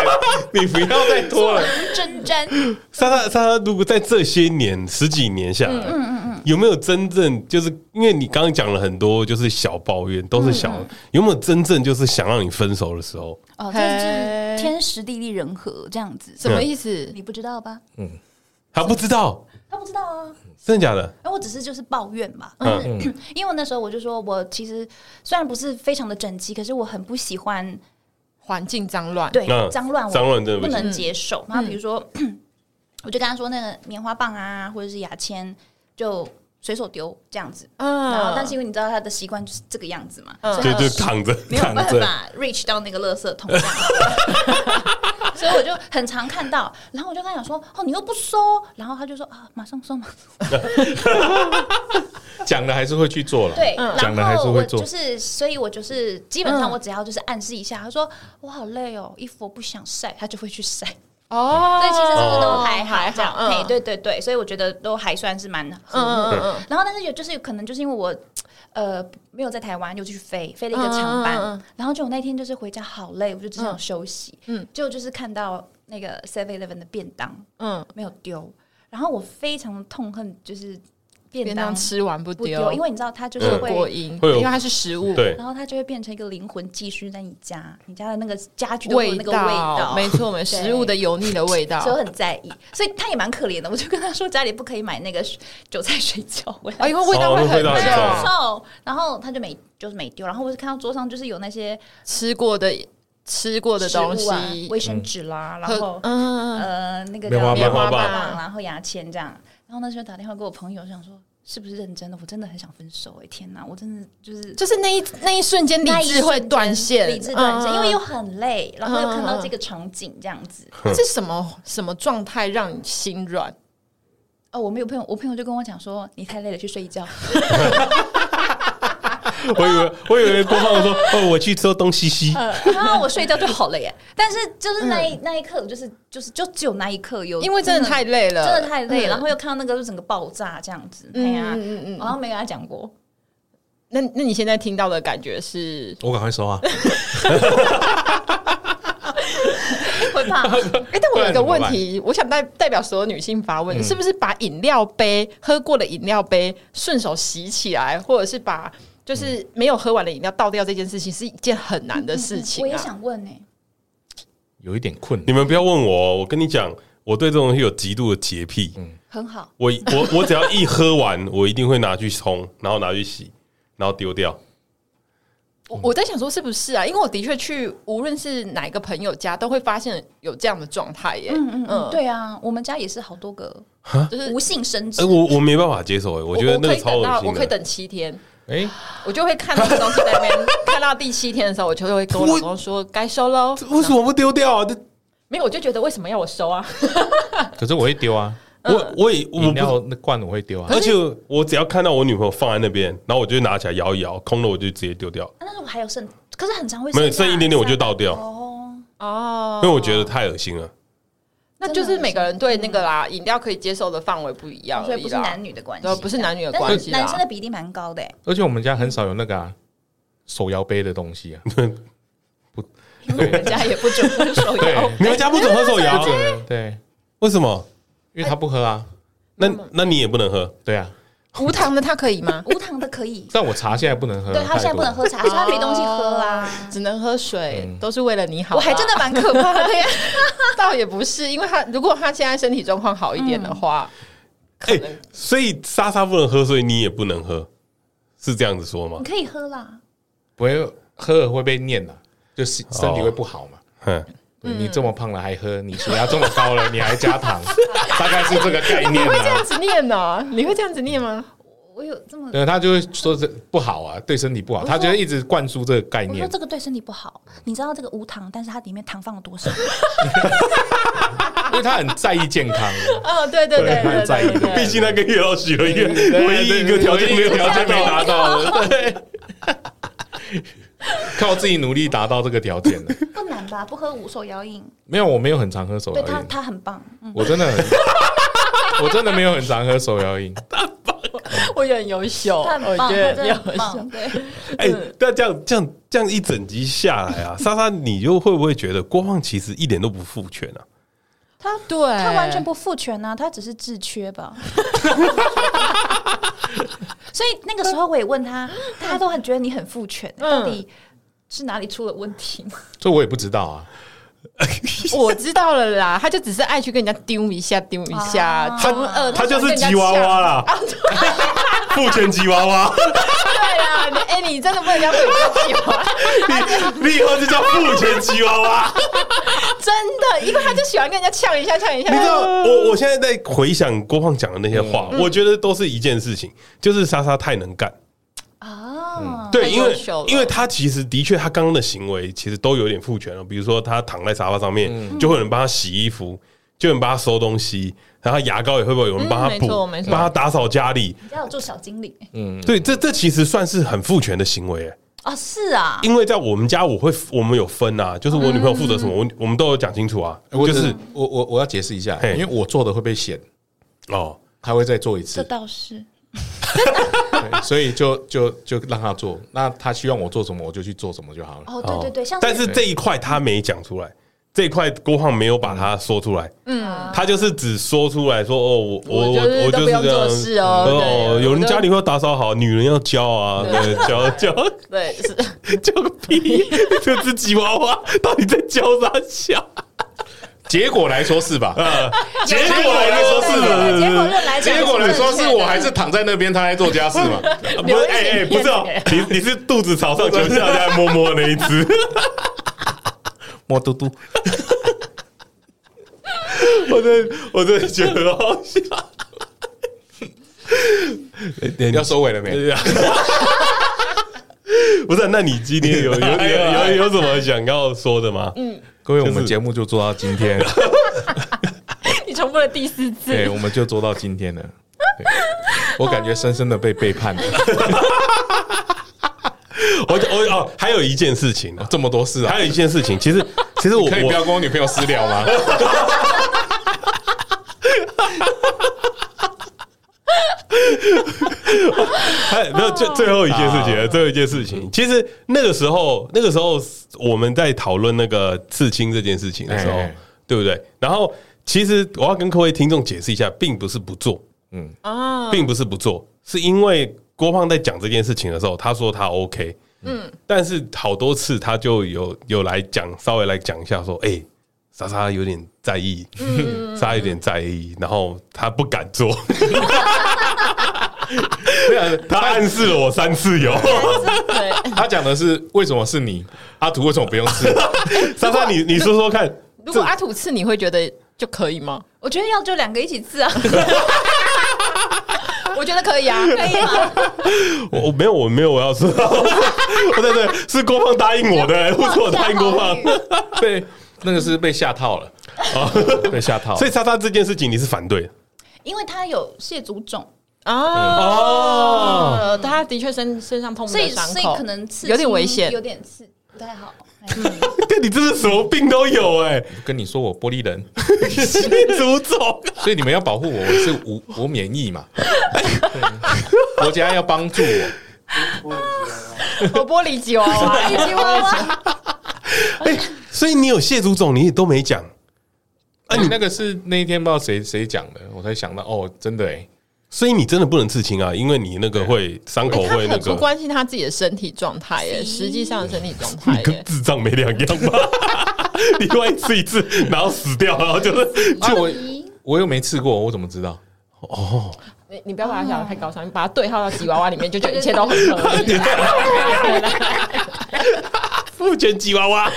[SPEAKER 1] 你不要再拖了。
[SPEAKER 4] 针毡，
[SPEAKER 1] 莎莎，莎莎，如果在这些年十几年下
[SPEAKER 4] 嗯
[SPEAKER 1] 来，有没有真正就是因为你刚刚讲了很多，就是小抱怨，都是小，
[SPEAKER 4] 嗯
[SPEAKER 1] 有没有真正就是想让你分手的时候？
[SPEAKER 4] 哦，这
[SPEAKER 5] 嘿
[SPEAKER 4] 是天时地利人和这样子，
[SPEAKER 5] 什么意思？
[SPEAKER 4] 你不知道吧？
[SPEAKER 1] 他不知道，
[SPEAKER 4] 他不知道啊，
[SPEAKER 1] 真的假的？
[SPEAKER 4] 那我只是就是抱怨嘛，
[SPEAKER 1] 嗯，
[SPEAKER 4] 因为我那时候我就说我其实虽然不是非常的整齐，可是我很不喜欢
[SPEAKER 5] 环境脏乱，
[SPEAKER 4] 对
[SPEAKER 1] 嗯
[SPEAKER 4] 脏乱，我
[SPEAKER 1] 脏乱真的不
[SPEAKER 4] 不
[SPEAKER 1] 行
[SPEAKER 4] 能接受。
[SPEAKER 5] 嗯
[SPEAKER 4] 那比如说， 我就跟他说那个棉花棒啊，或者是牙签，就随手丢这样子。
[SPEAKER 5] 嗯
[SPEAKER 4] 然后，但是因为你知道他的习惯就是这个样子嘛，所
[SPEAKER 1] 就
[SPEAKER 4] 以他的
[SPEAKER 1] 就躺着
[SPEAKER 4] 没有
[SPEAKER 1] 躺
[SPEAKER 4] 办
[SPEAKER 1] 着，
[SPEAKER 4] 法 reach 到那个垃圾桶这样子。 所以我就很常看到，然后我就跟他讲说：“哦，你又不收。”然后他就说：“啊，马上收嘛。
[SPEAKER 7] 讲了还是会去做”了。
[SPEAKER 4] 对，
[SPEAKER 7] 讲了还
[SPEAKER 4] 嗯然
[SPEAKER 7] 是
[SPEAKER 4] 后
[SPEAKER 7] 会
[SPEAKER 4] 我
[SPEAKER 7] 做
[SPEAKER 4] 就。是，所以我就是基本上
[SPEAKER 5] 嗯
[SPEAKER 4] 我只要就是暗示一下，他说：“我好累哦，衣服我不想晒。”他就会去晒。
[SPEAKER 5] 哦，
[SPEAKER 4] 所以其实这个都还好，这样，
[SPEAKER 5] 嗯
[SPEAKER 4] 哎，对对对，所以我觉得都还算是蛮和睦
[SPEAKER 5] 嗯
[SPEAKER 4] 的。
[SPEAKER 5] 嗯嗯，
[SPEAKER 4] 然后，但是有就是可能就是因为我呃没有在台湾，又去飞飞了一个长班，
[SPEAKER 5] 嗯嗯嗯嗯
[SPEAKER 4] 然后就我那天就是回家好累，我就只想休息，
[SPEAKER 5] 嗯嗯
[SPEAKER 4] 嗯，结果就是看到那个 Seven Eleven 的便当
[SPEAKER 5] 嗯，
[SPEAKER 4] 没有丢，然后我非常痛恨就是便
[SPEAKER 5] 便
[SPEAKER 4] 当
[SPEAKER 5] 当吃完不
[SPEAKER 4] 不
[SPEAKER 5] 丢，
[SPEAKER 4] 丢，因为你知道它就是
[SPEAKER 1] 嗯
[SPEAKER 4] 会。
[SPEAKER 5] 过瘾，
[SPEAKER 1] 会有
[SPEAKER 5] 因为它是食物，
[SPEAKER 1] 对，
[SPEAKER 4] 然后它就会变成一个灵魂寄居在你家，你家的那个家具都会有
[SPEAKER 5] 味
[SPEAKER 4] 那个味道，
[SPEAKER 5] 没错，我们食物的油腻的味道。
[SPEAKER 4] 所以我很在意，所以他也蛮可怜的。我就跟他说家里不可以买那个韭菜水饺 回来，
[SPEAKER 5] 啊，因为味道
[SPEAKER 1] 哦
[SPEAKER 5] 会
[SPEAKER 1] 味
[SPEAKER 5] 很
[SPEAKER 1] 道很
[SPEAKER 4] 很
[SPEAKER 1] 重
[SPEAKER 5] 重，
[SPEAKER 4] 臭，然后他就没就是没丢，然后我就看到桌上就是有那些
[SPEAKER 5] 吃过的吃过的
[SPEAKER 4] 食物
[SPEAKER 5] 东
[SPEAKER 4] 啊，
[SPEAKER 5] 西，
[SPEAKER 4] 卫生纸啦，然
[SPEAKER 5] 和
[SPEAKER 4] 后
[SPEAKER 5] 嗯，嗯
[SPEAKER 4] 呃那个
[SPEAKER 7] 棉花
[SPEAKER 4] 叫
[SPEAKER 7] 棒
[SPEAKER 5] 棉花
[SPEAKER 1] 棒
[SPEAKER 5] 棒
[SPEAKER 4] 啊然后牙签这样，然后那时候打电话给我朋友，我想说是不是认真的？我真的很想分手哎、天哪，我真的就是
[SPEAKER 5] 就是那一那一瞬间理
[SPEAKER 4] 那一
[SPEAKER 5] 智会
[SPEAKER 4] 瞬间
[SPEAKER 5] 断线，
[SPEAKER 4] 理智断线，
[SPEAKER 5] 嗯
[SPEAKER 4] 因为又很累，然后又看
[SPEAKER 5] 嗯嗯
[SPEAKER 4] 到
[SPEAKER 5] 嗯
[SPEAKER 4] 这个场景这样子。
[SPEAKER 5] 是什么什么状态让你心软？
[SPEAKER 4] 哦，我们有朋友，我朋友就跟我讲说，你太累了，去睡 一觉。
[SPEAKER 1] 我以为我以为郭胖说哦，我去吃东西西，
[SPEAKER 5] 嗯
[SPEAKER 4] 然后啊我睡觉就好了耶。但是就是那一、那一刻，就是就是就只有那一刻有，
[SPEAKER 5] 因为真的太累了，
[SPEAKER 4] 真的太累，
[SPEAKER 5] 嗯
[SPEAKER 4] 然后又看到那个就整个爆炸这样子，哎
[SPEAKER 5] 嗯
[SPEAKER 4] 呀、
[SPEAKER 5] 嗯嗯
[SPEAKER 4] 好像没跟他讲过，
[SPEAKER 5] 那那你现在听到的感觉是？
[SPEAKER 7] 我赶快收啊！
[SPEAKER 4] 会怕
[SPEAKER 5] 哎，但我有一个问
[SPEAKER 7] 不然
[SPEAKER 5] 题，我想代代表所有女性发
[SPEAKER 1] 嗯
[SPEAKER 5] 问，是不是把饮料杯喝过的饮料杯顺手洗起来，或者是把就是没有喝完的饮料倒掉这件事情，是一件很难的事情、啊
[SPEAKER 4] 嗯我也，想问呢、
[SPEAKER 7] 有一点困
[SPEAKER 1] 你，们不要问我哦，我跟你讲，我对这种东西有极度的洁癖。
[SPEAKER 4] 很好，
[SPEAKER 1] 我我我只要一喝完，我一定会拿去冲，然后拿去洗，然后丢掉。
[SPEAKER 5] 我我在想说是不是啊？因为我的确去无论是哪一个朋友家，都会发现有这样的状态耶。
[SPEAKER 4] 嗯嗯嗯，对啊，我们家也是好多个
[SPEAKER 5] 就是
[SPEAKER 4] 无性生殖
[SPEAKER 1] 哎、，我我没办法接受哎、我觉得那
[SPEAKER 5] 可
[SPEAKER 1] 个
[SPEAKER 5] 以
[SPEAKER 1] 超
[SPEAKER 5] 等到
[SPEAKER 1] 恶
[SPEAKER 5] 我
[SPEAKER 1] 心
[SPEAKER 5] 可以
[SPEAKER 1] 的。
[SPEAKER 5] 等七天，
[SPEAKER 2] 哎，
[SPEAKER 5] 我就会看那个东西在那边，看到第七天的时候，我就会跟我老公说该收喽。
[SPEAKER 1] 为什么不丢掉啊？这
[SPEAKER 5] 没有，我就觉得为什么要我收啊？
[SPEAKER 2] 可是我会丢啊，
[SPEAKER 5] 呃
[SPEAKER 1] 我我也我
[SPEAKER 2] 饮
[SPEAKER 1] 不
[SPEAKER 2] 料那罐我会丢啊。
[SPEAKER 1] 而且我只要看到我女朋友放在那边，然后我就拿起来摇一摇，空了我就直接丢掉，
[SPEAKER 4] 但是我还有剩，可是很常会
[SPEAKER 1] 没有
[SPEAKER 4] 剩
[SPEAKER 1] 剩
[SPEAKER 4] 啊
[SPEAKER 1] 一点点我就倒掉，
[SPEAKER 4] 哦，
[SPEAKER 5] 哦
[SPEAKER 1] 因为我觉得太恶心了。
[SPEAKER 5] 那就是每个人对那个啦饮料可以接受的范围不一样
[SPEAKER 4] 所
[SPEAKER 5] 而
[SPEAKER 4] 以
[SPEAKER 5] 已
[SPEAKER 4] 不是
[SPEAKER 5] 啦
[SPEAKER 4] 男。女的关系
[SPEAKER 5] 对啊
[SPEAKER 4] 啦，
[SPEAKER 5] 不是男女的
[SPEAKER 4] 但是
[SPEAKER 5] 关系啦
[SPEAKER 4] 男 生的比例蛮高的欸，
[SPEAKER 2] 而且我们家很少有那个啊手摇杯的东 西啊，
[SPEAKER 5] 因为我们家也不准分手
[SPEAKER 2] 对
[SPEAKER 5] 摇，
[SPEAKER 1] 你们家不准喝手摇，
[SPEAKER 2] 对，
[SPEAKER 1] 为什么？
[SPEAKER 2] 因为他不喝啊，
[SPEAKER 1] 那
[SPEAKER 5] 嗯
[SPEAKER 1] 那你也不能喝，
[SPEAKER 2] 对啊，。
[SPEAKER 5] 无糖的，他可以吗？
[SPEAKER 4] 无糖的可以
[SPEAKER 2] 但我茶现在不能
[SPEAKER 1] 嗯
[SPEAKER 2] 喝，
[SPEAKER 4] 对他现在不能
[SPEAKER 2] 喝，
[SPEAKER 4] 喝茶，所以他没东西喝啊。
[SPEAKER 5] 只能喝水
[SPEAKER 2] 嗯，
[SPEAKER 5] 都是为了你好。
[SPEAKER 4] 我 还真的蛮可怕的呀，
[SPEAKER 5] 倒也不是，因为他如果他现在身体状况好一点的话，
[SPEAKER 1] 哎，所以莎莎不能喝，所以你也不能喝，是这样子说吗
[SPEAKER 4] 你？可以喝啦。
[SPEAKER 2] 不会喝了会被念的，就是
[SPEAKER 1] 哦
[SPEAKER 2] 身体会不好嘛。
[SPEAKER 1] 嗯，
[SPEAKER 2] 对你这么胖了还喝，你血压这么高了你还加 糖，大概是这个概念
[SPEAKER 5] 这
[SPEAKER 2] 啊
[SPEAKER 5] 样。子念呢、你会这样子念吗？
[SPEAKER 4] 我有这 么，
[SPEAKER 2] 对，他就会说这不好啊，对身体不好，他就会一直灌输这个概
[SPEAKER 4] 我说
[SPEAKER 2] 念。
[SPEAKER 4] 这个对身体不好。你知道这个无糖，但是它里面糖放了 多少？
[SPEAKER 2] 因为他很在意健康，啊
[SPEAKER 5] 哦，对对对
[SPEAKER 2] 对
[SPEAKER 5] 对
[SPEAKER 2] 在意
[SPEAKER 5] 对对
[SPEAKER 1] 毕竟那个月老许了一个
[SPEAKER 2] 对
[SPEAKER 1] 唯一一个条件没有
[SPEAKER 2] 唯一一个
[SPEAKER 1] 条
[SPEAKER 2] 条
[SPEAKER 1] 件
[SPEAKER 2] 件
[SPEAKER 1] 没达
[SPEAKER 2] 没达
[SPEAKER 1] 到的，
[SPEAKER 2] 靠自己努力达到这个条件的。啊
[SPEAKER 4] 不难吧？不喝无手摇饮，
[SPEAKER 2] 没有，我没有很常喝手
[SPEAKER 4] 对
[SPEAKER 2] 摇
[SPEAKER 4] 他
[SPEAKER 2] 饮，
[SPEAKER 4] 他很棒。嗯，
[SPEAKER 2] 我真的很， 我真的没有很常喝手摇饮。
[SPEAKER 5] 我也很优秀，
[SPEAKER 4] 他
[SPEAKER 5] 我
[SPEAKER 4] 很
[SPEAKER 2] 哦
[SPEAKER 4] 棒，
[SPEAKER 5] 觉
[SPEAKER 4] 他
[SPEAKER 5] 得
[SPEAKER 4] 真
[SPEAKER 5] 你
[SPEAKER 4] 的
[SPEAKER 5] 很
[SPEAKER 4] 很
[SPEAKER 5] 优秀
[SPEAKER 4] 棒。。对，
[SPEAKER 1] 哎、那这样这样这样一整集下来啊，莎莎，你就会不会觉得郭胖其实一点都不父权啊？
[SPEAKER 5] 他对
[SPEAKER 4] 他完全不父权啊，他只是自缺吧。 所以那个时候我也问他，大家都很觉得你很父权，
[SPEAKER 2] 嗯
[SPEAKER 4] 到底是哪里出了问题吗？
[SPEAKER 2] 这我也不知道啊，
[SPEAKER 5] 我知道了啦，他就只是爱去跟人家丢一下丢一下，
[SPEAKER 4] 啊
[SPEAKER 5] 中二，
[SPEAKER 1] 他就是
[SPEAKER 5] 喜欢跟人家
[SPEAKER 1] 吉娃娃啦
[SPEAKER 5] 抢啊对
[SPEAKER 1] 父权吉娃娃，
[SPEAKER 5] 啊，你 哎，你真的不能这样对吉娃娃，
[SPEAKER 1] 你以后就叫父权吉娃 娃。
[SPEAKER 5] 真的，因为他就喜欢跟人家呛一下呛一下
[SPEAKER 1] 你，知道，我我现在在回想郭胖讲的那些话，
[SPEAKER 5] 嗯
[SPEAKER 1] 我觉得都是一件事情，就是莎莎太能干。
[SPEAKER 2] 嗯
[SPEAKER 4] 啊，
[SPEAKER 1] 对，
[SPEAKER 5] 嗯太
[SPEAKER 1] 因为
[SPEAKER 5] 优秀了
[SPEAKER 1] 因为他其实的确，他刚刚的行为其实都有点父权了。比如说，他躺在沙发上面，
[SPEAKER 5] 嗯
[SPEAKER 1] 就会有人帮他洗衣服，就有人帮他收东西，然后牙膏也会不会有人帮他
[SPEAKER 5] 嗯
[SPEAKER 1] 补
[SPEAKER 5] 没错没，错嗯
[SPEAKER 1] 帮他打扫家里。
[SPEAKER 4] 你家有做小精灵
[SPEAKER 2] 嗯
[SPEAKER 1] 对，这这其实算是很父权的行为。哎
[SPEAKER 4] 啊？是啊，
[SPEAKER 1] 因为在我们家，我会我们有分啊，就是我女朋友负责
[SPEAKER 5] 嗯
[SPEAKER 1] 什么，我我们都有讲清楚啊。
[SPEAKER 2] 哎我
[SPEAKER 1] 就
[SPEAKER 2] 只
[SPEAKER 1] 是
[SPEAKER 2] 我我我要解释一下，
[SPEAKER 1] 嘿
[SPEAKER 2] 因为我做的会被嫌，
[SPEAKER 1] 哦，
[SPEAKER 2] 他会再做一
[SPEAKER 4] 这
[SPEAKER 2] 次，
[SPEAKER 4] 倒是。
[SPEAKER 2] 对所以就就就让他做。那他希望我做什么，我就去做什么就好了。
[SPEAKER 4] 哦，对对对，像
[SPEAKER 1] 但是这一块他没讲出来，这一块郭胖没有把它说出来。
[SPEAKER 5] 嗯，
[SPEAKER 1] 他就是只说出来说哦，我我
[SPEAKER 5] 我就是
[SPEAKER 1] 我就
[SPEAKER 5] 都
[SPEAKER 1] 是
[SPEAKER 5] 不用
[SPEAKER 1] 这样
[SPEAKER 5] 做事哦对
[SPEAKER 1] 有
[SPEAKER 5] 我
[SPEAKER 1] 人
[SPEAKER 5] 就
[SPEAKER 1] 家里会打扫好，女人要教啊，对，教教
[SPEAKER 5] 对，是。
[SPEAKER 1] 教个屁，这只吉娃娃到底在教啥啊小？
[SPEAKER 2] 结果来说是吧？
[SPEAKER 1] 结
[SPEAKER 2] 结
[SPEAKER 1] 果
[SPEAKER 2] 果
[SPEAKER 1] 来
[SPEAKER 2] 来
[SPEAKER 1] 说
[SPEAKER 2] 说
[SPEAKER 1] 是
[SPEAKER 2] 是
[SPEAKER 1] 的，
[SPEAKER 4] 结果论来讲，
[SPEAKER 2] 结果来说是我还是躺在那边，他在做家事 嘛？
[SPEAKER 1] 不是哎哎，不是哦，你你是肚子朝上求下来摸摸那一 只，
[SPEAKER 2] 摸嘟嘟，
[SPEAKER 1] 我真的 我真的觉得很好笑。
[SPEAKER 2] 要收尾了没？
[SPEAKER 1] 对呀。不是，那你今天有 有
[SPEAKER 5] 哎
[SPEAKER 1] 有有有什么想要说的吗？
[SPEAKER 5] 嗯
[SPEAKER 2] 各位，我们节目就做到今天，
[SPEAKER 5] 你重复了第四次，
[SPEAKER 2] 对，我们就做到今天了。对我感觉深深的被背叛 了，
[SPEAKER 1] 我我哦，还有一件事情啊，
[SPEAKER 2] 这么多事啊
[SPEAKER 1] 还！有一件事情，其 实其实我
[SPEAKER 2] 可以不
[SPEAKER 1] 我
[SPEAKER 2] 要跟我女朋友私聊 吗？
[SPEAKER 1] 还没有哎最最后一件事情
[SPEAKER 2] 哦
[SPEAKER 1] 了，最后一件事情，其实那个时候那个时候我们在讨论那个刺青这件事情的时候
[SPEAKER 2] 哎哎，
[SPEAKER 1] 对不对？然后其实我要跟各位听众解释一下，并不是不做，
[SPEAKER 2] 嗯
[SPEAKER 5] 啊，
[SPEAKER 1] 并不是不做，是因为郭胖在讲这件事情的时候，他说他 OK，嗯，但是好多次他就有有来讲，稍微来讲一下说，哎、莎莎有点在意，莎莎有点在意，然后他不敢做，他暗示了我三次 有，
[SPEAKER 5] 对，
[SPEAKER 2] 他讲的是为什么是你阿图，为什么不用吃？
[SPEAKER 1] 莎莎你你说说看，
[SPEAKER 5] 如果阿土刺，你会觉得就可以吗？
[SPEAKER 4] 我觉得要就两个一起刺啊，
[SPEAKER 3] 我觉得可以啊，可以吗？
[SPEAKER 1] 我我没有，我没有，我要知道。 对对，是郭胖答应 我的，不是我答应郭胖。
[SPEAKER 7] 被那个是被下套了，
[SPEAKER 2] 哦
[SPEAKER 7] 被下套了。
[SPEAKER 1] 所以莎莎这件事情你是反对 的
[SPEAKER 4] 因为他有蟹足肿，
[SPEAKER 1] 嗯
[SPEAKER 5] 哦，呃他的确身身上碰不
[SPEAKER 4] 所
[SPEAKER 5] 得
[SPEAKER 4] 以
[SPEAKER 5] 伤口，
[SPEAKER 4] 所以可能刺青
[SPEAKER 5] 有点危险
[SPEAKER 4] 有点刺不太好。
[SPEAKER 1] 看你真的什么病都有哎、
[SPEAKER 7] 跟你说我玻璃人，
[SPEAKER 1] 足肿。
[SPEAKER 7] 所以你们要保护我，我是无我免疫 嘛，对国家要帮助我。
[SPEAKER 5] 我玻璃吉娃 娃，
[SPEAKER 3] 吉娃娃，
[SPEAKER 1] 哎、所以你有蟹足肿，你也都没讲。哎
[SPEAKER 7] 啊，你那个是那一天不知道谁谁讲的，我才想到哦，真的哎，
[SPEAKER 1] 所以你真的不能刺青啊，因为你那个会伤口
[SPEAKER 5] 哎他
[SPEAKER 1] 会那
[SPEAKER 5] 很不
[SPEAKER 1] 个，
[SPEAKER 5] 关心他自己的身体状态耶，实际上的身体状态
[SPEAKER 1] 你跟
[SPEAKER 5] 耶。
[SPEAKER 1] 智障没两样吧？ 你万一刺一次，然后死掉，然后就是
[SPEAKER 7] 啊我我又没吃过，我怎么知道？
[SPEAKER 5] 你你不要把它想的太高尚，你把它哦对号到吉娃娃里面，就觉得一切都很合理。
[SPEAKER 1] 复卷吉娃娃。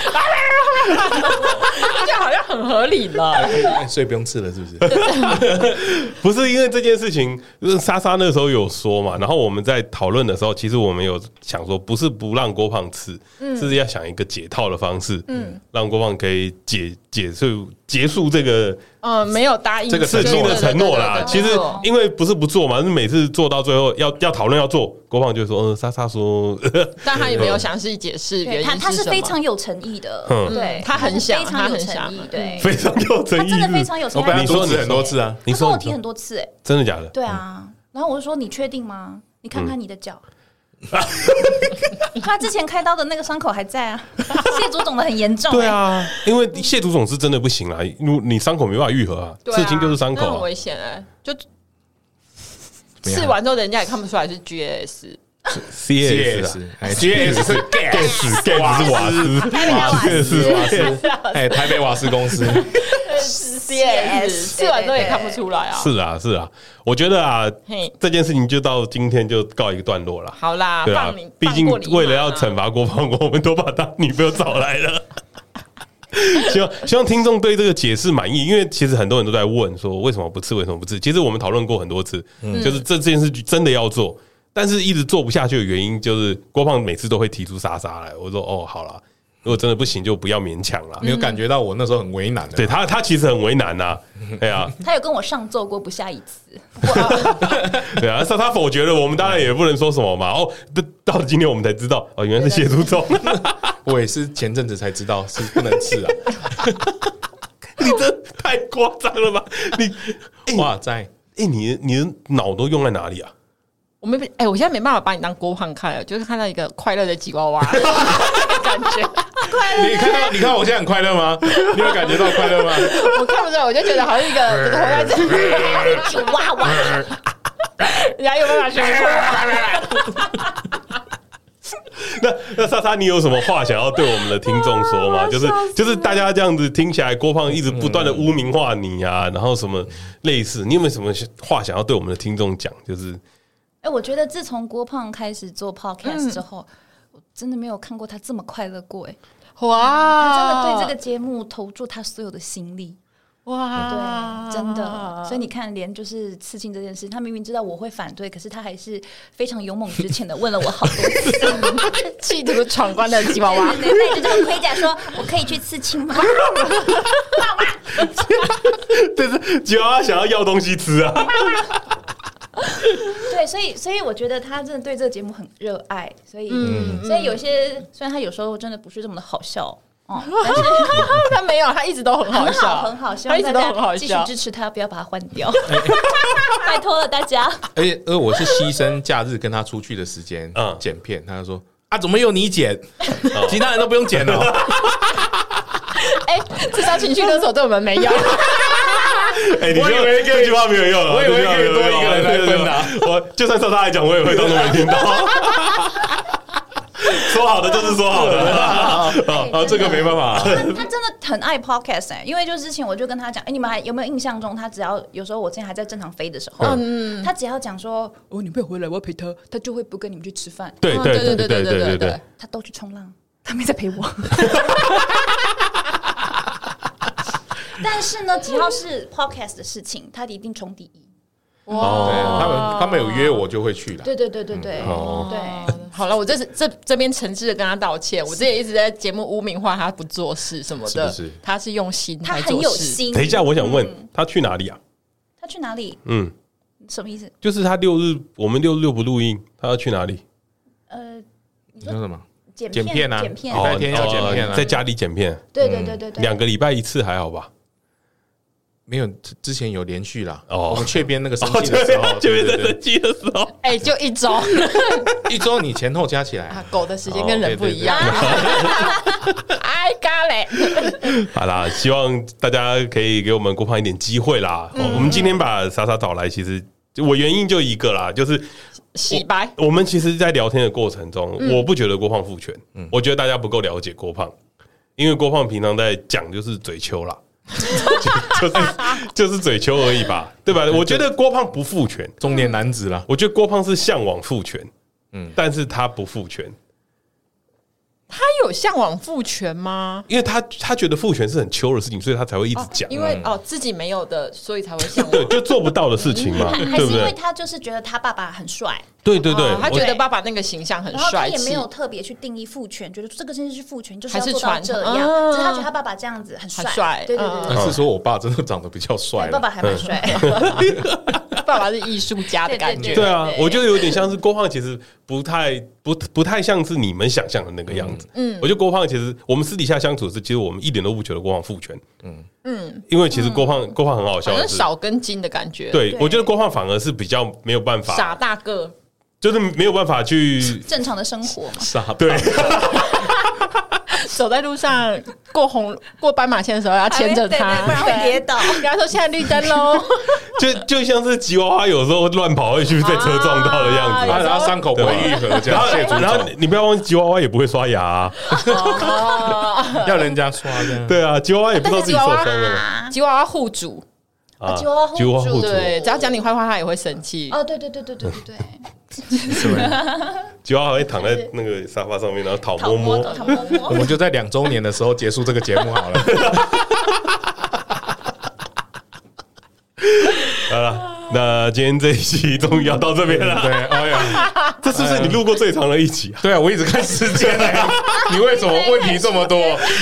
[SPEAKER 5] 这样好像很合理了。
[SPEAKER 7] 哎所以不用吃了，是不是？
[SPEAKER 1] 不是因为这件事情，就是莎莎那时候有说嘛，然后我们在讨论的时候，其实我们有想说，不是不让郭胖吃，
[SPEAKER 4] 嗯
[SPEAKER 1] 是要想一个解套的方式，嗯，让郭胖可以解解束结束这个
[SPEAKER 5] 嗯，没有答应
[SPEAKER 7] 这个
[SPEAKER 1] 刺
[SPEAKER 7] 对
[SPEAKER 1] 青的承诺啦。其
[SPEAKER 5] 对
[SPEAKER 1] 实
[SPEAKER 5] 对对对对
[SPEAKER 1] 因为不是不做嘛，是每次做到最后要要讨论要做，郭胖就说，嗯，莎莎说，
[SPEAKER 5] 但他也没有详细解释原
[SPEAKER 4] 对
[SPEAKER 5] 因
[SPEAKER 4] 他他
[SPEAKER 5] 是
[SPEAKER 4] 是
[SPEAKER 5] 什么
[SPEAKER 4] 非常有诚意的，
[SPEAKER 1] 嗯
[SPEAKER 3] 对
[SPEAKER 5] 他很想
[SPEAKER 4] 非常有
[SPEAKER 5] 他
[SPEAKER 4] 诚
[SPEAKER 5] 很
[SPEAKER 4] 意
[SPEAKER 5] 想，
[SPEAKER 4] 对，
[SPEAKER 1] 非常有
[SPEAKER 4] 他
[SPEAKER 1] 诚意，哦
[SPEAKER 4] 真的非常有诚
[SPEAKER 7] 我
[SPEAKER 4] 意。
[SPEAKER 7] 本来
[SPEAKER 1] 你说
[SPEAKER 7] 阻止
[SPEAKER 1] 你
[SPEAKER 7] 很多次啊，
[SPEAKER 1] 你
[SPEAKER 4] 他跟
[SPEAKER 1] 说嗯
[SPEAKER 4] 我
[SPEAKER 1] 你
[SPEAKER 4] 提
[SPEAKER 1] 说
[SPEAKER 4] 很多次，哎，
[SPEAKER 1] 真的假的？
[SPEAKER 4] 对啊，然后我就说你确定吗？你看
[SPEAKER 1] 嗯
[SPEAKER 4] 看你的脚。 他之前开刀的那个伤口还在啊，蟹足肿的很严重、欸
[SPEAKER 1] 对，啊，因为蟹足肿是真的不行啦，如你伤口没办法愈合啊，
[SPEAKER 5] 对啊
[SPEAKER 1] 刺青就是伤口
[SPEAKER 5] 那
[SPEAKER 1] 啊、
[SPEAKER 5] 很危险哎，就
[SPEAKER 7] 么样
[SPEAKER 5] 试完之后人家也看不出来是 GS。
[SPEAKER 1] CS 啊
[SPEAKER 7] GS，哎
[SPEAKER 2] GS 是 gas，
[SPEAKER 1] ，gas 是瓦斯，瓦斯是瓦斯，
[SPEAKER 7] 哎，台北瓦斯公司，
[SPEAKER 5] CS 试完之后也看不出来啊。
[SPEAKER 1] 是啊是啊，我觉得啊，
[SPEAKER 5] 嘿，
[SPEAKER 1] 这件事情就到今天就告一个段落了。
[SPEAKER 5] 好啦，
[SPEAKER 1] 对啊
[SPEAKER 5] 放你，
[SPEAKER 1] 毕竟
[SPEAKER 5] 放过你一马啊
[SPEAKER 1] 为了要惩罚郭胖，我们都把他女朋友找来了。 希望希望听众对这个解释满意，因为其实很多人都在问说为什么不吃，为什么不吃？其实我们讨论过很多次，就是这件事真的要做，但是一直做不下去的原因就是郭胖每次都会提出莎莎来，我说哦好了，如果真的不行就不要勉强
[SPEAKER 5] 嗯
[SPEAKER 1] 了。
[SPEAKER 7] 你有感觉到我那时候很为难的，
[SPEAKER 1] 对他，他其实很为难呐、对啊，
[SPEAKER 4] 他有跟我上奏过不下一次，
[SPEAKER 1] 对啊，莎莎否决了，我们当然也不能说什么嘛。哦，到到了今天我们才知道，哦，原来是谢祖总，
[SPEAKER 7] 我也是前阵子才知道是不能吃啊，
[SPEAKER 1] 你这太夸张了吧？你，
[SPEAKER 7] 哇塞！
[SPEAKER 1] 哎、你你的脑都用在哪里啊？
[SPEAKER 5] 我没哎、我现在没办法把你当郭胖看了，就是看到一个快乐的吉 娃娃感觉，
[SPEAKER 7] 你看到你看我现在很快乐吗？你有感觉到快乐吗？
[SPEAKER 5] 我看不出来，我就觉得好像一个活在这里，
[SPEAKER 4] 哇哇，
[SPEAKER 5] 人家有办法说出来。
[SPEAKER 1] 那那莎莎，你有什么话想要对我们的听众说吗？就是就是大家这样子听起来，郭胖一直不断的污名化你啊，然后什么类似，你有没有什么话想要对我们的听众讲？就是
[SPEAKER 4] 哎、我觉得自从郭胖开始做 podcast 之后，我真的没有看过他这么快乐过、哎，
[SPEAKER 5] 哇
[SPEAKER 4] 他真的对这个节目投注他所有的心力，
[SPEAKER 5] 个哇
[SPEAKER 4] 对，真的。所以你看，连就是刺青这件事，他明明知道我会反对，可是他还是非常勇猛直前的问了我好多次。
[SPEAKER 5] 企图闯关的吉娃 娃，
[SPEAKER 4] 对对，就这个盔甲说，我可以去刺青吗？
[SPEAKER 1] 但是吉娃娃想要要东西吃啊，
[SPEAKER 4] 对，所以所以我觉得他真的对这个节目很热爱，所以、所以有些虽然他有时候真的不是这么的好笑。哦，但是
[SPEAKER 5] 他没有，他一直都很好
[SPEAKER 4] 很
[SPEAKER 5] 笑，
[SPEAKER 4] 好，很好，希
[SPEAKER 5] 他
[SPEAKER 4] 望
[SPEAKER 5] 一直
[SPEAKER 4] 大
[SPEAKER 5] 都很
[SPEAKER 4] 家
[SPEAKER 5] 好
[SPEAKER 4] 继续
[SPEAKER 5] 笑。
[SPEAKER 4] 支持他，不要把他换掉，拜托了大家。
[SPEAKER 7] 而且而我是牺牲假日跟他出去的时间
[SPEAKER 1] 嗯
[SPEAKER 7] 剪片，他就说啊，怎么有你剪？其他人都不用剪了。
[SPEAKER 5] 哎、这招情绪勒索对我们没用，
[SPEAKER 1] 哎、你
[SPEAKER 7] 我以
[SPEAKER 1] 就
[SPEAKER 7] 为可以
[SPEAKER 1] 这句话没有用啊，
[SPEAKER 7] 我以为
[SPEAKER 1] 这句话
[SPEAKER 7] 可以
[SPEAKER 1] 没有
[SPEAKER 7] 多
[SPEAKER 1] 用
[SPEAKER 7] 一个人来分啊
[SPEAKER 1] 对对对我就算莎莎来讲，我也会当作没听到。 说好的就是说好的啊， 啊
[SPEAKER 7] 这个没办法，
[SPEAKER 4] 他真的很爱 podcast 哎、因为就之前我就跟他讲，哎、你们还有没有印象中，他只要有时候我之前还在正常飞的时候，嗯，他只哦要讲说
[SPEAKER 5] 我女朋友回来，我要陪她。
[SPEAKER 4] 他就会不跟你们去吃饭，
[SPEAKER 1] 对对对对对对对对。
[SPEAKER 4] 他都去冲浪，他没在陪我。但是呢，只要是 podcast 的事情，他一定冲第一。
[SPEAKER 1] 哦
[SPEAKER 2] 对他们他们有约我就会去的。
[SPEAKER 8] 对对对对对，
[SPEAKER 4] 嗯
[SPEAKER 1] 哦，
[SPEAKER 8] 对，
[SPEAKER 5] 好了，我这是这这边诚挚的跟他道歉，我之前一直在节目污名化他不做事什么的，
[SPEAKER 2] 是不是
[SPEAKER 5] 他是用心，
[SPEAKER 4] 他很有，心。
[SPEAKER 1] 等一下，我想问他去哪里啊？
[SPEAKER 4] 他去哪里？
[SPEAKER 1] 嗯，
[SPEAKER 4] 什么意思？
[SPEAKER 1] 就是他六日我们六日六不录音，他要去哪里？
[SPEAKER 4] 呃，
[SPEAKER 2] 你说什么？
[SPEAKER 4] 剪
[SPEAKER 2] 剪片啊
[SPEAKER 4] 剪片
[SPEAKER 2] 礼。拜天要剪片啊
[SPEAKER 1] 哦在家里剪片，
[SPEAKER 8] 对对
[SPEAKER 5] 嗯
[SPEAKER 8] 对对对，
[SPEAKER 1] 两个礼拜一次还好吧？
[SPEAKER 2] 没有，之之前有连续啦。
[SPEAKER 1] 哦
[SPEAKER 2] 我们确编那个生气的时候，
[SPEAKER 1] 这边哦在
[SPEAKER 2] 对对
[SPEAKER 1] 生气的时候，
[SPEAKER 5] 哎、就一周
[SPEAKER 2] 对一周你前后加起来
[SPEAKER 5] 啊，狗的时间跟人不一 样
[SPEAKER 2] 哦。
[SPEAKER 5] 哎嘎嘞，
[SPEAKER 1] 好啦，希望大家可以给我们郭胖一点机会啦。
[SPEAKER 4] 嗯
[SPEAKER 1] 哦我们今天把莎莎找来，其实我原因就一个啦，就是
[SPEAKER 5] 洗白，
[SPEAKER 1] 我们其实，在聊天的过程中，
[SPEAKER 4] 嗯
[SPEAKER 1] 我不觉得郭胖父权，我觉得大家不够了解郭胖，因为郭胖平常在讲就是嘴丘啦。 就就是就是嘴丘而已吧，对吧？我觉得郭胖不父权，
[SPEAKER 2] 中年男子啦，
[SPEAKER 1] 我觉得郭胖是向往父权，
[SPEAKER 2] 嗯
[SPEAKER 1] 但是他不父权，
[SPEAKER 5] 他有向往父权吗？
[SPEAKER 1] 因为他他觉得父权是很秋的事情，所以他才会一直讲，
[SPEAKER 5] 因为哦自己没有的，所以才会啊向
[SPEAKER 1] 对，
[SPEAKER 5] 往。
[SPEAKER 1] 就做不到的事情嘛，
[SPEAKER 4] 嗯还还
[SPEAKER 1] 对
[SPEAKER 4] 是
[SPEAKER 1] 不
[SPEAKER 4] 因为
[SPEAKER 1] 对？
[SPEAKER 4] 他就是觉得他爸爸很帅，
[SPEAKER 1] 对对对
[SPEAKER 5] 哦，他
[SPEAKER 1] 我
[SPEAKER 5] 觉得爸爸那个形象很
[SPEAKER 4] 然后他
[SPEAKER 5] 帅
[SPEAKER 4] 也没
[SPEAKER 5] 气，
[SPEAKER 4] 有特别去定义父权，觉得这个真的是父权，就是要
[SPEAKER 5] 还是
[SPEAKER 4] 做到
[SPEAKER 5] 传
[SPEAKER 4] 这
[SPEAKER 5] 统
[SPEAKER 4] 样。
[SPEAKER 5] 啊
[SPEAKER 4] 只是他觉得他爸爸这样子很帅，
[SPEAKER 5] 很帅
[SPEAKER 4] 对对
[SPEAKER 5] 嗯
[SPEAKER 4] 对对
[SPEAKER 2] 还
[SPEAKER 1] 哦
[SPEAKER 2] 是说我爸真的长得比较帅
[SPEAKER 4] 对，爸
[SPEAKER 2] 啦？
[SPEAKER 4] 爸还蛮帅。
[SPEAKER 1] 嗯
[SPEAKER 5] 爸爸是艺术家 的感觉。
[SPEAKER 1] 对啊，我觉得有点像是郭胖，其实不太不不太像是你们想象的那个样子。嗯，我觉得郭胖其实我们私底下相处是，其实我们一点都不觉得郭胖父权。嗯嗯，因为其实郭胖郭胖很好笑
[SPEAKER 5] 反
[SPEAKER 1] 的
[SPEAKER 5] 正
[SPEAKER 1] 是，
[SPEAKER 5] 少根筋的感觉，，
[SPEAKER 1] 对
[SPEAKER 4] 对
[SPEAKER 1] 我觉得郭胖反而是比较没有办
[SPEAKER 5] 傻
[SPEAKER 1] 法，
[SPEAKER 5] 大个，
[SPEAKER 1] 就是没有办法去
[SPEAKER 4] 正常的生活嘛，
[SPEAKER 2] 傻
[SPEAKER 1] 对
[SPEAKER 5] 走在路上过红过斑马线的时候要牵着
[SPEAKER 4] 对对不然
[SPEAKER 5] 他，
[SPEAKER 4] 会 跌倒。
[SPEAKER 5] 跟他说现在绿灯喽，
[SPEAKER 1] 就就像是吉娃娃有时候乱跑会去被车撞到的样子。
[SPEAKER 2] 啊，然后伤口不会愈合，这
[SPEAKER 1] 然
[SPEAKER 2] 样
[SPEAKER 1] 后
[SPEAKER 2] 谢主，
[SPEAKER 1] 然后你你不要忘记吉娃娃也不会刷牙啊，
[SPEAKER 4] 哦
[SPEAKER 2] 要人家刷这样。
[SPEAKER 1] 对啊，吉娃娃也不知道自己受伤了
[SPEAKER 4] 啊，
[SPEAKER 5] 吉娃娃护主，
[SPEAKER 1] 啊
[SPEAKER 4] 吉娃娃护
[SPEAKER 1] 吉娃娃
[SPEAKER 4] 主
[SPEAKER 1] 护主，
[SPEAKER 5] 对，只要讲你坏话，他也会生气。
[SPEAKER 4] 哦，对对对对对对对，
[SPEAKER 1] 吉娃娃会躺在那个沙发上面，然后讨
[SPEAKER 4] 讨
[SPEAKER 1] 摸摸
[SPEAKER 4] 摸。讨摸
[SPEAKER 2] 我
[SPEAKER 4] 摸，
[SPEAKER 2] 们就在两周年的时候结束这个节目好了。
[SPEAKER 1] 好了，啊那今天这一期终于要到这边了。
[SPEAKER 2] 对，哎呀，
[SPEAKER 1] 这是不是你录过最长的一集啊？
[SPEAKER 2] 对啊，我一直看时间呢。你为什么问题这么多？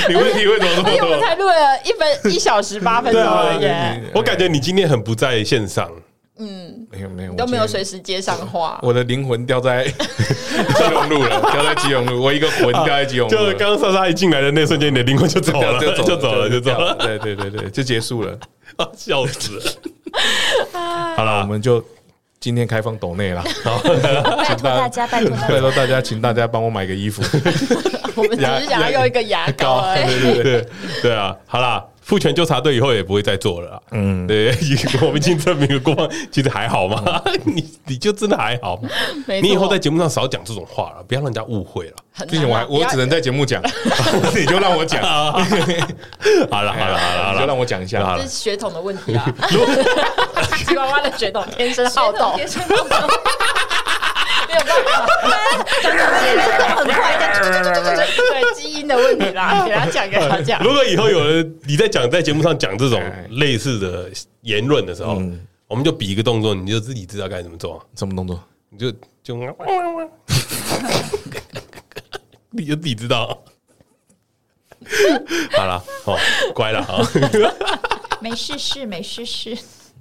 [SPEAKER 2] 你问题为什么这
[SPEAKER 5] 而
[SPEAKER 2] 么
[SPEAKER 5] 且我们
[SPEAKER 2] 多？
[SPEAKER 5] 才录了一分一小时八分钟而已
[SPEAKER 2] 啊
[SPEAKER 1] 对
[SPEAKER 5] 耶，
[SPEAKER 1] 我感觉你今天很不在线上，
[SPEAKER 2] 没有没有，
[SPEAKER 5] 都没有
[SPEAKER 2] 水。
[SPEAKER 5] 随时接上话。
[SPEAKER 2] 我的灵魂掉在基隆路了，掉在基隆路，我一个魂掉在基隆
[SPEAKER 1] 就
[SPEAKER 2] 路了，
[SPEAKER 1] 是刚刚莎莎一进来的那瞬间，你的灵魂就走了，
[SPEAKER 2] 就
[SPEAKER 1] 就走了，就走
[SPEAKER 2] 掉
[SPEAKER 1] 了，
[SPEAKER 2] 对对对对，就结束了。
[SPEAKER 1] 啊 笑死了。
[SPEAKER 2] 好了，我们就今天开放抖内了，
[SPEAKER 4] 拜托大家，拜托大
[SPEAKER 2] 拜
[SPEAKER 4] 家。
[SPEAKER 2] 托大家，请大家帮我买个衣服，
[SPEAKER 5] 我们只是想要用一个牙膏而已。
[SPEAKER 2] 对对对，
[SPEAKER 1] 对对啊，好啦，父权纠察队以后也不会再做了啦。嗯，对， 我们已经证明了郭胖其实还好嘛， 你你就真的还好嘛，
[SPEAKER 5] 没错
[SPEAKER 1] 你以后在节目上少讲这种话了，不要让人家误会了。
[SPEAKER 5] 很啊
[SPEAKER 2] 之前我还
[SPEAKER 5] 不
[SPEAKER 2] 我
[SPEAKER 5] 要
[SPEAKER 2] 只能在节目讲，你就让我讲，
[SPEAKER 1] 好了好了好了好
[SPEAKER 2] 你
[SPEAKER 1] 了
[SPEAKER 2] 就，让我讲一
[SPEAKER 1] 好
[SPEAKER 2] 下
[SPEAKER 1] 了。
[SPEAKER 5] 这是血统的问题啊！吉娃娃的血统天生好动，
[SPEAKER 4] 天生好动，没有办法，长长肌肉 很快的。
[SPEAKER 5] 对基因的问题啦，给他讲，给他讲。
[SPEAKER 1] 如果以后有人你在讲在节目上讲这种类似的言论的时候，
[SPEAKER 2] 嗯
[SPEAKER 1] 我们就比一个动作，你就自己知道该怎么做，
[SPEAKER 2] 什么动作？
[SPEAKER 1] 你就就 你就自己知道。好了，哦，乖了啊，
[SPEAKER 4] 没事事，没事事。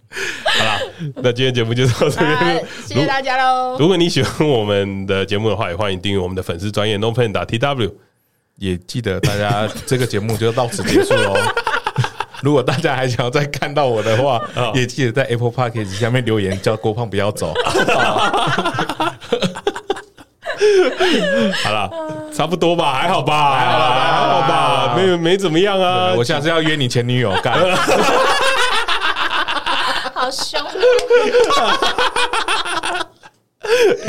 [SPEAKER 1] 好了，那今天节目就到这
[SPEAKER 5] 啊
[SPEAKER 1] 边。
[SPEAKER 5] 谢谢大家喽
[SPEAKER 1] 如。如果你喜欢我们的节目的话，也欢迎订阅我们的粉丝专业 No Pen 打 T W。
[SPEAKER 2] 也记得大家这个节目就到此结束喽。 如果大家还想要再看到我的话，
[SPEAKER 1] 哦
[SPEAKER 2] 也记得在 Apple Podcast 下面留言，叫郭胖不要走。
[SPEAKER 1] 好了，差不多吧，还好吧，还好吧，还好吧，没有没怎么样啊。
[SPEAKER 2] 我下次要约你前女友干。
[SPEAKER 4] 好凶，
[SPEAKER 1] 不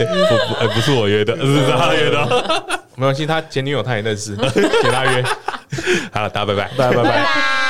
[SPEAKER 1] 不，哎、不是我约的，是他约的。
[SPEAKER 2] 没关系，他前女友他也认识，给他约。
[SPEAKER 1] 好了，大家拜拜。
[SPEAKER 2] 拜拜拜。
[SPEAKER 4] 拜。